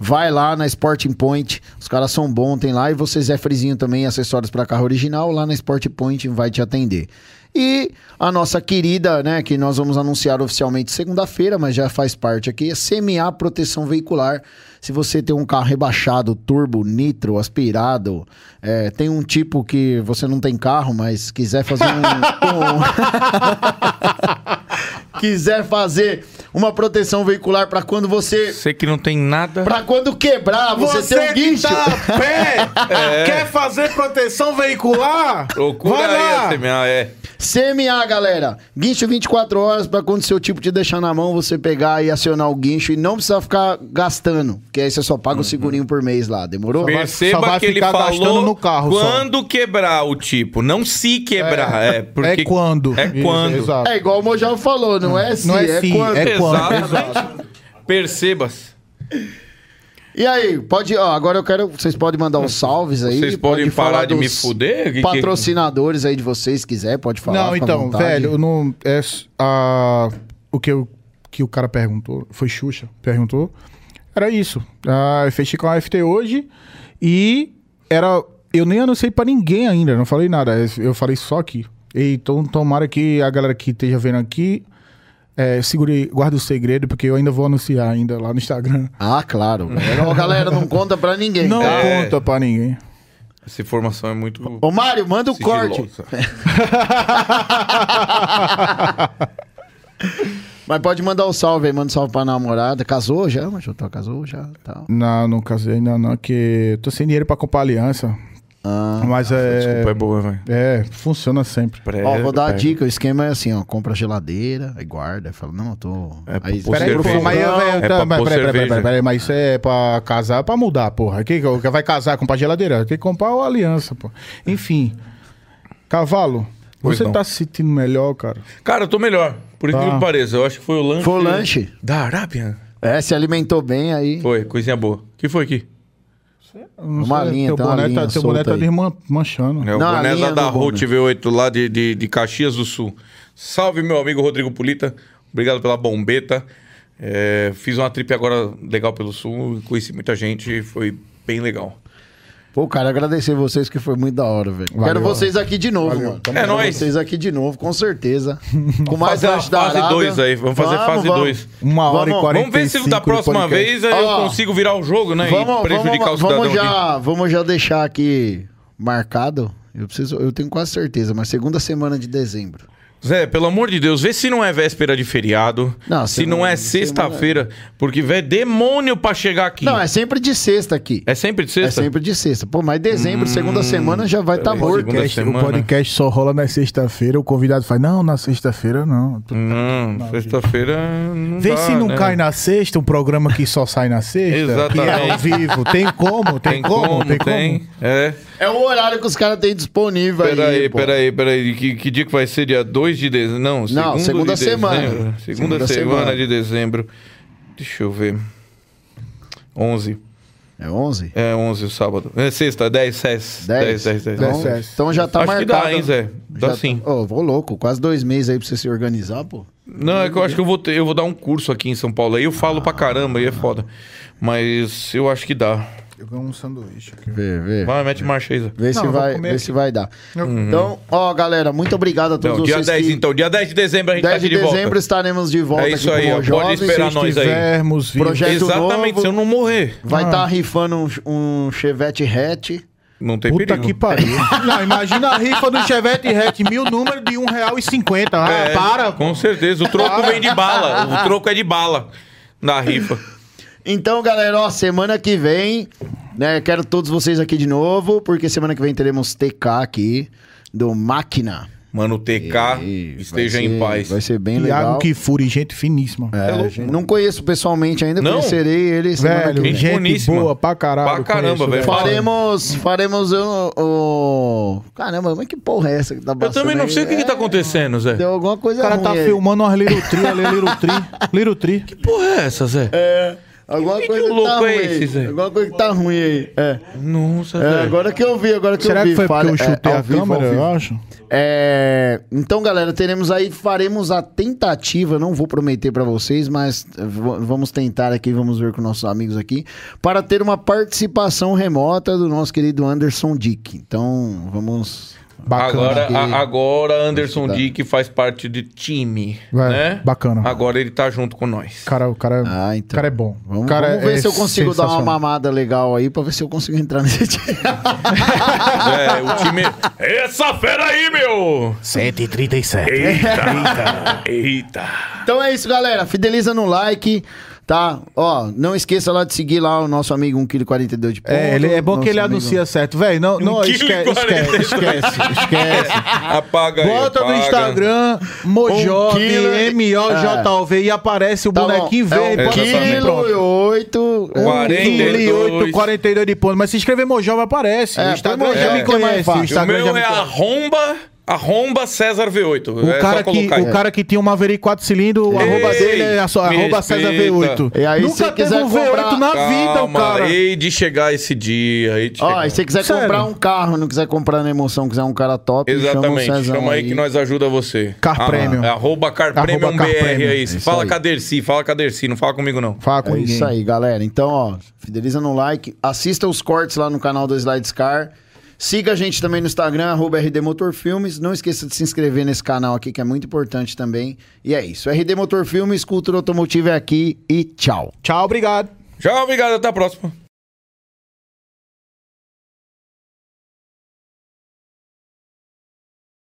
Vai lá na Sporting Point, os caras são bons, tem lá. E você, Zé Frizinho, também, acessórios para carro original, lá na Sporting Point vai te atender. E a nossa querida, né, que nós vamos anunciar oficialmente segunda-feira, mas já faz parte aqui, é CMA Proteção Veicular. Se você tem um carro rebaixado, turbo, nitro, aspirado, é, tem um tipo que você não tem carro, mas quiser fazer um- um quiser fazer uma proteção veicular pra quando você.
Você que não tem nada.
Pra quando quebrar, você, tem um
que
guincho.
tá a pé, quer fazer proteção veicular?
É. Procura
Vai lá.
aí a CMA, é.
CMA, galera. Guincho 24 horas pra quando seu tipo te deixar na mão, você pegar e acionar o guincho e não precisar ficar gastando. Porque aí você só
Uhum.
paga o segurinho por mês lá, demorou?
vai-
Perceba
só vai
que ele
ficar gastando
falou
no carro só.
quando quebrar o tipo, não se quebrar. É, porque
É quando.
É quando.
Isso, exato.
É igual o Mojão falou, não é se,
Não é
é
assim,
se,
quando.
é
Exato. Perceba-se.
E aí, pode, ó, agora eu quero, vocês podem mandar uns salves aí.
Vocês podem
pode falar
parar de
dos
me fuder? Que-
Patrocinadores aí de vocês, se quiser, pode falar.
não,
fica à
então,
vontade.
velho, eu não. É, s- a, o que, eu, que o cara perguntou, foi Xuxa, perguntou. Era isso. Ah, eu fechei com a FT hoje e era. Eu nem anunciei pra ninguém ainda, não falei nada. Eu falei só aqui. Então, tomara que a galera que esteja vendo aqui é, segure, guarde o segredo, porque eu ainda vou anunciar ainda lá no Instagram.
Ah, claro. Ó, galera, não conta pra ninguém.
Não
tá?
É.
conta pra ninguém.
Essa informação é muito.
Ô, Mário, manda o corte.
sigilosa.
Mas pode mandar o salve aí, manda um salve pra namorada. Casou já, mas já tá- casou já, tal.
Não, não casei ainda não, que tô sem dinheiro pra comprar aliança.
Ah,
Mas é.
Desculpa, é boa, velho.
É, funciona sempre.
Ó, vou dar a dica. O esquema é assim, ó. Compra a geladeira, aí guarda. aí Fala, não, eu tô...
É
aí,
pra pôr
Peraí,
cerveja.
porra, mas, eu- eu-
É
tá,
pra
mas
pôr
peraí, peraí, peraí,
cerveja.
peraí, peraí, mas isso é pra casar, é pra mudar, porra. Que, que vai casar, comprar geladeira? Tem que comprar uma aliança, porra. Enfim, cavalo,
Pois
você
não.
tá se sentindo melhor, cara?
Cara, eu tô melhor. Por incrível que pareça. Eu acho que foi o lanche.
Ah. Foi o lanche.
Da Arábia?
É, se alimentou bem aí.
Foi, coisinha boa. O que foi aqui?
Não
Uma linha,
teu
tem uma
boné
linha
tá, teu boné
solta
tá
aí.
desman- manchando.
É o
Não, a
boné
minha
lá da
não,
Route V8 lá de, de, de Caxias do Sul. Salve, meu amigo Rodrigo Pulita. Obrigado pela bombeta. É, fiz uma trip agora legal pelo Sul. Conheci muita gente. Foi bem legal.
Pô, cara, agradecer vocês que foi muito da hora, velho. Quero
Valeu.
vocês aqui de novo, mano.
É
Quero
nóis.
vocês aqui de novo, com certeza. Com mais
fazer a
lanche da
fase
Arábia.
dois aí, vamos fazer fase dois.
Uma hora e
Vamos-
quarenta
Vamos ver se da próxima vez eh, eu
Ó,
consigo virar o jogo, né? e
Vamos,
prejudicar
vamos,
o cidadão
vamos,
aqui.
já, vamos já deixar aqui marcado. Eu, preciso, eu tenho quase certeza, mas segunda semana de dezembro.
Zé, pelo amor de Deus, vê se não é véspera de feriado.
Não,
se
semana-
não é sexta-feira. Porque, velho, demônio pra chegar aqui.
né? Não, é sempre de sexta aqui.
É sempre de
É
sexta? Hum,
sempre de sexta. Pô, mas dezembro, segunda semana já vai estar tá
peraí,
morto.
segunda- semana.
só rola na sexta-feira, o convidado faz, não, na sexta-feira não.
Não, sexta-feira não
Vê
dá,
se não
né?
cai na sexta, um programa que só sai na sexta, que é ao
Exatamente.
vivo. Tem como, tem,
Tem como, tem.
como.
É.
É o horário que os caras têm disponível aí.
Peraí,
pô.
peraí, peraí. Que, que dia que vai ser? Dia 2 de dezembro? Não, segundo
Não, segunda
de
semana.
dezembro. Segunda,
Segunda
semana,
semana.
de dezembro. Deixa eu ver. 11.
É 11?
É 11 o sábado. É sexta, 10, 10.
10,
10, 10, 10.
Então,
dez.
então já tá
Acho que
marcado.
dá, hein, Zé? Dá
Já
sim.
Tá... Ô, vou louco, quase dois meses aí pra você se organizar, pô.
Não,
Uhum.
é que eu acho que eu vou, ter, eu vou dar um curso aqui em São Paulo. Aí eu falo pra caramba, aí é foda. Mas eu acho que dá.
Eu ganho um sanduíche aqui.
Vê, vê.
Vai, mete marcha aí, Zé.
Vê,
Não,
se
eu vou
vai,
comer
vê
aqui.
se vai dar. Então, ó, galera, muito obrigado a todos
Não, dia
vocês.
10,
que...
então. Dia 10 de dezembro a gente tá
10
aqui
de
de,
dezembro
volta.
estaremos de volta
É isso
aqui
aí,
com
ó.
o
Pode
Jovens.
esperar nós aí.
Tivermos vivos.
Projeto- Projeto
Exatamente,
novo.
se eu não morrer.
Vai
Ah.
estar rifando um, um Chevette hatch.
Não tem
Puta
perigo.
que pariu. Não, imagina a rifa do Chevette Hatch, mil número de R$1,50. Ah,
É,
para.
Com certeza. O troco vem de bala. O troco é de bala. Na rifa.
Então, galera, ó, semana que vem, né? Quero todos vocês aqui de novo, porque semana que vem teremos TK aqui do Máquina.
Mano, o TK,
E vai
esteja
ser-
em paz.
Vai ser bem legal.
Iago Kifuri, gente finíssima.
É,
louco,
gente, não conheço pessoalmente ainda,
Não?
conhecerei ele semana que vem.
Velho,
Gente
gente
boníssima.
boa pra caralho.
Pra caramba,
conheço,
velho. Fala-
Faremos, faremos o, o- Caramba, mas que porra é essa que tá
Eu
passando
também não
aí?
sei o que, que tá acontecendo, Zé.
É, Deu alguma coisa
O cara
ruim
tá
aí.
filmando umas Little Tree ali, Little Tree. Little Tree.
Porra, é essa, Zé?
Alguma
Que
coisa
vídeo
tá
louco
ruim
é
aí.
esse, Zé?
Alguma coisa que tá ruim aí. É.
Nossa,
É,
Zé.
agora que eu vi, agora que
Será
eu vi.
que foi porque
fale-
eu chutei
é, ao
a
vivo, ao
câmera,
vivo.
eu acho?
É, então, galera, teremos aí, faremos a tentativa, não vou prometer pra vocês, mas eh, v- vamos tentar aqui, vamos ver com nossos amigos aqui, para ter uma participação remota do nosso querido Anderson Dick. Então, vamos.
Bacana.
Agora,
que-
a- agora Anderson
Acho que dá.
Dick faz parte de time,
Vai,
né?
É, bacana.
Agora ele tá junto com nós.
Cara, o cara,
Ah,
o
então.
cara é bom. O
Vamos,
cara
vamos ver
é
se eu consigo dar uma
sensacional.
mamada legal aí, pra ver se eu consigo entrar nesse time.
É, o time... Essa fera aí, meu!
137.
Eita! Eita!
Então é isso, galera. Fideliza no like, tá? Ó, não esqueça lá de seguir lá o nosso amigo 1,42kg de ponto.
É, ele, é bom
nosso
que ele
amigo- Um
anuncia certo. Velho, não, não
quilo e
esquece, esquece,
quarenta e
esquece, esquece.
Apaga aí,
Bota no
apaga.
Instagram, Mojove,
quilo e-
M-O-J-O-V, e aparece o
Tá
bonequinho
bom, é
verde.
um
bota também,
quilo
pronto.
e oito.
Um
um quilo.
42.
48, 42 de ponto. Mas se escrever Mojove, aparece.
É,
o Instagram
põe
já
Mojove,
me
que é mais
conhece.
fácil.
O
O
Instagram já
meu
me
é
conhece.
arromba, arromba César V8.
O,
é
cara
só
que,
colocar aí.
o cara que tinha um uma V8 4 cilindros, o
Ei,
arroba dele é a sua,
me
arroba César
respeita.
V8.
E aí, se
Nunca teve
quiser
um V8
comprar-
na vida, o
Calma,
cara.
hei de chegar esse dia, hei de
Ó,
chegar.
e se você quiser
Sério?
comprar um carro, não quiser comprar na emoção, quiser um cara top,
Exatamente,
chama o
chama,
Cezão
aí que nós ajuda você.
Car Premium.
é arroba Carpremium
Arroba Car
BR
Premium.
aí.
isso
é fala
aí.
com a Dercy, fala com a Dercy, não fala comigo não.
Fala com
É
ninguém.
isso aí, galera. Então, ó, fideliza no like, assista os cortes lá no canal do Slidescar. Siga a gente também no Instagram, arroba RD Motor Filmes. Não esqueça de se inscrever nesse canal aqui, que é muito importante também. E é isso. RD Motor Filmes, Cultura Automotiva é aqui e tchau.
Tchau, obrigado.
Tchau, obrigado, até a próxima.